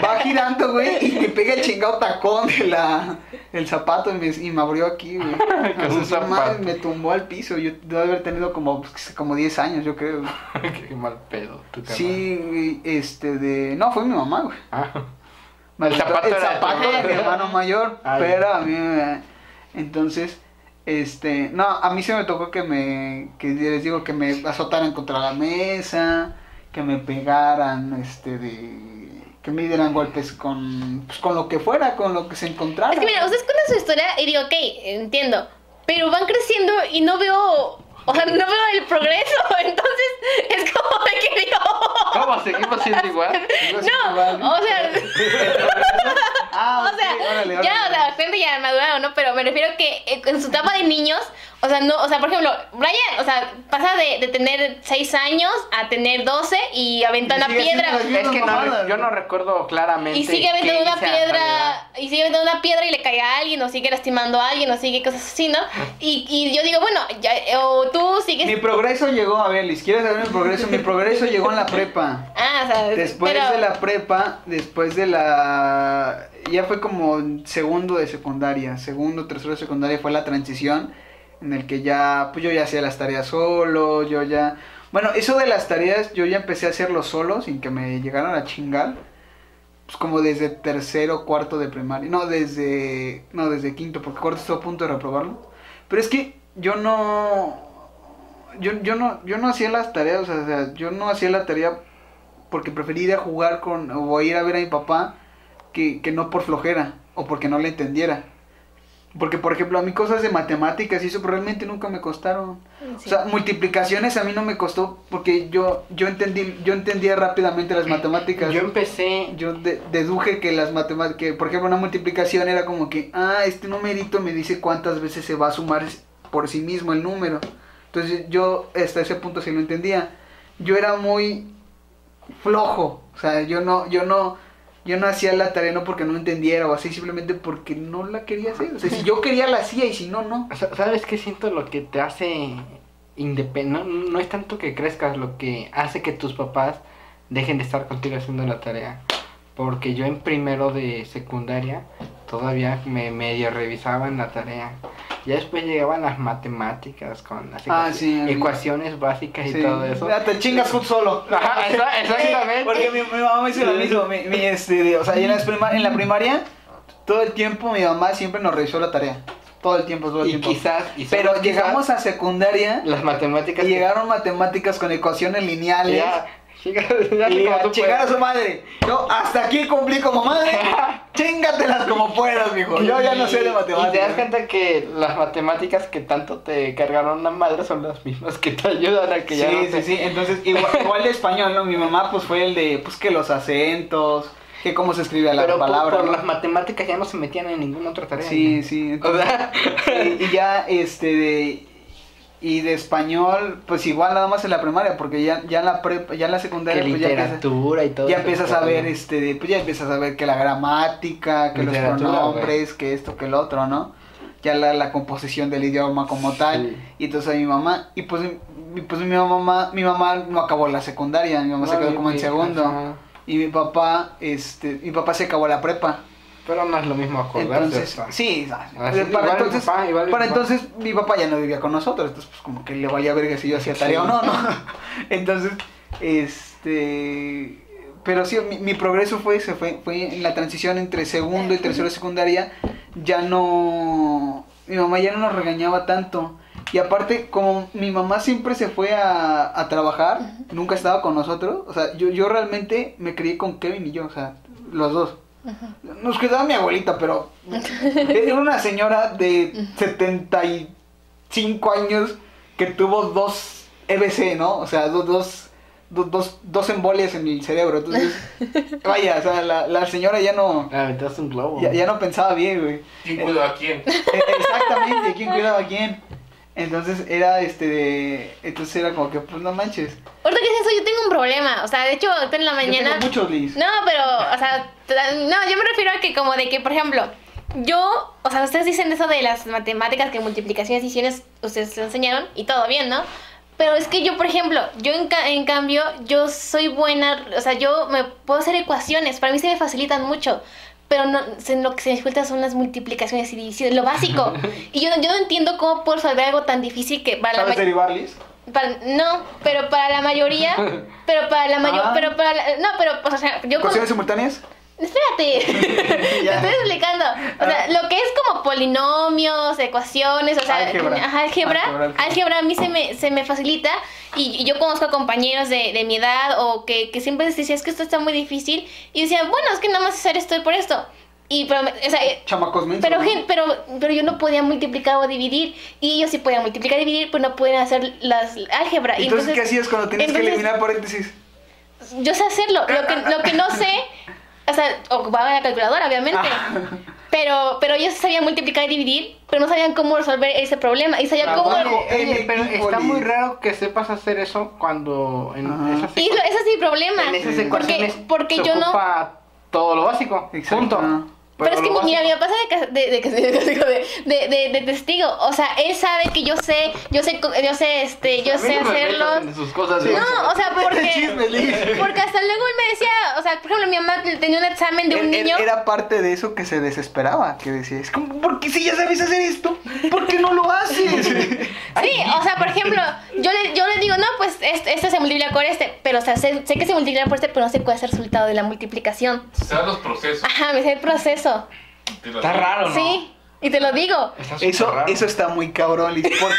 S2: va girando, güey, y me pega el chingado tacón de la, del zapato y me, y me abrió aquí, güey.
S3: Con un
S2: O sea, madre,
S3: zapato.
S2: me tumbó al piso, yo debo haber tenido como, como 10 años, yo creo. güey.
S3: Qué mal pedo, tu carnal.
S2: Sí, güey, este, de... No, fue mi mamá, güey.
S3: Ah.
S2: Me
S3: El
S2: aventó
S3: zapato
S2: el
S3: era de tu
S2: zapato de
S3: hermano.
S2: mi hermano mayor,
S3: Ah, ya.
S2: pero a mí me... Entonces, este, no, a mí se me tocó que me, que les digo, que me azotaran contra la mesa, que me pegaran, este, de, que me dieran golpes con, pues, con lo que fuera, con lo que se encontrara.
S1: Es que mira, ustedes cuentan su historia y digo, ok, entiendo. Pero van creciendo y no veo. O sea, no veo el progreso. Entonces, es como de que digo.
S3: ¿Cómo seguimos siendo igual?
S2: Digo, sí, igual.
S1: No, o sea.
S2: Ah,
S1: o
S2: ok,
S1: sea,
S2: órale,
S1: ya,
S2: órale.
S1: o sea, gente ya madura o no, pero me refiero que eh, en su etapa de niños, o sea, no, o sea, por ejemplo, Brian, o sea, pasa de, de tener 6 años a tener 12 y aventa
S2: Y
S1: una
S2: sigue siendo
S1: piedra.
S2: la misma.
S3: Es que no,
S2: mamadas,
S3: re- yo
S2: güey.
S3: no recuerdo claramente.
S1: Y sigue
S3: qué
S1: aventando una
S3: hice a la realidad.
S1: piedra, y sigue aventando una piedra y le cae a alguien, o sigue lastimando a alguien, o sigue cosas así, ¿no? Y, y yo digo, bueno, ya, eh, o tú sigues.
S2: Mi progreso llegó, a ver, Liz, ¿quieres saber mi progreso? Mi progreso llegó en la prepa.
S1: Ah, o sea,
S2: Después
S1: pero-
S2: de la prepa, después de la... Ya fue como en segundo de secundaria, segundo, tercero de secundaria fue la transición en el que ya, pues yo ya hacía las tareas solo, yo ya... Bueno, eso de las tareas yo ya empecé a hacerlo solo sin que me llegaran a chingar. Pues como desde tercero, cuarto de primaria. No, desde... No, desde quinto, porque cuarto estuve a punto de reprobarlo. Pero es que yo no... Yo, yo no yo no hacía las tareas, o sea, o sea, yo no hacía la tarea porque preferí ir a jugar con o ir a ver a mi papá que, que no por flojera o porque no le entendiera. Porque, por ejemplo, a mí cosas de matemáticas y eso realmente nunca me costaron.
S1: Sí.
S2: O sea, multiplicaciones a mí no me costó porque yo, yo, entendí, yo entendía rápidamente las matemáticas.
S3: Yo empecé.
S2: Yo de- deduje que las matemáticas, que por ejemplo una multiplicación era como que, ah, este numerito me dice cuántas veces se va a sumar por sí mismo el número. Entonces yo hasta ese punto sí lo entendía. Yo era muy flojo, o sea, yo no, yo no, yo no hacía la tarea no porque no entendiera o así, simplemente porque no la quería hacer. O sea, si yo quería la hacía y si no, no.
S3: Sa- ¿Sabes qué siento? Lo que te hace independiente. No, no es tanto que crezcas, lo que hace que tus papás dejen de estar contigo haciendo la tarea. Porque yo en primero de secundaria todavía me medio revisaban la tarea. Ya después llegaban las matemáticas con las
S2: Ah,
S3: ecuaci-
S2: sí, a mí.
S3: ecuaciones básicas y
S2: Sí.
S3: todo eso.
S2: Ya, te chingas tú solo.
S3: Ajá, exa- exactamente.
S2: Porque mi, mi mamá me hizo lo mismo. Mi, mi, este, de- o sea, yo en, las prima- en la primaria, todo el tiempo mi mamá siempre nos revisó la tarea. Todo el tiempo, todo el
S3: y
S2: tiempo.
S3: quizás. y
S2: Pero
S3: solo quizás,
S2: llegamos a secundaria
S3: Las matemáticas.
S2: y llegaron matemáticas con ecuaciones
S3: que-
S2: lineales.
S3: Ya, chicas, ya pues.
S2: Y
S3: ni como
S2: a
S3: tú
S2: chingar a
S3: puedes.
S2: su madre. Yo hasta aquí cumplí como madre. Chíngatelas como puedas, mijo. Pues Yo ya no sé
S3: Y-
S2: de
S3: Y te das
S2: matemáticas.
S3: cuenta que las matemáticas que tanto te cargaron la madre son las mismas que te ayudan a que ya no
S2: Sí,
S3: te-
S2: sí, sí. Entonces, igual, igual de español, ¿no? Mi mamá, pues fue el de, pues que los acentos, que cómo se escribe la
S3: Pero por-
S2: palabra.
S3: por,
S2: ¿no?
S3: las matemáticas ya no se metían en ninguna otra tarea.
S2: Sí,
S3: ¿no?
S2: sí.
S3: O sea,
S2: y, y ya, este, de, y de español, pues igual nada más en la primaria, porque ya, ya en la prepa, ya en la
S3: que
S2: secundaria, pues ya empiezas,
S3: literatura y todo.
S2: ya
S3: eso,
S2: empiezas a ver,
S3: ¿no?
S2: este, de- pues ya empiezas a ver que la gramática, que los
S3: Literatura,
S2: pronombres, que esto, que el otro, ¿no? Ya la, la composición del idioma como tal.
S3: Sí.
S2: Y entonces a mi mamá, y pues, mi- pues mi mamá, mi mamá no acabó la secundaria, mi mamá se
S3: No,
S2: quedó
S3: mi-
S2: como en
S3: mi-
S2: segundo.
S3: ajá.
S2: Y mi papá, este, mi papá se acabó la prepa.
S3: Pero no es lo mismo acordarse.
S2: Entonces,
S3: o sea.
S2: sí,
S3: Así,
S2: eh, para
S3: Ah, igual mi
S2: entonces,
S3: papá, igual mi
S2: para
S3: papá.
S2: entonces mi papá ya no vivía con nosotros, entonces pues como que le valía verga si yo hacía tarea o no, ¿no? Entonces, este, pero sí, mi, mi progreso fue ese, fue, fue en la transición entre segundo y tercero de secundaria, ya no, mi mamá ya no nos regañaba tanto. Y aparte, como mi mamá siempre se fue a, a trabajar, nunca estaba con nosotros, o sea, yo, yo realmente me crié con Kevin y yo, o sea, los dos. Nos quedaba mi abuelita, pero era una señora de 75 años que tuvo dos EBC, ¿no? O sea, dos, dos, dos, dos, dos embolias en el cerebro. Entonces, vaya, o sea, la, la señora ya no,
S3: Le Ah, aventaste un globo.
S2: ya, ya no pensaba bien, güey.
S4: ¿Quién cuidó a quién?
S2: Eh, Exactamente, ¿quién cuidaba a quién? Entonces era este de- Entonces era como que, pues no manches.
S1: Ahorita que es eso, yo tengo un problema. O sea, de hecho, ahorita en la
S2: Yo
S1: mañana.
S2: tengo muchos Liz.
S1: No, pero, o sea, tra- no, yo me refiero a que como de que, por ejemplo, yo, o sea, ustedes dicen eso de las matemáticas, que multiplicaciones y adiciones, ustedes lo enseñaron y todo bien, ¿no? Pero es que yo, por ejemplo, yo en, ca- en cambio, yo soy buena, o sea, yo me puedo hacer ecuaciones, para mí se me facilitan mucho, pero no, se- lo que se me dificulta son las multiplicaciones y divisiones, lo básico. y yo, yo no entiendo cómo puedo resolver algo tan difícil que para la
S2: ¿Sabes
S1: ma-
S2: derivar, Liz?
S1: para- no, pero para la mayoría, pero para la mayoría,
S2: Ah. Pues
S1: pero para la- no, pero o sea, yo cuando-
S2: ¿Ecuaciones simultáneas?
S1: Espérate, te
S2: Ya. Ah.
S1: estoy explicando. O sea, lo que es como polinomios, ecuaciones, o sea,
S2: Álgebra.
S1: ajá, álgebra,
S2: Álgebra, álgebra.
S1: álgebra a mí se me, se me facilita y, y yo conozco a compañeros de, de mi edad o que, que siempre les decía, es que esto está muy difícil y yo decía, bueno, es que nada más hacer esto y por esto. Y pero, me- o sea, eh,
S2: Chamacos mensos,
S1: pero,
S2: ¿no?
S1: gen- pero, pero yo no podía multiplicar o dividir y ellos sí podían multiplicar y dividir, pero no podían hacer las álgebra. Y
S2: Entonces, ¿qué hacías cuando tenías que
S1: entonces-
S2: eliminar paréntesis?
S1: yo sé hacerlo. Lo que, lo que no sé, o sea, ocupaba la calculadora, obviamente.
S3: Ah.
S1: Pero, pero ellos sabían multiplicar y dividir, pero no sabían cómo resolver ese problema. Y sabían cómo.
S2: Trabajo.
S1: Y
S3: Oye, oye,
S2: el
S3: pero
S2: equipo
S3: está muy
S2: líder.
S3: raro que sepas hacer eso cuando en
S2: Ajá.
S3: esas,
S1: lo- ese es mi problema.
S3: en esas
S2: Sí.
S3: ecuaciones
S1: Porque- porque
S3: se
S1: yo no-
S3: ocupa todo lo básico.
S2: Exacto.
S3: Punto.
S2: Pero
S1: Pero es que
S3: lo
S1: mi- mira, mi
S3: básico.
S1: papá pasa de, de, de, de, de- de testigo. O sea, él sabe que yo sé, yo sé, co- yo sé, este, yo
S3: A mí
S1: sé
S3: no me metas
S1: hacerlo.
S3: en sus cosas. güey.
S1: No, o sea,
S2: Este chisme,
S1: porque,
S2: Liz.
S1: porque hasta luego él me decía, o sea, por ejemplo, mi mamá tenía un examen de un
S2: Él- él
S1: niño.
S2: Er, Era parte de eso que se desesperaba, que decía, es como, ¿por qué si ya sabes hacer esto? ¿Por qué no lo haces?
S1: Sí, o sea, por ejemplo, yo le, yo le digo, no, pues este, este se multiplica por este, pero o sea, sé, sé que se multiplica por este, pero no sé cuál es el resultado de la multiplicación.
S4: Sabes los procesos.
S1: Ajá, me sé el proceso.
S4: de las-
S3: Está raro, ¿no?
S1: Sí, y te lo digo.
S3: Está súper
S2: Eso,
S3: raro.
S2: eso está muy cabrón, Liz, porque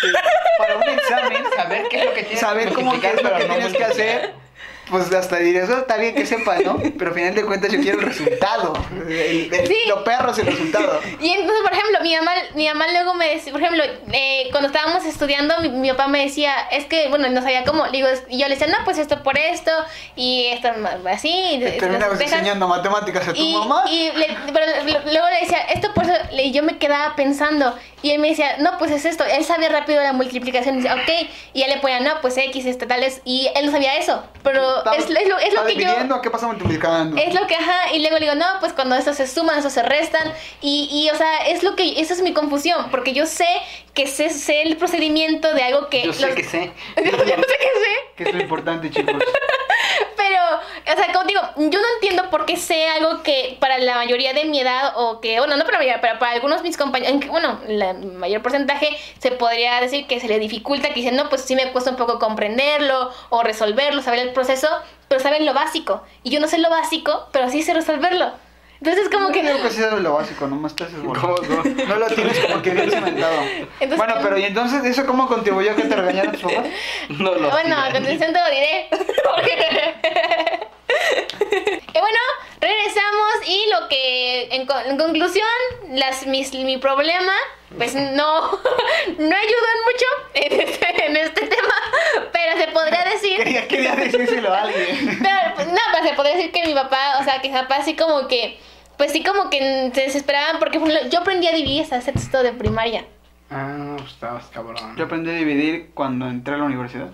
S2: para un examen,
S3: Saber qué es lo que tienes
S2: saber
S3: que
S2: cómo qué es lo
S3: multiplicar,
S2: que
S3: pero no
S2: tienes que
S3: multiplicar.
S2: hacer, pues hasta diré, eso está bien que sepas, ¿no? Pero al final de cuentas yo quiero el resultado. El, el-
S1: Sí.
S2: Lo perro es el resultado.
S1: Y entonces, por ejemplo, mi mamá, mi mamá luego me decía, por ejemplo, eh, cuando estábamos estudiando, mi, mi papá me decía, es que, bueno, no sabía cómo. Le digo, es- y yo le decía, no, pues esto por esto, y esto así. y
S2: Te Terminabas
S1: las tejas".
S2: enseñando matemáticas a tu
S1: y,
S2: mamá.
S1: y le- pero lo- luego le decía, esto por eso, le- y yo me quedaba pensando, y él me decía, no, pues es esto, él sabía rápido la multiplicación, y decía, ok, y él le ponía, no, pues X, este, tal, es, y él no sabía eso, pero
S2: Estaba-
S1: es, es lo, es lo
S2: estaba
S1: que yo...
S2: dividiendo, ¿qué pasa multiplicando?
S1: Es lo que, ajá, y luego le digo, no, pues cuando estos se suman, estos se restan, y, y, o sea, es lo que, eso es mi confusión, porque yo sé que sé, sé el procedimiento de algo que...
S3: Yo sé
S1: los-
S3: que sé.
S1: yo sé que sé,
S2: Que es lo importante, chicos.
S1: pero, o sea, como digo, yo no entiendo por qué sé algo que para la mayoría de mi edad, o que, bueno, no para la mayoría, pero para algunos de mis compañeros, bueno, el mayor porcentaje se podría decir que se le dificulta, que dicen, no, pues sí me cuesta un poco comprenderlo o resolverlo, saber el proceso, pero saben lo básico. Y yo no sé lo básico, pero sí sé resolverlo. Entonces, como que.
S2: Yo digo que sí sabes lo básico, nomás estás
S3: ¿Cómo,
S2: esbozando.
S3: cómo?
S2: No lo tienes como que bien cementado.
S1: Entonces-
S2: bueno, pero ¿y entonces eso cómo contribuyó a que te regañaran tus papás?
S3: No lo
S1: bueno, a
S3: sé.
S1: continuación te lo diré. Porque- y bueno, regresamos y lo que, en, co- en conclusión, las, mis, mi problema, pues no, no ayudó en mucho en este, en este tema, pero se podría decir...
S2: Quería, quería decírselo a alguien.
S1: Pero, pues, no, pero se podría decir que mi papá, o sea, que mi papá sí como que... Pues sí como que se desesperaban porque por ejemplo, yo aprendí a dividir hasta sexto de primaria.
S3: Ah, pues estabas cabrón.
S2: Yo aprendí a dividir cuando entré a la universidad.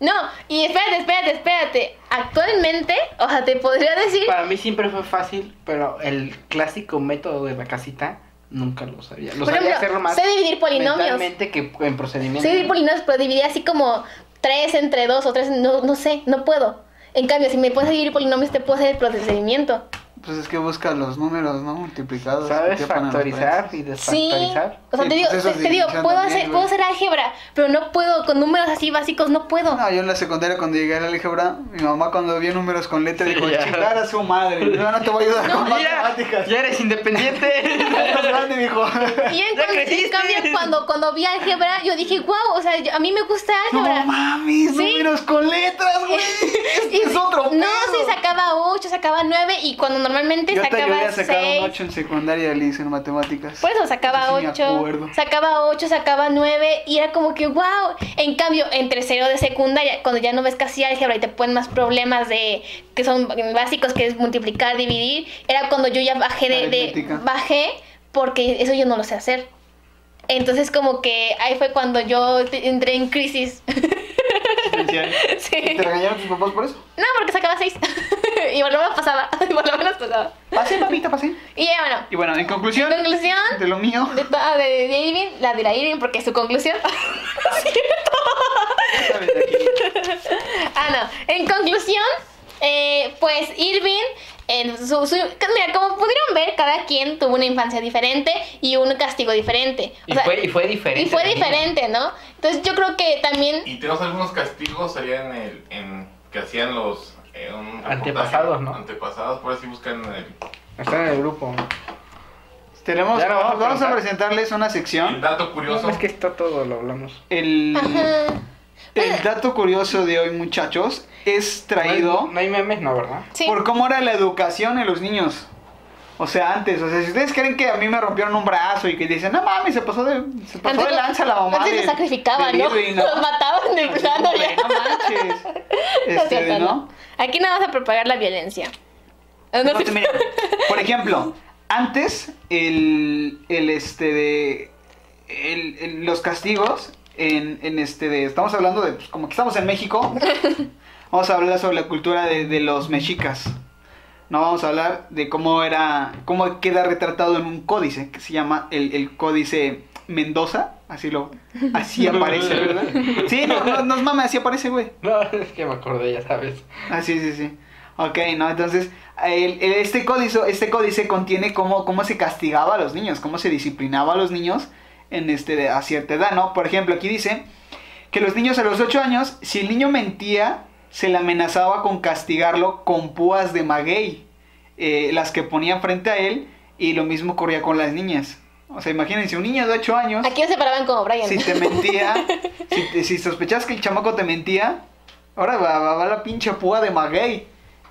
S1: No, y espérate, espérate, espérate. Actualmente, o sea, te podría decir...
S3: Para mí siempre fue fácil, pero el clásico método de la casita nunca lo sabía. Lo
S1: Por
S3: sabía
S1: ejemplo,
S3: hacerlo más
S1: sé dividir polinomios.
S3: mentalmente que en procedimiento.
S1: Sí, dividir polinomios, pero dividir así como tres entre dos o tres, no, no sé, no puedo. En cambio, si me puedes dividir polinomios, te puedo hacer el procedimiento.
S2: Pues es que buscas los números, ¿no? Multiplicados. que
S3: ¿Sabes?
S2: quepan a los
S3: Factorizar
S2: paréntesis.
S1: Sí.
S3: y desfactorizar.
S1: O sea,
S2: Sí,
S1: te digo,
S2: pues eso
S1: te,
S2: es
S1: te digo,
S2: división
S1: puedo
S2: también,
S1: hacer,
S2: güey.
S1: puedo hacer álgebra, pero no puedo, con números así básicos, no puedo.
S2: No, yo en la secundaria cuando llegué a la álgebra, mi mamá cuando vio números con letra
S3: Sí,
S2: dijo,
S3: ya.
S2: chingar a su madre, no, no te voy a ayudar con matemáticas.
S3: ya eres independiente.
S2: Ya estás grande, mijo.
S1: Y yo en,
S3: Ya
S1: cambio- en
S3: creciste.
S1: cambio, cuando, cuando vi álgebra, yo dije, wow, o sea, yo- a mí me gusta álgebra.
S2: No mames,
S1: Sí.
S2: números con letras, güey. Este
S1: Y-
S2: es otro
S1: No,
S2: pedo.
S1: sí, sacaba 8, sacaba 9 y cuando normalmente
S2: Yo te ayudé
S1: sacaba
S2: a sacar un
S1: 6.
S2: 8 en secundaria, Liz, en matemáticas.
S1: Por eso Pues sacaba
S2: Eso sí me
S1: 8,
S2: acuerdo.
S1: sacaba 8, sacaba 9 y era como que wow. En cambio, en tercero de secundaria, cuando ya no ves casi álgebra y te ponen más problemas de que son básicos, que es multiplicar, dividir, era cuando yo ya bajé de, de-
S2: Aritmética.
S1: bajé porque eso yo no lo sé hacer. Entonces como que ahí fue cuando yo te- entré en crisis.
S2: Esencial.
S1: Sí.
S2: ¿Y ¿Te regañaron tus papás por eso?
S1: No, porque sacaba 6. Igual no me pasaba. Igual no me las pasaba.
S2: Pase, papita, pase.
S1: Y ya, bueno.
S2: Y bueno, en conclusión,
S1: Conclusión.
S2: de lo mío.
S1: De, ah, de, de Irving, la de la Irving, porque es su conclusión.
S2: esta vez de aquí.
S1: ah, no. En conclusión, eh, pues Irving, en su, su- mira, como pudieron ver, cada quien tuvo una infancia diferente y un castigo diferente.
S5: Y,
S1: O sea,
S5: fue, y fue diferente.
S1: y fue
S5: la niña.
S1: diferente, ¿no? Entonces yo creo que también...
S4: Y tenemos algunos castigos allá en el. En, que hacían los. eh, un reportaje,
S3: Antepasados, ¿no?
S4: Antepasados, por así buscan en el,
S3: Está en el grupo.
S2: Tenemos,
S3: Ya no vamos a
S2: vamos, vamos a
S3: preguntar.
S2: presentarles una
S4: el
S2: sección.
S4: dato curioso.
S3: No, es que está todo, lo hablamos.
S2: El,
S1: Ajá.
S2: el dato curioso de hoy, muchachos, es
S3: No
S2: traído
S3: hay, no hay memes, no, ¿verdad?
S1: Sí.
S2: por cómo era la educación en los niños. O sea, antes, o sea, si ustedes creen que a mí me rompieron un brazo y que dicen, no mames, se pasó de, se pasó
S1: Antes
S2: de
S1: lo-
S2: lanza la mamá.
S1: Antes
S2: de-
S1: lo sacrificaban,
S2: de
S1: ¿no?
S2: Irving,
S1: Los mataban de
S2: Así
S1: plano
S2: como,
S1: ya.
S2: "No manches".
S1: No es
S2: Este,
S1: cierto,
S2: ¿no?
S1: ¿no? Aquí no vamos a propagar la violencia. Ah, no,
S2: Aparte, mira, por ejemplo, antes el, el este de el- el- los castigos en, en este de estamos hablando de pues, como que estamos en México, vamos a hablar sobre la cultura de, de los mexicas. No vamos a hablar de cómo era cómo queda retratado en un códice que se llama el, el códice Mendoza, así lo así aparece, ¿verdad? Sí, no, no, no es mame, así aparece, güey.
S3: No, es que me acordé, ya sabes.
S2: Ah, sí, sí, sí. Ok, no, entonces, el- el- este, códice, este códice contiene cómo, cómo se castigaba a los niños, cómo se disciplinaba a los niños en este, a cierta edad, ¿no? Por ejemplo, aquí dice que los niños a los 8 años, si el niño mentía, se le amenazaba con castigarlo con púas de maguey, eh, las que ponía frente a él, y lo mismo ocurría con las niñas. O sea, imagínense, un niño de 8 años
S1: Aquí no se paraban como Brian.
S2: si te mentía, si, te- si sospechas que el chamaco te mentía, ahora va, va- va la pinche púa de maguey.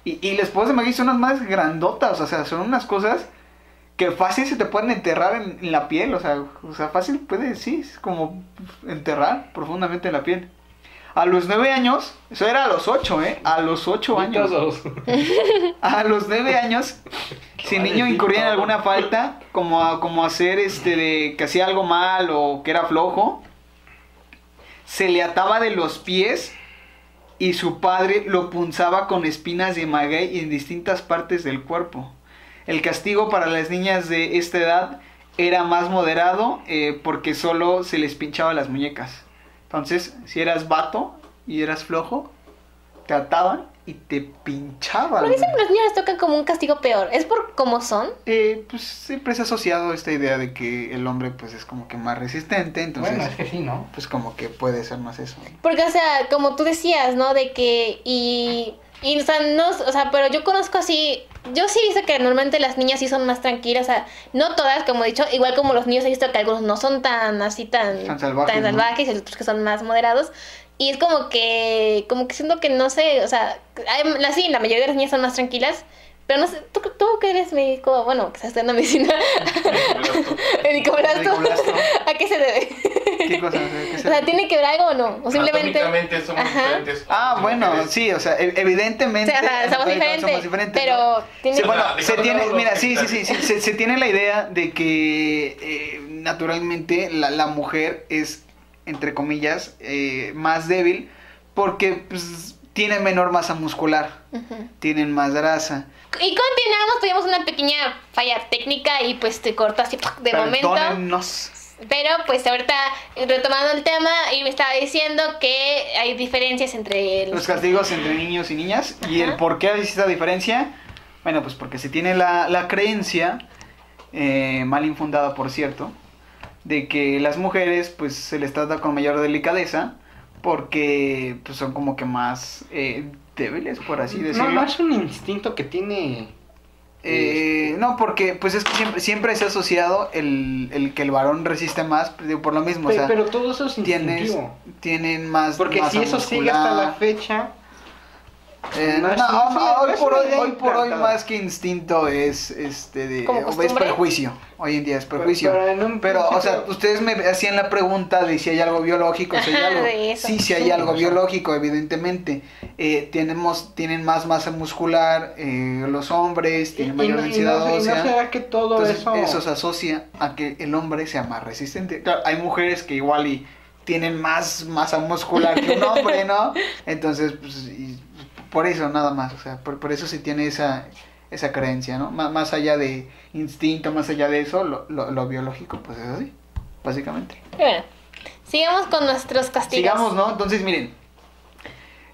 S2: Y, y las púas de maguey son unas más grandotas, o sea, son unas cosas que fácil se te pueden enterrar en, en la piel, o sea, o sea, fácil puede, sí, es como enterrar profundamente en la piel. A los nueve años, eso era a los ocho, ¿eh? A los ocho años.
S3: Todos.
S2: A los nueve años, si el niño incurría en alguna falta, como, a- como hacer este, de que hacía algo mal o que era flojo, se le ataba de los pies y su padre lo punzaba con espinas de maguey en distintas partes del cuerpo. El castigo para las niñas de esta edad era más moderado eh, porque solo se les pinchaba las muñecas. Entonces, si eras vato y eras flojo, te ataban y te pinchaban.
S1: ¿Por qué siempre los niños les tocan como un castigo peor? ¿Es por cómo son?
S2: Eh, pues siempre se ha asociado esta idea de que el hombre pues es como que más resistente, entonces
S3: Bueno, es que sí, ¿no?
S2: pues como que puede ser más eso. ¿no?
S1: Porque, o sea, como tú decías, ¿no? De que. Y. Y, o sea, no, o sea, pero yo conozco así. Yo sí he visto que normalmente las niñas sí son más tranquilas. O sea, no todas, como he dicho. Igual como los niños he visto que algunos no son tan así, tan.
S2: Tan salvajes,
S1: Tan
S2: ¿no?
S1: salvajes, y otros que son más moderados. Y es como que. Como que siento que no sé. O sea, hay- la, sí, la mayoría de las niñas son más tranquilas. Pero no sé. Tú, tú que eres médico. Bueno, que estás estudiando medicina. Nicolás,
S2: Nicolás, ¿no?
S1: ¿a qué se debe?
S2: ¿Qué cosa? O sea, ¿qué
S1: O
S2: se-
S1: sea, ¿tiene que ver algo o no? O simplemente...
S4: Anatómicamente somos
S1: Ajá.
S4: diferentes.
S2: Ah, bueno, sí, o sea, e-
S1: O
S2: evidentemente
S1: sea, o sea, somos
S2: entonces,
S1: diferentes,
S2: somos diferentes, ¿no?
S1: pero... Tiene...
S2: Sí,
S4: O
S2: bueno,
S4: sea,
S2: se
S4: dejando de
S2: tiene,
S4: lado
S2: mira,
S4: los
S2: sí, sí, sí,
S4: genitales.
S2: sí, se, se tiene la idea de que eh, naturalmente la, la mujer es, entre comillas, eh, más débil porque pues, tiene menor masa muscular,
S1: Ujú.
S2: tienen más grasa.
S1: Y continuamos, tuvimos una pequeña falla técnica y pues te cortó así ¡pac! de momento.
S2: Perdónennos.
S1: Pero pues ahorita, retomando el tema, y me estaba diciendo que hay diferencias entre
S2: los castigos entre niños y niñas y el por qué hay esta diferencia. Bueno, pues porque se tiene la, la creencia, eh, mal infundada por cierto, de que las mujeres pues se les trata con mayor delicadeza porque pues, son como que más eh, débiles, por así decirlo.
S3: No, no es un instinto que tiene. este.
S2: Eh, no, porque pues es que siempre, siempre se ha asociado el, el que el varón resiste más, pues, digo, por lo mismo, o
S3: Pe-
S2: sea,
S3: pero todo eso es
S2: tienes,
S3: instintivo.
S2: tienen más...
S3: Porque si
S2: masa
S3: eso sigue hasta la
S2: muscular.
S3: fecha,
S2: Eh,
S3: No
S2: no,
S3: es- Pues no es una-
S2: hoy,
S3: no es
S2: por
S3: una
S2: hoy,
S3: idea
S2: hoy por hoy
S3: implantada.
S2: más que instinto es este de
S1: ¿Como
S2: o es
S1: costumbre?
S2: prejuicio. Hoy en día es prejuicio.
S3: Pero-
S2: Pero,
S3: pero en un
S2: o sea, pues,
S3: principio-
S2: ustedes me hacían la pregunta de si hay algo biológico, si hay
S1: Ajá,
S2: algo.
S1: de eso.
S2: Sí, si hay
S3: Sí,
S2: algo
S3: o sea.
S2: biológico, evidentemente. Eh, tenemos, tienen más masa muscular eh, los hombres,
S3: y, y
S2: tienen
S3: no, y
S2: mayor
S3: no- y
S2: densidad
S3: no
S2: ósea.
S3: será que todo
S2: Entonces,
S3: eso.
S2: eso... se asocia a que el hombre sea más resistente. Claro, hay mujeres que igual y tienen más masa muscular que un hombre, ¿no? Entonces, pues, y Por eso, nada más. O sea, por, por eso se tiene esa, esa creencia, ¿no? Má- más allá de instinto, más allá de eso, lo, lo- lo biológico, pues es así, básicamente.
S1: Pero bueno, sigamos con nuestros castigos.
S2: Sigamos, ¿no? Entonces, miren.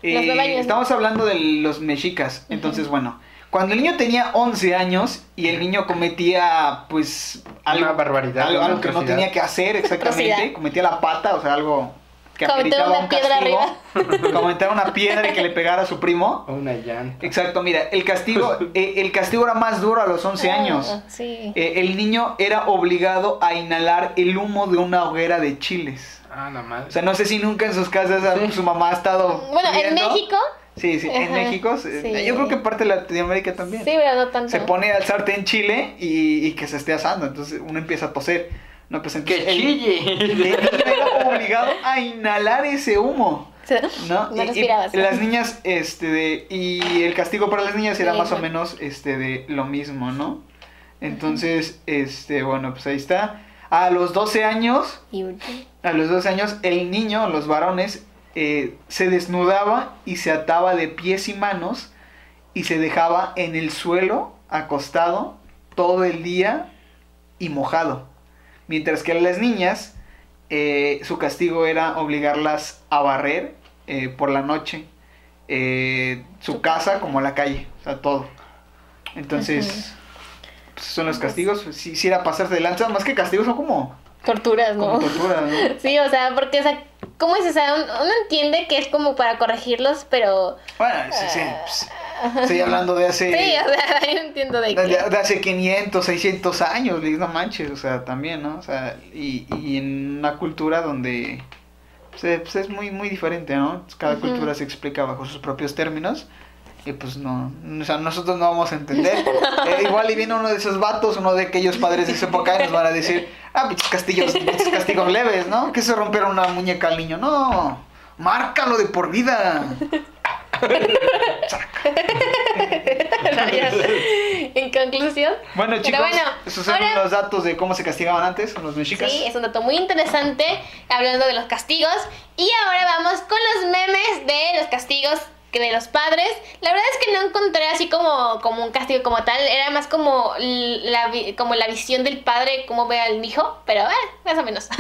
S1: Los
S2: eh,
S1: rebaños.
S2: estamos hablando de los mexicas. Entonces, bueno, cuando el niño tenía 11 años y el niño cometía, pues, algo,
S3: Una barbaridad,
S2: algo,
S3: una
S2: algo que no
S3: atrocidad.
S2: tenía que hacer exactamente,
S1: Atrocidad.
S2: cometía la pata, o sea, algo que
S1: Cometía
S2: ameritaba
S1: una
S2: un
S1: piedra
S2: castigo, cometía una piedra y que le pegara a su primo.
S3: Una llanta.
S2: Exacto, mira, el castigo, eh, el castigo era más duro a los 11 años.
S1: Ah, sí.
S2: Eh, el niño era obligado a inhalar el humo de una hoguera de chiles.
S3: Ah, la madre.
S2: O sea, no sé si nunca en sus casas ah,
S3: Sí.
S2: su mamá ha estado.
S1: bueno, en
S2: viendo.
S1: México.
S2: Sí, sí, en
S1: Ajá,
S2: México. se-
S1: sí.
S2: Yo creo que en parte de Latinoamérica también.
S1: Sí, pero no tanto.
S2: se pone al sartén chile y, y que se esté asando. Entonces uno empieza a toser. No, pues entonces.
S3: ¡Que
S2: el- El niño
S3: chille!
S2: era obligado a inhalar ese humo.
S1: Se-
S2: ¿no? Y- y
S1: respirabas.
S2: las niñas, este, de, y el castigo para las niñas era
S1: Sí,
S2: más o
S1: igual.
S2: menos, este, de lo mismo, ¿no? Entonces, este, bueno, pues ahí está. A los 12 años,
S1: Y último.
S2: a los 12 años, el niño, los varones, eh, se desnudaba y se ataba de pies y manos y se dejaba en el suelo, acostado, todo el día y mojado. Mientras que a las niñas, eh, su castigo era obligarlas a barrer eh, por la noche eh, su casa como la calle, o sea, todo. Entonces, pues, son los castigos. Si, si era pasarse de lanza, más que castigos, son como,
S1: Torturas, ¿no?
S2: como tortura, ¿no?
S1: Sí, o sea, porque, o sea, ¿cómo es? O sea, un- uno entiende que es como para corregirlos, pero.
S2: Bueno, sí, sí, pues, estoy hablando de hace,
S1: Sí, o sea, yo entiendo de
S2: de,
S1: que.
S2: de hace 500, 600 años, Liz, no manches, o sea, también, ¿no? O sea, y, y en una cultura donde pues, eh, pues, es muy, muy diferente, ¿no? Pues, Cada
S1: Ujú.
S2: cultura se explica bajo sus propios términos. Y pues no, o sea, nosotros no vamos a entender. Eh, igual y viene uno de esos vatos, uno de aquellos padres de su época y nos van a decir, ah, pinches castillos, pinches castigos leves, ¿no? Que se rompieron una muñeca al niño. No, márcalo de por vida.
S1: Rayas. en conclusión.
S2: Bueno,
S1: Pero
S2: chicos,
S1: bueno,
S2: esos son
S1: ahora-
S2: los datos de cómo se castigaban antes los mexicas.
S1: Sí, es un dato muy interesante hablando de los castigos. Y ahora vamos con los memes de los castigos que de los padres. La verdad es que no encontré así como, como un castigo como tal. Era más como la, vi- como la visión del padre, cómo ve al hijo. Pero eh, más o menos.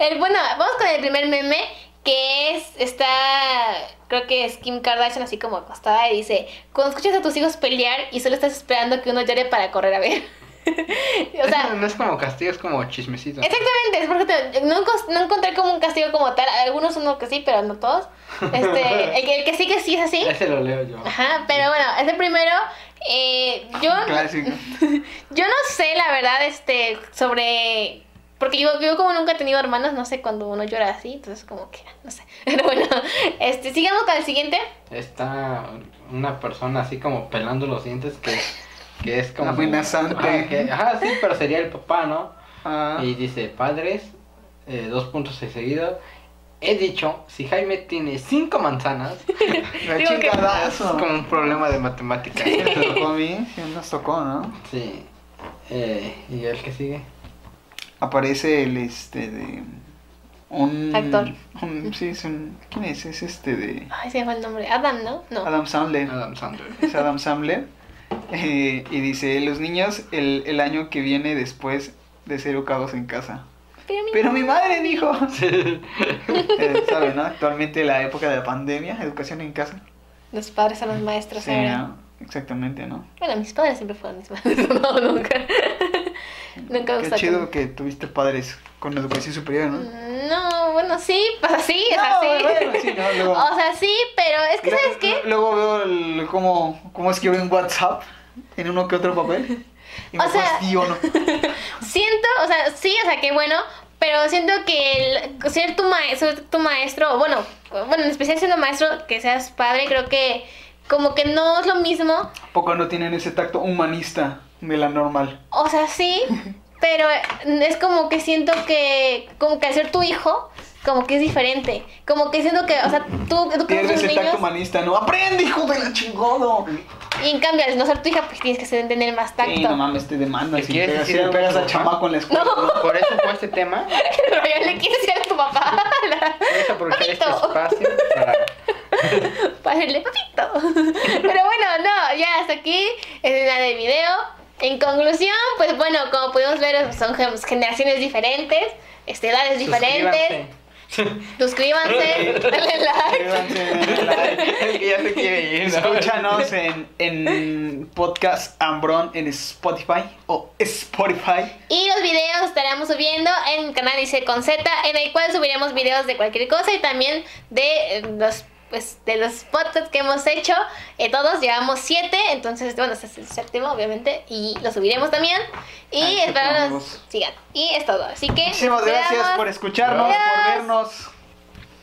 S1: El- bueno, vamos con el primer meme que es, está, creo que es Kim Kardashian así como acostada y dice, cuando escuchas a tus hijos pelear y solo estás esperando que uno llore para correr a ver. o sea,
S3: no es como castigo, es como chismecito.
S1: Exactamente, es porque te- no, encos- no encontré como un castigo como tal. Algunos uno que sí, pero no todos. Este, el, que- el que sí que sí es así.
S3: Ese lo leo yo.
S1: Ajá, pero bueno, ese primero, eh, yo,
S2: Clásico.
S1: yo no sé la verdad este, sobre... Porque yo, yo como nunca he tenido hermanos, no sé cuando uno llora así, entonces como que, ah, no sé. Pero bueno, este, sigamos con el siguiente.
S3: Está una persona así como pelando los dientes que, que es como...
S2: Amenazante.
S3: Ajá, que- ajá, sí, pero sería el papá, ¿no?
S2: Ah,
S3: Y dice, padres, eh, dos puntos de seguido. He dicho, si Jaime tiene cinco manzanas,
S2: la
S1: digo que-
S3: es
S2: chingadazo.
S3: como un problema de matemáticas.
S2: Sí, nos tocó a mí, sí nos tocó, ¿no?
S3: Sí. Eh, ¿Y el que sigue?
S2: Aparece el este de un
S1: Actor.
S2: un- sí, es un ¿quién es? Es este de
S1: Ay, se me fue el nombre. Adam, ¿no? No.
S2: Adam Sandler.
S3: Adam Sandler.
S2: Es Adam Sandler. Eh, y dice, los niños el, el año que viene después de ser educados en casa.
S1: Pero mi-
S2: Pero mi madre dijo. Eh, ¿Sabe, no? Actualmente la época de la pandemia, educación en casa.
S1: Los padres son los maestros.
S2: Sí,
S1: ahora.
S2: ¿no? Exactamente, ¿no?
S1: Bueno, mis padres siempre fueron mis padres. No, nunca. nunca me
S2: Qué
S1: sacan. Mm.
S2: chido que tuviste padres con educación superior, ¿no?
S1: No, bueno, sí, pues así, es
S2: No,
S1: así.
S2: bueno, pues sí, no, luego- eh,
S1: O sea, sí, pero es que, ¿sabes qué?
S2: Lu- Luego veo el- cómo, cómo escriben WhatsApp en uno que otro papel. Y
S1: O
S2: me
S1: sea-
S2: fasciono. eh.
S1: Siento, o sea, sí, o sea, qué bueno, pero siento que el, ser, tu maestro, tu maestro, o bueno, bueno, en especial siendo maestro, que seas padre, creo que como que no es lo mismo.
S2: ¿A Poco no tienen ese tacto humanista de la normal.
S1: O sea, sí, pero es como que siento que, como que al ser tu hijo, como que es diferente. Como que siento que, o sea, tú educas a
S2: Pierdes
S1: los
S2: el
S1: niños
S2: tacto humanista, ¿no? ¡Aprende, hijo de la chingodo!
S1: y en cambio al no ser tu hija, pues tienes que ser- tener más tacto.
S2: Sí, no mames, te demandas
S3: ¿Te
S2: y
S3: quieres
S2: pegas,
S3: decir
S2: sí,
S3: algo
S2: pegas
S3: a tu
S2: al
S3: papá?
S2: chamaco en la escuela.
S3: Por eso fue este tema.
S1: Pero yo le quiero decir a tu papá.
S3: Puedes aprovechar este
S1: Papito.
S3: espacio para
S1: Pásenle papito. Pero bueno, no, ya hasta aquí es la del video. En conclusión, pues bueno, como pudimos ver, son gem- generaciones diferentes, este, edades diferentes. Suscríbanse, denle like.
S3: Es que ya se quiere ir, ¿no?
S2: Escúchanos en, en podcast Ambrón en Spotify o Spotify.
S1: Y los videos estaremos subiendo en el canal Dice con Z, en el cual subiremos videos de cualquier cosa y también de eh, los pues de los podcasts que hemos hecho, Eh, todos llevamos siete, entonces bueno, este es el séptimo obviamente y lo subiremos también y
S2: Ay,
S1: espero
S2: qué
S1: nos sigan. Y es todo, así que
S2: Muchísimas
S1: nos
S2: gracias
S1: vemos.
S2: por escucharnos, por
S1: Adiós.
S2: vernos.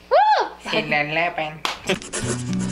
S1: ¡Woo!
S3: Si la lavan.